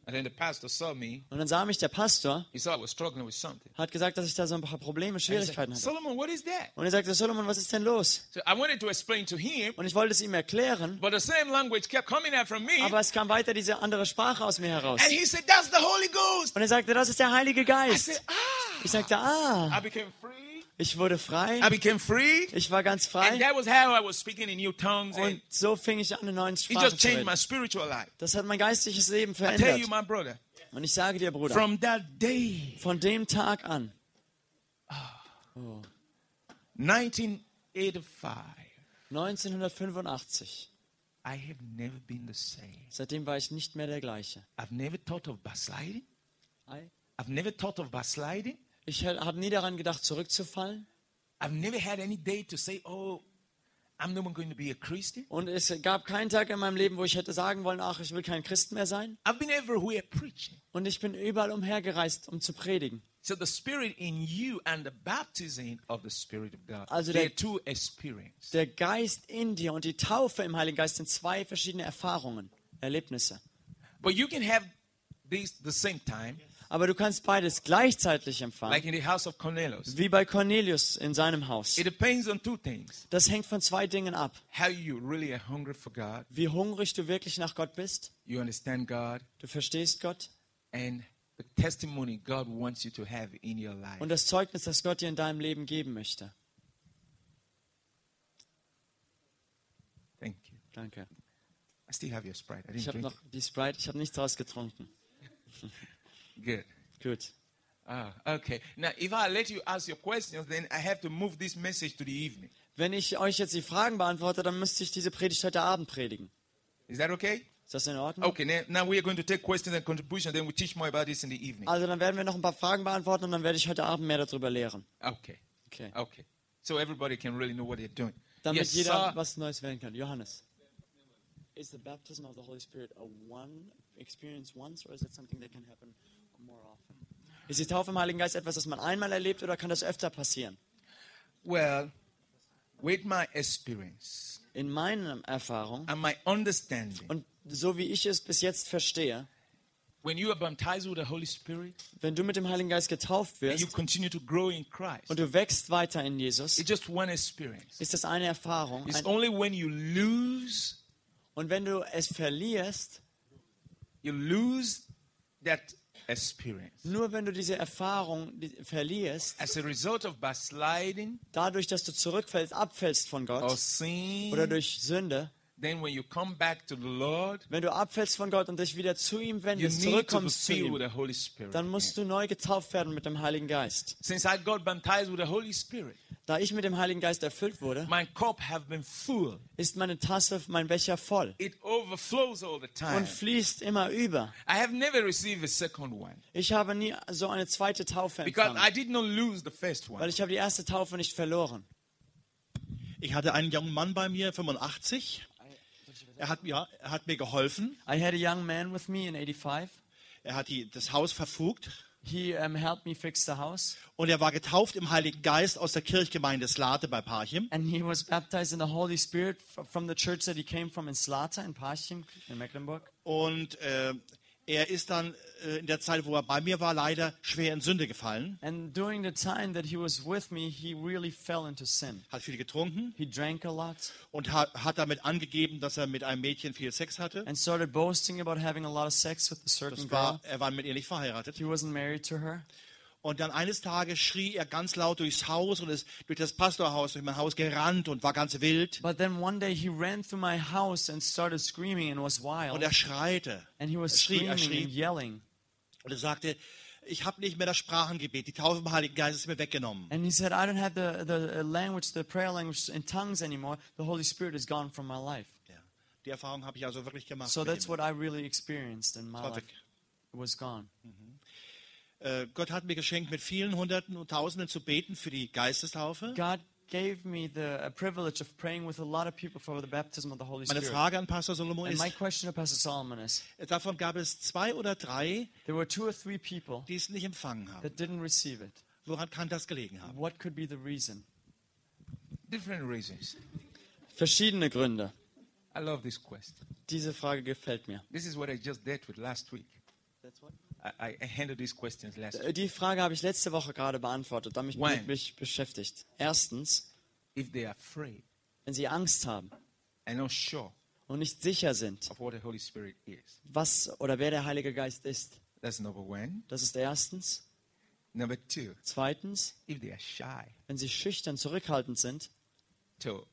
Speaker 1: And then the pastor saw me.
Speaker 2: Und dann sah mich der Pastor,
Speaker 1: He saw I was struggling with something.
Speaker 2: hat gesagt, dass ich da so ein paar Probleme,
Speaker 1: And he said,
Speaker 2: Schwierigkeiten hatte.
Speaker 1: Solomon, what is that?
Speaker 2: Und er sagte, Solomon, was ist denn los?
Speaker 1: So I wanted to explain to him,
Speaker 2: Und ich wollte es ihm erklären,
Speaker 1: but the same language kept coming out from me.
Speaker 2: aber es kam weiter diese andere Sprache aus mir heraus.
Speaker 1: And he said, That's the Holy Ghost.
Speaker 2: Und er sagte, das ist der Heilige
Speaker 1: I said,
Speaker 2: Geist.
Speaker 1: Ah.
Speaker 2: Ich sagte, ah,
Speaker 1: I became free.
Speaker 2: ich wurde frei.
Speaker 1: I became free.
Speaker 2: Ich war ganz
Speaker 1: And
Speaker 2: frei.
Speaker 1: that was how I was speaking in new tongues. And
Speaker 2: Und so fing ich an, in neuen
Speaker 1: it
Speaker 2: Sprachen
Speaker 1: just
Speaker 2: zu
Speaker 1: changed my
Speaker 2: reden.
Speaker 1: spiritual life.
Speaker 2: Das hat mein geistiges Leben
Speaker 1: I tell you,
Speaker 2: verändert.
Speaker 1: my brother,
Speaker 2: Und ich sage dir, Bruder,
Speaker 1: from that day,
Speaker 2: von dem Tag an,
Speaker 1: 1985,
Speaker 2: 1985,
Speaker 1: I have never been the same.
Speaker 2: seitdem war ich nicht mehr der gleiche.
Speaker 1: I've never thought of backsliding. I've never thought of backsliding.
Speaker 2: Ich habe nie daran gedacht, zurückzufallen.
Speaker 1: I've never had any day to say, oh, I'm no more going to be a Christian.
Speaker 2: Und es gab keinen Tag in meinem Leben, wo ich hätte sagen wollen, ach, ich will kein Christ mehr sein.
Speaker 1: I've been everywhere preaching.
Speaker 2: Und ich bin überall umhergereist, um zu predigen.
Speaker 1: So the Spirit in you and the baptism of the Spirit of God,
Speaker 2: Also
Speaker 1: they're
Speaker 2: der-
Speaker 1: two experiences.
Speaker 2: Der Geist in dir und die Taufe im Heiligen Geist sind zwei verschiedene Erfahrungen, Erlebnisse.
Speaker 1: But you can have these the same time,
Speaker 2: Aber du kannst beides gleichzeitig empfangen,
Speaker 1: like in the house of Cornelius.
Speaker 2: wie bei Cornelius in seinem Haus.
Speaker 1: It depends on two things.
Speaker 2: Das hängt von zwei Dingen ab.
Speaker 1: How you really are hungry for God,
Speaker 2: Wie hungrig du wirklich nach Gott bist,
Speaker 1: you understand God,
Speaker 2: du verstehst Gott
Speaker 1: and the testimony God wants you to have in your life.
Speaker 2: und das Zeugnis, das Gott dir in deinem Leben geben möchte.
Speaker 1: Thank you.
Speaker 2: Danke.
Speaker 1: I still have your Sprite. I didn't
Speaker 2: Ich habe
Speaker 1: drink
Speaker 2: noch die Sprite, ich habe nichts draus getrunken.
Speaker 1: it. Good.
Speaker 2: Gut.
Speaker 1: Ah, okay. Now, if I let you ask your questions, then I have to move this message to the evening.
Speaker 2: Wenn ich euch jetzt die Fragen beantworte, dann müsste ich diese Predigt heute Abend predigen.
Speaker 1: Is that okay?
Speaker 2: Ist das in Ordnung?
Speaker 1: Okay. Now, now we are going to take questions and contributions. Then we teach more about this in the evening.
Speaker 2: Also dann werden wir noch ein paar Fragen beantworten und dann werde ich heute Abend mehr darüber lehren.
Speaker 1: Okay.
Speaker 2: Okay.
Speaker 1: Okay. So everybody can really know what they're doing.
Speaker 2: Damit
Speaker 1: Yes,
Speaker 2: jeder
Speaker 1: sir.
Speaker 2: was Neues werden kann. Johannes. Is the baptism of the Holy Spirit a one experience once or is it something that can happen more often? Ist die Taufe im Heiligen Geist etwas, das man einmal erlebt oder kann das öfter passieren?
Speaker 1: Well, with my experience
Speaker 2: In meiner Erfahrung
Speaker 1: and my understanding,
Speaker 2: und so wie ich es bis jetzt verstehe,
Speaker 1: when you are baptized with the Holy Spirit
Speaker 2: wenn du mit dem Heiligen Geist getauft
Speaker 1: and you
Speaker 2: wirst
Speaker 1: continue to grow in Christ,
Speaker 2: und du wächst weiter in Jesus,
Speaker 1: it's just one experience.
Speaker 2: ist das eine Erfahrung.
Speaker 1: It's
Speaker 2: Ein,
Speaker 1: only when you lose,
Speaker 2: und wenn du es verlierst,
Speaker 1: you lose that experience.
Speaker 2: nur wenn du diese Erfahrung die, verlierst,
Speaker 1: As a result of backsliding
Speaker 2: dadurch, dass du zurückfällst, abfällst von
Speaker 1: or
Speaker 2: Gott oder
Speaker 1: sin,
Speaker 2: durch Sünde,
Speaker 1: then when you come back to the Lord,
Speaker 2: Wenn du abfällst von Gott und dich wieder zu ihm
Speaker 1: you
Speaker 2: wendest,
Speaker 1: need to be
Speaker 2: zurückkommst zu
Speaker 1: filled with
Speaker 2: ihm,
Speaker 1: the Holy Spirit.
Speaker 2: dann musst du neu getauft werden mit dem Heiligen Geist.
Speaker 1: Since I got baptized with the Holy Spirit,
Speaker 2: Da ich mit dem Heiligen Geist erfüllt wurde,
Speaker 1: my cup have been full.
Speaker 2: ist meine Tasse, mein Becher voll
Speaker 1: It overflows all the time.
Speaker 2: und fließt immer über.
Speaker 1: I have never received a second one
Speaker 2: Ich habe nie so eine zweite Taufe
Speaker 1: because I
Speaker 2: empfangen,
Speaker 1: did not lose the first
Speaker 2: weil
Speaker 1: one.
Speaker 2: ich habe die erste Taufe nicht verloren.
Speaker 4: Ich hatte einen jungen Mann bei mir, 85. Er hat, ja, er hat mir geholfen.
Speaker 2: I had a young man with me in 85.
Speaker 4: Er hat die, das Haus verfugt.
Speaker 2: He um, helped me fix the house,
Speaker 4: und er war getauft im Heiligen Geist aus der Kirchgemeinde Slate bei Parchim.
Speaker 2: and he was baptized in the Holy Spirit f- from the church that he came from in Slata in Parchim in Mecklenburg.
Speaker 4: Und äh, er ist dann äh, in der Zeit, wo er bei mir war, leider schwer in Sünde gefallen,
Speaker 2: And during the time that he was with me, he really fell into sin.
Speaker 4: hat viel getrunken
Speaker 2: He drank a lot
Speaker 4: und hat, hat damit angegeben, dass er mit einem Mädchen viel Sex hatte.
Speaker 2: and started boasting about having a lot of sex with a certain
Speaker 4: Das war,
Speaker 2: girl.
Speaker 4: er war mit ihr nicht verheiratet.
Speaker 2: He wasn't married to her.
Speaker 4: Und dann eines Tages schrie er ganz laut durchs Haus und ist durch das Pastorhaus, durch mein Haus gerannt und war ganz wild.
Speaker 2: But then one day he ran through my house and started screaming and was
Speaker 4: Und
Speaker 2: wild.
Speaker 4: er schreite.
Speaker 2: And he was
Speaker 4: er schrie,
Speaker 2: screaming
Speaker 4: er schrie.
Speaker 2: and yelling.
Speaker 4: Und er sagte, ich habe nicht mehr das Sprachengebet, die Taufe im Heiligen Geist ist mir weggenommen.
Speaker 2: And he said, I don't have the, the uh, language, the prayer language in tongues anymore. The Holy Spirit is gone from my life.
Speaker 4: Ja. Die Erfahrung habe ich also wirklich gemacht.
Speaker 2: So
Speaker 4: mit
Speaker 2: that's
Speaker 4: ihm.
Speaker 2: what I really experienced in my
Speaker 4: War
Speaker 2: life.
Speaker 4: weg.
Speaker 2: It was gone.
Speaker 4: Äh, Gott hat mir geschenkt, mit vielen Hunderten und Tausenden zu beten für die Geistestaufe.
Speaker 2: God gave me the uh, privilege of praying with a lot of people for the baptism of the Holy
Speaker 4: Meine
Speaker 2: Spirit.
Speaker 4: Frage an Pastor Salomo
Speaker 2: And
Speaker 4: ist,
Speaker 2: my question to Pastor Solomon is,
Speaker 4: davon gab es zwei oder drei,
Speaker 2: there were two or three people
Speaker 4: die es nicht empfangen haben.
Speaker 2: that didn't receive it.
Speaker 4: Woran kann das gelegen haben?
Speaker 2: What could be the reason?
Speaker 1: Different reasons.
Speaker 2: Verschiedene Gründe.
Speaker 1: I love this question.
Speaker 2: Diese Frage gefällt mir.
Speaker 1: This is what I just dealt with last week.
Speaker 3: That's what? Uh,
Speaker 1: I, I handled these questions last week.
Speaker 2: Äh, Die Frage habe ich letzte Woche gerade beantwortet, damit
Speaker 1: Why?
Speaker 2: mich, mich beschäftigt. Erstens,
Speaker 1: If they are afraid
Speaker 2: wenn sie Angst haben
Speaker 1: and not sure
Speaker 2: und nicht sicher sind,
Speaker 1: of what the Holy Spirit is,
Speaker 2: was oder wer der Heilige Geist ist.
Speaker 1: that's number one.
Speaker 2: Das ist erstens.
Speaker 1: Number two,
Speaker 2: Zweitens,
Speaker 1: if they are shy
Speaker 2: wenn sie schüchtern, zurückhaltend sind,
Speaker 1: to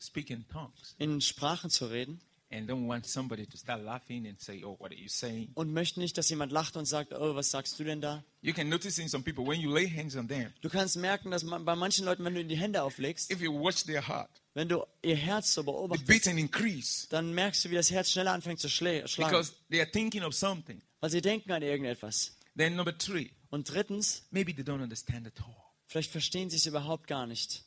Speaker 1: speak in tongues
Speaker 2: in Sprachen zu reden
Speaker 1: and don't want somebody to start laughing and say, "Oh, what are you saying?"
Speaker 2: und möchten nicht, dass jemand lacht und sagt, oh, was sagst du denn da?
Speaker 1: You can notice in some people when you lay hands on them,
Speaker 2: Du kannst merken, dass man, bei manchen Leuten, wenn du ihnen die Hände auflegst,
Speaker 1: if you watch their heart,
Speaker 2: wenn du ihr Herz so
Speaker 1: the
Speaker 2: beobachtest,
Speaker 1: beating increase
Speaker 2: dann merkst du, wie das Herz schneller anfängt zu schlä- schlagen,
Speaker 1: because they are thinking of something.
Speaker 2: weil sie denken an irgendetwas.
Speaker 1: Then number three,
Speaker 2: Und drittens,
Speaker 1: maybe they don't understand at all.
Speaker 2: vielleicht verstehen sie es überhaupt gar nicht.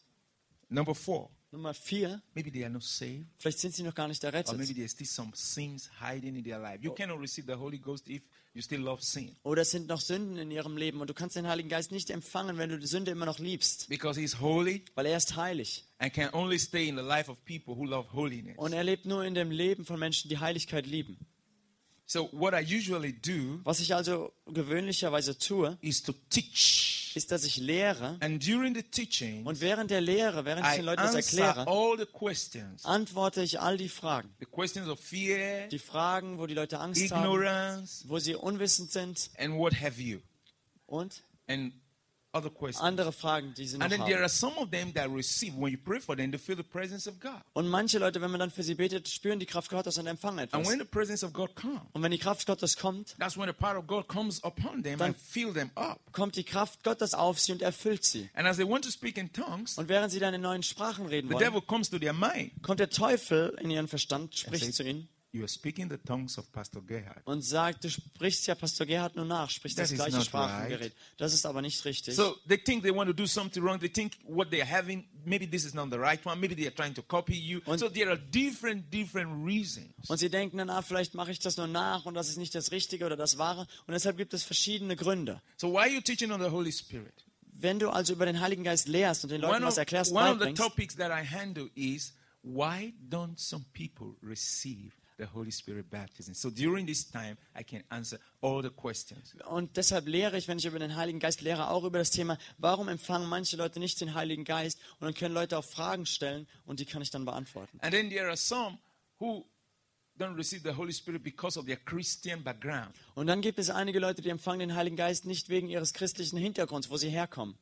Speaker 1: Number four,
Speaker 2: Nummer vier,
Speaker 1: maybe they are not saved,
Speaker 2: vielleicht sind sie noch gar nicht
Speaker 1: or maybe
Speaker 2: errettet.
Speaker 1: there's still some sins hiding in their life. You cannot receive the Holy Ghost if you still love sin,
Speaker 2: Oder es sind noch Sünden in ihrem Leben und du kannst den Heiligen Geist nicht empfangen, wenn du die Sünde immer noch liebst,
Speaker 1: because He's holy
Speaker 2: weil er ist heilig.
Speaker 1: and can only stay in the life of people who love holiness.
Speaker 2: Und er lebt nur in dem Leben von Menschen, die Heiligkeit lieben.
Speaker 1: So what I usually do
Speaker 2: Was ich also gewöhnlicherweise tue,
Speaker 1: is to teach,
Speaker 2: ist, dass ich lehre
Speaker 1: and during the teaching,
Speaker 2: und während der Lehre, während ich
Speaker 1: I
Speaker 2: den Leuten das
Speaker 1: answer
Speaker 2: erkläre,
Speaker 1: all the questions,
Speaker 2: Uh, antworte ich all die Fragen.
Speaker 1: the questions of fear,
Speaker 2: Die Fragen, wo die Leute Angst haben,
Speaker 1: ignorance,
Speaker 2: wo sie unwissend sind
Speaker 1: and what have you,
Speaker 2: und
Speaker 1: and other questions.
Speaker 2: andere Fragen, die sie noch
Speaker 1: And then there are
Speaker 2: haben.
Speaker 1: some of them that receive when you pray for them, they feel the presence of God.
Speaker 2: Und manche Leute, wenn man dann für sie betet, spüren die Kraft Gottes und empfangen
Speaker 1: And
Speaker 2: etwas.
Speaker 1: when the presence of God comes,
Speaker 2: Und wenn die Kraft Gottes kommt,
Speaker 1: That's when the power of God comes upon them
Speaker 2: Dann-
Speaker 1: and fill them up.
Speaker 2: kommt die Kraft Gottes auf sie und erfüllt sie.
Speaker 1: And as they want to speak in tongues,
Speaker 2: Und während sie dann in neuen Sprachen reden
Speaker 1: the
Speaker 2: wollen,
Speaker 1: devil comes to their mind.
Speaker 2: kommt der Teufel in ihren Verstand,
Speaker 1: Er
Speaker 2: spricht
Speaker 1: sagt-
Speaker 2: zu ihnen
Speaker 1: You are speaking the tongues of Pastor Gerhard.
Speaker 2: und sagt, du sprichst ja Pastor Gerhard nur nach, sprichst
Speaker 1: That
Speaker 2: das
Speaker 1: is
Speaker 2: gleiche
Speaker 1: not
Speaker 2: Sprachengerät.
Speaker 1: right.
Speaker 2: Das ist aber nicht richtig.
Speaker 1: So they think they want to do something wrong. They think what they're having, maybe this is not the right one. Maybe they are trying to copy you.
Speaker 2: Und-
Speaker 1: so there are different, different reasons.
Speaker 2: und sie denken dann, ah, vielleicht mache ich das nur nach und das ist nicht das Richtige oder das Wahre. Und deshalb gibt es verschiedene Gründe.
Speaker 1: So why are you teaching on the Holy Spirit?
Speaker 2: Wenn du also über den Heiligen Geist lehrst und den Leuten
Speaker 1: One
Speaker 2: was
Speaker 1: of,
Speaker 2: erklärst,
Speaker 1: one of the
Speaker 2: beibringst,
Speaker 1: topics that I handle is why don't some people receive the Holy Spirit baptism? So during this time, I can answer all the questions.
Speaker 2: und deshalb lehre ich, wenn ich über den Heiligen Geist lehre, auch über das Thema, warum empfangen manche Leute nicht den Heiligen Geist? Und dann können Leute auch Fragen stellen und die kann ich dann beantworten.
Speaker 1: And then there are some who don't receive the Holy Spirit because of their Christian background.
Speaker 2: Und dann gibt es einige Leute, die empfangen den Heiligen Geist nicht wegen ihres christlichen Hintergrunds, wo sie herkommen.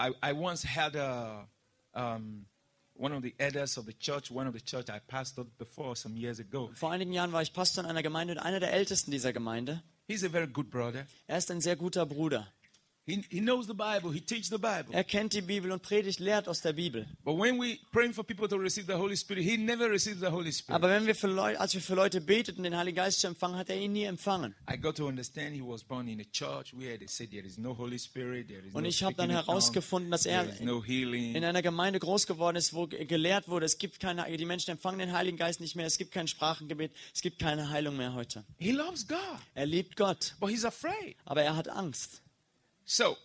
Speaker 1: I, I once had a, um, one of the elders of the church, one of the church I pastored before some years ago.
Speaker 2: Vor einigen Jahren war ich Pastor in einer Gemeinde und einer der Ältesten dieser Gemeinde.
Speaker 1: He's a very good brother.
Speaker 2: Er ist ein sehr guter Bruder.
Speaker 1: He, he knows the Bible, he teaches the Bible.
Speaker 2: Er kennt die Bibel und predigt, lehrt aus der Bibel.
Speaker 1: But when we praying for people to receive the Holy Spirit, he never receives the Holy Spirit.
Speaker 2: Aber wenn wir für Leu als wir für Leute beteten, den Heiligen Geist zu empfangen, hat er ihn nie empfangen.
Speaker 1: I got to understand he was born in a church where they said there is no Holy Spirit, there is
Speaker 2: Und
Speaker 1: no
Speaker 2: ich habe
Speaker 1: speaking
Speaker 2: dann
Speaker 1: in tongues,
Speaker 2: herausgefunden, dass er
Speaker 1: there is no healing.
Speaker 2: in einer Gemeinde groß geworden ist, wo ge- gelehrt wurde, es gibt keine, die Menschen empfangen den Heiligen Geist nicht mehr, es gibt kein Sprachengebet, es gibt keine Heilung mehr heute.
Speaker 1: he loves God,
Speaker 2: Er liebt Gott,
Speaker 1: but he's afraid.
Speaker 2: aber er hat Angst.
Speaker 1: So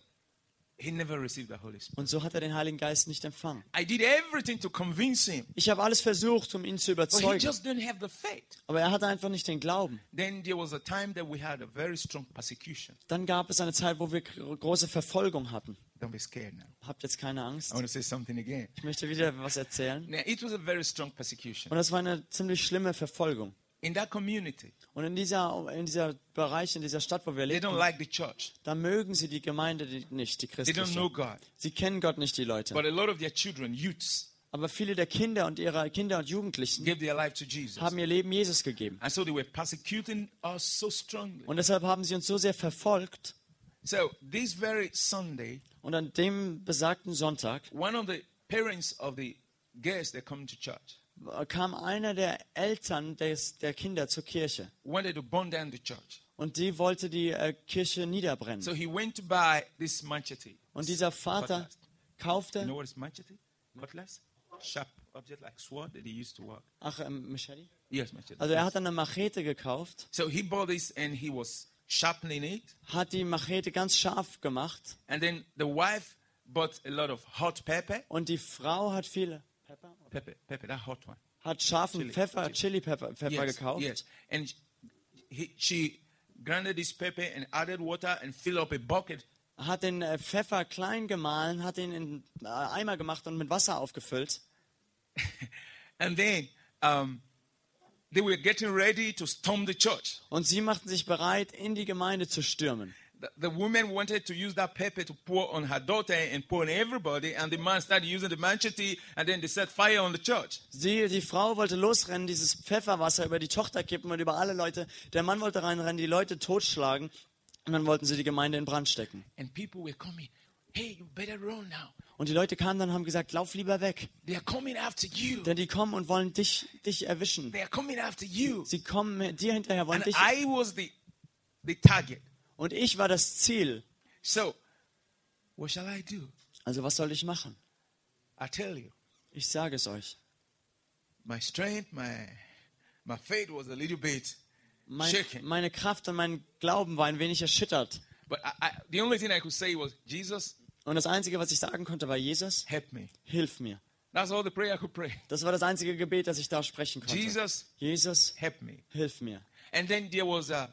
Speaker 1: he never received the Holy Spirit.
Speaker 2: Und so hat er den Heiligen Geist nicht empfangen.
Speaker 1: I did everything to convince him,
Speaker 2: Ich habe alles versucht, um ihn zu
Speaker 1: but he
Speaker 2: überzeugen,
Speaker 1: just didn't have the faith.
Speaker 2: aber er hatte einfach nicht den Glauben.
Speaker 1: Then there was a time that we had a very strong persecution.
Speaker 2: Dann gab es eine Zeit, wo wir gro- große Verfolgung hatten.
Speaker 1: Don't be scared now.
Speaker 2: Habt jetzt keine Angst.
Speaker 1: I want to say something again.
Speaker 2: Ich möchte wieder was erzählen.
Speaker 1: Now, it was a very strong persecution.
Speaker 2: Und das war eine ziemlich schlimme Verfolgung.
Speaker 1: In that community,
Speaker 2: Und in dieser, in dieser Bereich, in dieser Stadt, wo wir
Speaker 1: they
Speaker 2: leben,
Speaker 1: don't like the church.
Speaker 2: da mögen sie die Gemeinde die- nicht, die
Speaker 1: They don't know
Speaker 2: christliche.
Speaker 1: God.
Speaker 2: Sie kennen Gott nicht, die Leute.
Speaker 1: But a lot of their children, youths,
Speaker 2: Aber viele der Kinder und ihrer Kinder und Jugendlichen
Speaker 1: gave their life to Jesus.
Speaker 2: haben ihr Leben Jesus gegeben.
Speaker 1: And so they were persecuting us so strongly.
Speaker 2: Und deshalb haben sie uns so sehr verfolgt.
Speaker 1: So this very Sunday,
Speaker 2: Und an dem besagten Sonntag
Speaker 1: one of the parents of the girls that come to church
Speaker 2: kam einer der Eltern des, der Kinder zur Kirche.
Speaker 1: wanted to burn down the church.
Speaker 2: Und die wollte die äh, Kirche niederbrennen.
Speaker 1: So he went to buy this machete.
Speaker 2: Und dieser Vater
Speaker 1: Cutlass. You know
Speaker 2: kaufte...
Speaker 1: what is machete? Cutlass? Sharp object like sword that they used to work.
Speaker 2: Ach, ähm, Machete?
Speaker 1: Yes, machete.
Speaker 2: Also er hat eine Machete gekauft,
Speaker 1: So he bought this and he was sharpening it.
Speaker 2: hat die Machete ganz scharf gemacht
Speaker 1: And then the wife bought a lot of hot pepper.
Speaker 2: und die Frau hat viele... Pepper?
Speaker 1: Pepper, pepper, that hot one.
Speaker 2: Hat scharfen
Speaker 1: Chili.
Speaker 2: Pfeffer, Chili-Pepper Pfeffer
Speaker 1: yes,
Speaker 2: gekauft.
Speaker 1: yes. And he, she grinded this pepper and added water and filled up a bucket.
Speaker 2: hat den äh, Pfeffer klein gemahlen, hat ihn in äh, Eimer gemacht und mit Wasser aufgefüllt.
Speaker 1: And then um, they were getting ready to storm the church.
Speaker 2: Und sie machten sich bereit, in die Gemeinde zu stürmen.
Speaker 1: The, the woman wanted to use that pepper to pour on her daughter and pour on everybody. And the man started using the machete and then they set fire on the church.
Speaker 2: Sie, die Frau wollte losrennen, dieses Pfefferwasser über die Tochter kippen und über alle Leute. Der Mann wollte reinrennen, die Leute totschlagen. Und dann wollten sie die Gemeinde in Brand stecken.
Speaker 1: And people were coming. Hey, you better run now.
Speaker 2: Und die Leute kamen dann und haben gesagt, lauf lieber weg.
Speaker 1: They are coming after you.
Speaker 2: Denn die kommen und wollen dich, dich erwischen.
Speaker 1: They are coming after you.
Speaker 2: Sie kommen dir hinterher, wollen
Speaker 1: And
Speaker 2: dich.
Speaker 1: I was the, the target.
Speaker 2: Und ich war das Ziel.
Speaker 1: So, what shall I do?
Speaker 2: Also was soll ich machen?
Speaker 1: I tell you,
Speaker 2: Ich sage es euch.
Speaker 1: my strength, my my faith was a little bit
Speaker 2: Mein,
Speaker 1: shaken.
Speaker 2: meine Kraft und mein Glauben war ein wenig erschüttert.
Speaker 1: But I, I, the only thing I could say was, Jesus,
Speaker 2: Und das Einzige, was ich sagen konnte, war, Jesus,
Speaker 1: help me.
Speaker 2: hilf mir.
Speaker 1: That's all the prayer I could pray.
Speaker 2: Das war das einzige Gebet, das ich da sprechen konnte.
Speaker 1: Jesus,
Speaker 2: Jesus,
Speaker 1: help me.
Speaker 2: hilf mir.
Speaker 1: And then there was uh,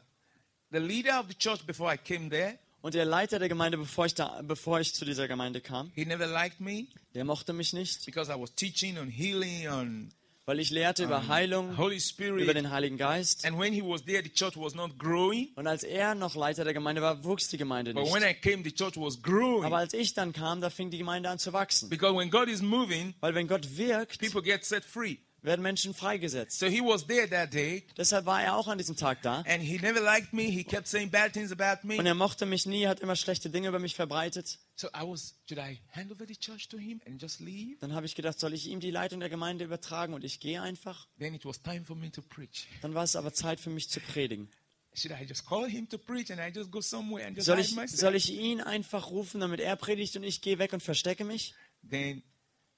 Speaker 1: the leader of the church before I came there.
Speaker 2: Und der Leiter der Gemeinde, bevor ich, da, bevor ich zu dieser Gemeinde kam,
Speaker 1: He never liked me
Speaker 2: der mochte mich nicht,
Speaker 1: because I was teaching on healing, on mm,
Speaker 2: weil ich lehrte über Heilung,
Speaker 1: Um, Holy
Speaker 2: über
Speaker 1: Spirit.
Speaker 2: den Heiligen Geist.
Speaker 1: And when he was there, the church was not growing.
Speaker 2: Und als er noch Leiter der Gemeinde war, wuchs die Gemeinde
Speaker 1: But when
Speaker 2: nicht.
Speaker 1: I came, the church was growing.
Speaker 2: Aber als ich dann kam, da fing die Gemeinde an zu wachsen.
Speaker 1: Because when God is moving,
Speaker 2: Weil wenn Gott wirkt,
Speaker 1: people get set free.
Speaker 2: werden Menschen freigesetzt.
Speaker 1: So he was there that day,
Speaker 2: Deshalb war er auch an diesem Tag da.
Speaker 1: and he never liked me. He kept saying bad things about me.
Speaker 2: Und er mochte mich nie, hat immer schlechte Dinge über mich verbreitet.
Speaker 1: So I was, should I hand over the church to him and just leave?
Speaker 2: Dann habe ich gedacht, soll ich ihm die Leitung der Gemeinde übertragen und ich gehe einfach?
Speaker 1: Then it was time for me to preach.
Speaker 2: Dann war es aber Zeit für mich zu predigen.
Speaker 1: Should I just call him to preach and I just go somewhere and just
Speaker 2: Soll
Speaker 1: hide
Speaker 2: ich,
Speaker 1: myself?
Speaker 2: soll ich ihn einfach rufen, damit er predigt und ich gehe weg und verstecke mich?
Speaker 1: Then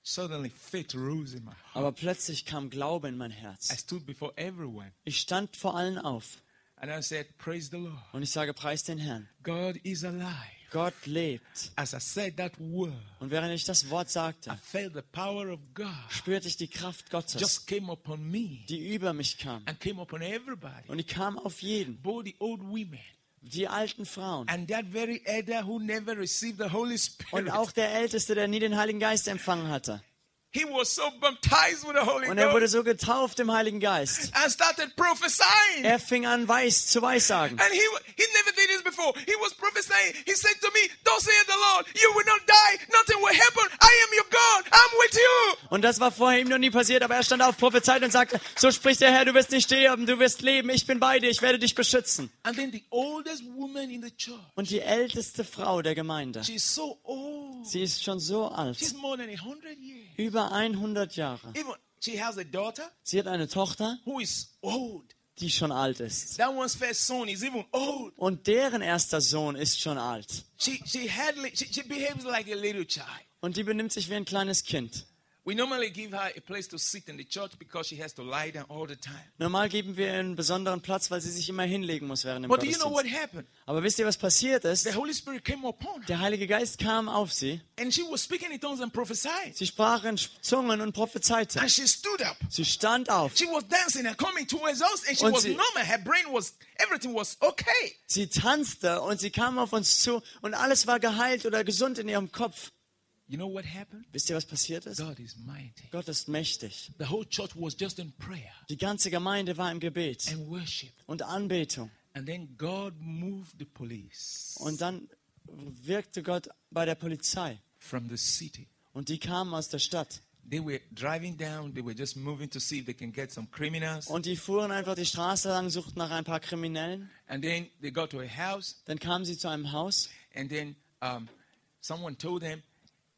Speaker 1: suddenly faith rose in my heart.
Speaker 2: Aber plötzlich kam Glaube in mein
Speaker 1: I
Speaker 2: Herz.
Speaker 1: stood before everyone
Speaker 2: Ich stand vor allen auf
Speaker 1: and I said, Praise the Lord.
Speaker 2: und ich sage, preis den Herrn.
Speaker 1: God is alive.
Speaker 2: Gott lebt.
Speaker 1: As I said that word,
Speaker 2: Und während ich das Wort
Speaker 1: I
Speaker 2: sagte,
Speaker 1: felt the power of God
Speaker 2: spürte ich die Kraft Gottes,
Speaker 1: just came upon me
Speaker 2: die über mich kam.
Speaker 1: and came upon everybody,
Speaker 2: Und die kam auf jeden,
Speaker 1: both the old women
Speaker 2: die alten Frauen
Speaker 1: and that very elder who never received the Holy Spirit.
Speaker 2: und auch der Älteste, der nie den Heiligen Geist empfangen hatte.
Speaker 1: He was so baptized with the Holy
Speaker 2: Und er wurde
Speaker 1: Ghost
Speaker 2: so getauft im Heiligen Geist.
Speaker 1: and started prophesying.
Speaker 2: Er fing an, weiß zu weissagen.
Speaker 1: And he he never did this before. He was prophesying. He said to me, "Don't say the Lord, you will not die. Nothing will happen. I am your God. I'm with you."
Speaker 2: Und das war vorher ihm noch nie passiert, aber er stand auf, prophezeit und sagte, so spricht der Herr, du wirst nicht sterben, du wirst leben, ich bin bei dir, ich werde dich beschützen.
Speaker 1: And then the oldest woman in the church,
Speaker 2: Und die älteste Frau der Gemeinde,
Speaker 1: she's so old.
Speaker 2: sie ist schon so
Speaker 1: She's
Speaker 2: alt,
Speaker 1: more than a hundred years.
Speaker 2: über 100 Jahre.
Speaker 1: Even she has a daughter
Speaker 2: Sie hat eine Tochter,
Speaker 1: who is old.
Speaker 2: die schon alt ist.
Speaker 1: That one's first son is even old.
Speaker 2: Und deren erster Sohn ist schon alt.
Speaker 1: She she hardly she, she behaves like a little child.
Speaker 2: Und die benimmt sich wie ein kleines Kind.
Speaker 1: We normally give her a place to sit in the church because she has to lie down all the time.
Speaker 2: Normal geben wir ihr einen besonderen Platz, weil sie sich immer hinlegen muss während dem
Speaker 1: But do you know what
Speaker 2: Gottesdienst.
Speaker 1: happened?
Speaker 2: Aber wisst ihr, was passiert ist?
Speaker 1: The Holy Spirit came upon her
Speaker 2: Der Heilige Geist kam auf sie.
Speaker 1: and she was speaking in tongues and prophesying.
Speaker 2: Sie sprach in Zungen und prophezeite.
Speaker 1: And she stood up.
Speaker 2: Sie stand auf.
Speaker 1: She was dancing and coming towards us and she
Speaker 2: Und
Speaker 1: was
Speaker 2: sie-
Speaker 1: normal. Her brain was, everything was okay.
Speaker 2: Sie tanzte und sie kam auf uns zu und alles war geheilt oder gesund in ihrem Kopf.
Speaker 1: You know what happened?
Speaker 2: Wisst ihr, was passiert ist?
Speaker 1: God is mighty.
Speaker 2: Gott ist mächtig.
Speaker 1: The whole church was just in prayer
Speaker 2: Die ganze Gemeinde war im Gebet
Speaker 1: and worship.
Speaker 2: und Anbetung.
Speaker 1: And then God moved the police
Speaker 2: Und dann wirkte Gott bei der Polizei.
Speaker 1: from the city.
Speaker 2: Und die kamen aus der Stadt.
Speaker 1: They were driving down, they were just moving to see if they can get some criminals.
Speaker 2: Und die fuhren einfach die Straße lang, suchten nach ein paar Kriminellen.
Speaker 1: And then they got to a house,
Speaker 2: Dann kamen sie zu einem Haus
Speaker 1: and then um, someone told them,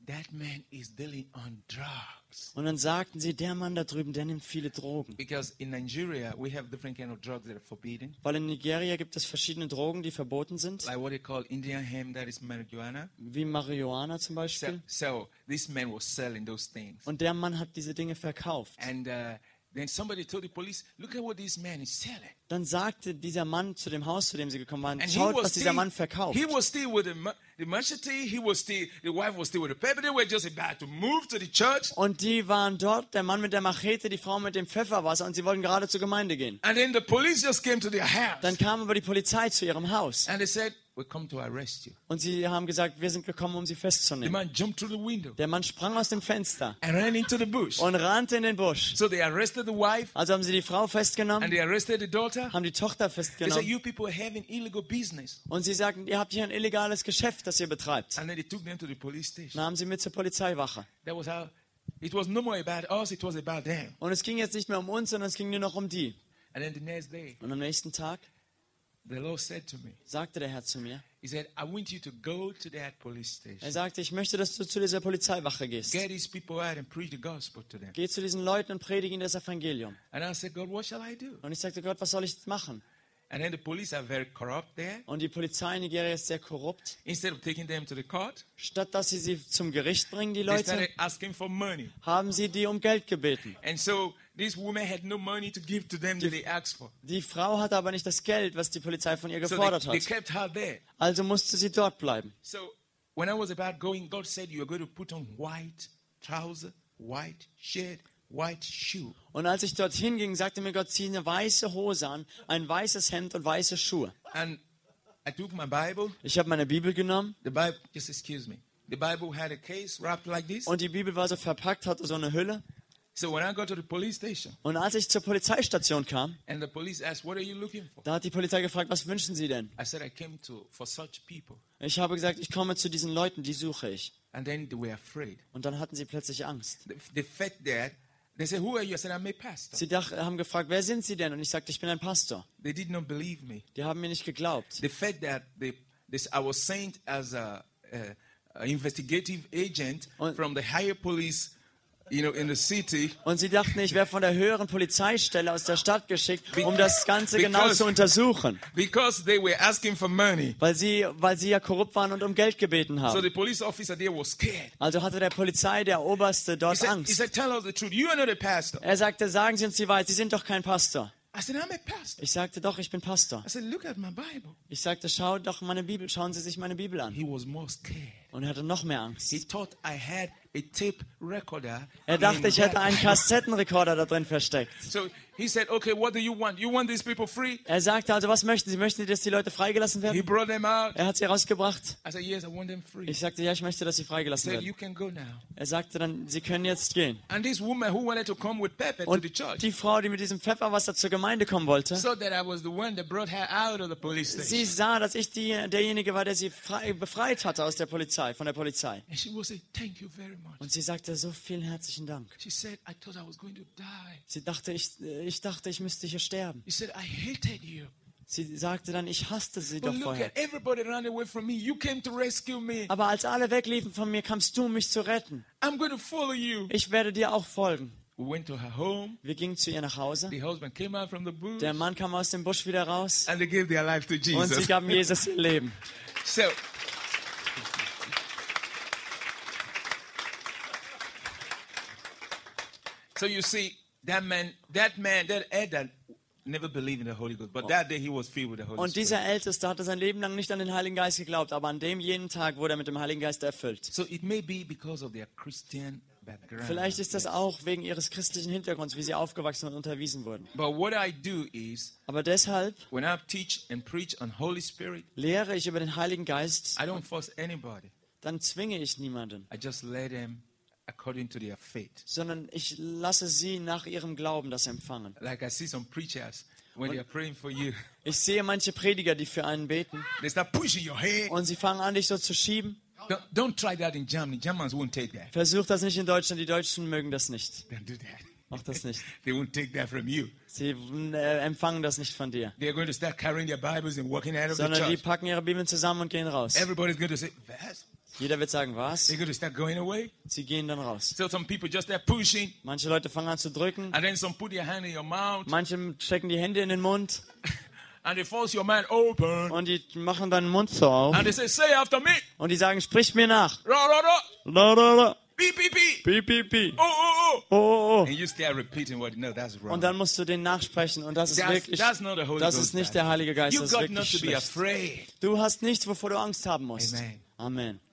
Speaker 1: That man is dealing on drugs.
Speaker 2: und dann sagten sie, der Mann da drüben, der nimmt viele Drogen.
Speaker 1: Because in Nigeria, we have different kind of drugs that are forbidden,
Speaker 2: Weil in Nigeria gibt es verschiedene Drogen, die verboten sind,
Speaker 1: like what they call Indian hemp, that is marijuana.
Speaker 2: wie Marihuana zum
Speaker 1: So,
Speaker 2: Beispiel.
Speaker 1: so this man was selling those things.
Speaker 2: Und der Mann hat diese Dinge verkauft.
Speaker 1: And uh, then somebody told the police, Look at what this man is selling.
Speaker 2: Dann sagte dieser Mann zu dem Haus, zu dem sie gekommen waren,
Speaker 1: And
Speaker 2: schaut, was dieser Mann verkauft.
Speaker 1: he was still with the, ma- the machete, he was still, the wife was still with the paper. They were just about to move to the church.
Speaker 2: Und die waren dort, der Mann mit der Machete, die Frau mit dem Pfefferwasser und sie wollten gerade zur Gemeinde gehen.
Speaker 1: And then the police just came to their house.
Speaker 2: Dann kam aber die Polizei zu ihrem Haus
Speaker 1: and they said, We come to arrest you.
Speaker 2: und sie haben gesagt, wir sind gekommen, um sie
Speaker 1: The
Speaker 2: festzunehmen.
Speaker 1: man jumped through the window
Speaker 2: Der Mann sprang aus dem Fenster
Speaker 1: and ran into the bush.
Speaker 2: und rannte in den Busch.
Speaker 1: So they arrested the wife
Speaker 2: Also haben sie die Frau
Speaker 1: and
Speaker 2: festgenommen,
Speaker 1: they arrested the daughter.
Speaker 2: haben die Tochter
Speaker 1: They said,
Speaker 2: festgenommen
Speaker 1: You people are having illegal business.
Speaker 2: und sie sagten, ihr habt hier ein illegales Geschäft, das ihr betreibt.
Speaker 1: And then they took them to the police station.
Speaker 2: Dann haben sie mit zur Polizeiwache.
Speaker 1: That was how it was no more about us, it was about them.
Speaker 2: Und es ging jetzt nicht mehr um uns, sondern es ging nur noch um die.
Speaker 1: And then the next day,
Speaker 2: Und am nächsten Tag
Speaker 1: the Lord said to me,
Speaker 2: sagte der Herr zu mir,
Speaker 1: He said, I want you to go to that police station.
Speaker 2: er sagte, ich möchte, dass du zu dieser Polizeiwache gehst.
Speaker 1: Get these people out and preach the gospel to them.
Speaker 2: Geh zu diesen Leuten und predige ihnen das Evangelium.
Speaker 1: And I said, God, what shall I do?
Speaker 2: Und ich sagte, Gott, was soll ich jetzt machen?
Speaker 1: And then the police are very corrupt there.
Speaker 2: Und die Polizei in Nigeria ist sehr korrupt.
Speaker 1: Instead of taking them to the court,
Speaker 2: Statt dass sie sie zum Gericht bringen, die
Speaker 1: they
Speaker 2: Leute,
Speaker 1: started asking for money.
Speaker 2: haben sie die um Geld gebeten.
Speaker 1: And so this woman had no money to give to them that they asked for.
Speaker 2: Die Frau hatte aber nicht das Geld, was die Polizei von ihr
Speaker 1: So
Speaker 2: gefordert
Speaker 1: they, they
Speaker 2: hat.
Speaker 1: kept her there.
Speaker 2: Also musste sie dort bleiben.
Speaker 1: So when I was about going, God said, You're going to put on white trouser, white shirt, white shoe.
Speaker 2: Und als ich dorthin ging, sagte mir Gott, zieh eine weiße Hose an, ein weißes Hemd und weiße Schuhe.
Speaker 1: And I took my Bible.
Speaker 2: Ich habe meine Bibel genommen
Speaker 1: The Bible, just excuse me. The Bible had a case wrapped like this.
Speaker 2: und die Bibel war so verpackt, hatte so eine Hülle.
Speaker 1: So when I got to the police station
Speaker 2: Und als ich zur Polizeistation kam,
Speaker 1: and the police asked, What are you looking for?
Speaker 2: da hat die Polizei gefragt, was wünschen Sie denn?
Speaker 1: I said, I came to for such people.
Speaker 2: Ich habe gesagt, ich komme zu diesen Leuten, die suche ich.
Speaker 1: And then they were afraid.
Speaker 2: Und dann hatten sie plötzlich Angst.
Speaker 1: They, they felt that. They said, Who are you? I said, I'm a pastor.
Speaker 2: Sie dach, haben gefragt, wer sind Sie denn? Und ich sagte, ich bin ein Pastor.
Speaker 1: They did not believe me.
Speaker 2: Die haben mir nicht geglaubt.
Speaker 1: They felt that they, this, I was sent as a, a, a investigative agent
Speaker 2: Und-
Speaker 1: from the higher police, you know, in the city.
Speaker 2: Und sie dachten, ich wäre von der höheren Polizeistelle aus der Stadt geschickt, um das Ganze genau
Speaker 1: Because-
Speaker 2: zu untersuchen.
Speaker 1: Because they were asking for money.
Speaker 2: Weil sie, weil sie ja korrupt waren und um Geld gebeten
Speaker 1: So
Speaker 2: haben.
Speaker 1: the police officer there was scared.
Speaker 2: Also hatte der Polizei, der Oberste,
Speaker 1: He
Speaker 2: dort
Speaker 1: said, he
Speaker 2: Angst.
Speaker 1: said, Tell us the truth. You are not a pastor.
Speaker 2: Er sagte, sagen Sie uns die Wahrheit, Sie sind doch kein Pastor.
Speaker 1: I said, I'm a pastor.
Speaker 2: Ich sagte, doch, ich bin Pastor.
Speaker 1: I said, Look at my Bible.
Speaker 2: Ich sagte, schau doch meine Bibel, schauen Sie sich meine Bibel an.
Speaker 1: He was more scared.
Speaker 2: Und er hatte noch mehr Angst.
Speaker 1: He thought I had a tape recorder.
Speaker 2: Er dachte,
Speaker 1: in
Speaker 2: ich hätte
Speaker 1: that-
Speaker 2: einen Kassettenrekorder da drin versteckt.
Speaker 1: So he said, Okay, what do you want? You want these people free?
Speaker 2: Er sagte also, was möchten Sie? Möchten Sie, dass die Leute
Speaker 1: He
Speaker 2: freigelassen werden?
Speaker 1: brought them out.
Speaker 2: Er hat sie rausgebracht.
Speaker 1: I said, Yes, I want them free.
Speaker 2: Ich sagte, ja, ich möchte, dass sie
Speaker 1: He
Speaker 2: freigelassen
Speaker 1: said,
Speaker 2: werden.
Speaker 1: You can go now.
Speaker 2: Er sagte dann, sie können jetzt gehen.
Speaker 1: And this woman who wanted to come with Pepe to
Speaker 2: Und
Speaker 1: the church
Speaker 2: die Frau, die mit diesem Pfefferwasser zur Gemeinde kommen wollte,
Speaker 1: saw that I was the one that brought her out of the police
Speaker 2: sie
Speaker 1: station.
Speaker 2: sah, dass ich die, derjenige war, der sie frei, befreit hatte aus der Polizei, von der Polizei.
Speaker 1: And she was saying, Thank you very much.
Speaker 2: Und sie sagte, so vielen herzlichen Dank.
Speaker 1: She said, I thought I was going to die.
Speaker 2: Sie dachte, ich, ich dachte, ich müsste hier sterben.
Speaker 1: He said, I hated you.
Speaker 2: Sie sagte dann, ich hasste sie
Speaker 1: But
Speaker 2: doch
Speaker 1: look
Speaker 2: vorher.
Speaker 1: at everybody ran away from me. You came to rescue me.
Speaker 2: Aber als alle wegliefen von mir, kamst du, um mich zu retten.
Speaker 1: I'm going to follow you.
Speaker 2: Ich werde dir auch folgen.
Speaker 1: We went to her home.
Speaker 2: Wir gingen zu ihr nach Hause.
Speaker 1: The husband came out from the booth
Speaker 2: Der Mann kam aus dem Busch wieder raus
Speaker 1: and they gave their life to
Speaker 2: und sie
Speaker 1: Jesus.
Speaker 2: gaben Jesus ihr Leben.
Speaker 1: So, So you see, that man, that man, that elder never believed in the Holy Ghost, but
Speaker 2: Oh.
Speaker 1: that day he was filled with the Holy
Speaker 2: Und
Speaker 1: Spirit.
Speaker 2: dieser Älteste hatte sein Leben lang nicht an den Heiligen Geist geglaubt, aber an dem jenen Tag wurde er mit dem Heiligen Geist erfüllt.
Speaker 1: So it may be because of their Christian background.
Speaker 2: Vielleicht ist das auch wegen ihres christlichen Hintergrunds, wie sie aufgewachsen und unterwiesen wurden.
Speaker 1: But what I do is,
Speaker 2: Aber deshalb
Speaker 1: when I teach and preach on Holy Spirit,
Speaker 2: lehre ich über den Heiligen Geist,
Speaker 1: I don't force anybody.
Speaker 2: dann zwinge ich niemanden,
Speaker 1: I just let them according to their faith.
Speaker 2: sondern ich lasse sie nach ihrem Glauben das empfangen.
Speaker 1: Like I see some preachers when they are praying for you,
Speaker 2: Ich sehe manche Prediger, die für einen beten
Speaker 1: they start pushing your head.
Speaker 2: und sie fangen an, dich so zu schieben.
Speaker 1: Don't, don't try that in Germany. Germans won't take that.
Speaker 2: Versuch das nicht in Deutschland, die Deutschen mögen das nicht.
Speaker 1: Don't do that.
Speaker 2: Mach das nicht.
Speaker 1: They won't take that from you.
Speaker 2: Sie äh, empfangen das nicht von dir,
Speaker 1: They're going to start carrying their Bibles and walking out of the
Speaker 2: sondern die
Speaker 1: church.
Speaker 2: packen ihre Bibeln zusammen und gehen raus.
Speaker 1: Everybody's going to say, "Vas."
Speaker 2: Jeder wird sagen, was?
Speaker 1: They're going to start going away.
Speaker 2: Sie gehen dann raus.
Speaker 1: So some people just start pushing,
Speaker 2: Manche Leute fangen an zu drücken,
Speaker 1: and then some put their hand in your mouth,
Speaker 2: manche stecken die Hände in den Mund
Speaker 1: and they force your mouth open,
Speaker 2: und die machen deinen Mund so auf
Speaker 1: and they say, "Say after me,
Speaker 2: und die sagen, sprich mir nach.
Speaker 1: ra ra ra,
Speaker 2: La, la, la.
Speaker 1: beep beep beep,
Speaker 2: Piep, piep, piep.
Speaker 1: oh oh oh,"
Speaker 2: Oh, oh,
Speaker 1: and you start repeating what. No, that's
Speaker 2: oh.
Speaker 1: wrong.
Speaker 2: Und dann musst du den nachsprechen und das ist
Speaker 1: That's,
Speaker 2: wirklich,
Speaker 1: that's not the Holy
Speaker 2: das
Speaker 1: Ghost.
Speaker 2: ist nicht
Speaker 1: man.
Speaker 2: der Heilige Geist,
Speaker 1: You
Speaker 2: das ist
Speaker 1: got not
Speaker 2: wirklich
Speaker 1: to be
Speaker 2: schlecht.
Speaker 1: afraid.
Speaker 2: Du hast nichts, wovor du Angst haben musst.
Speaker 1: Amen.
Speaker 2: Amen.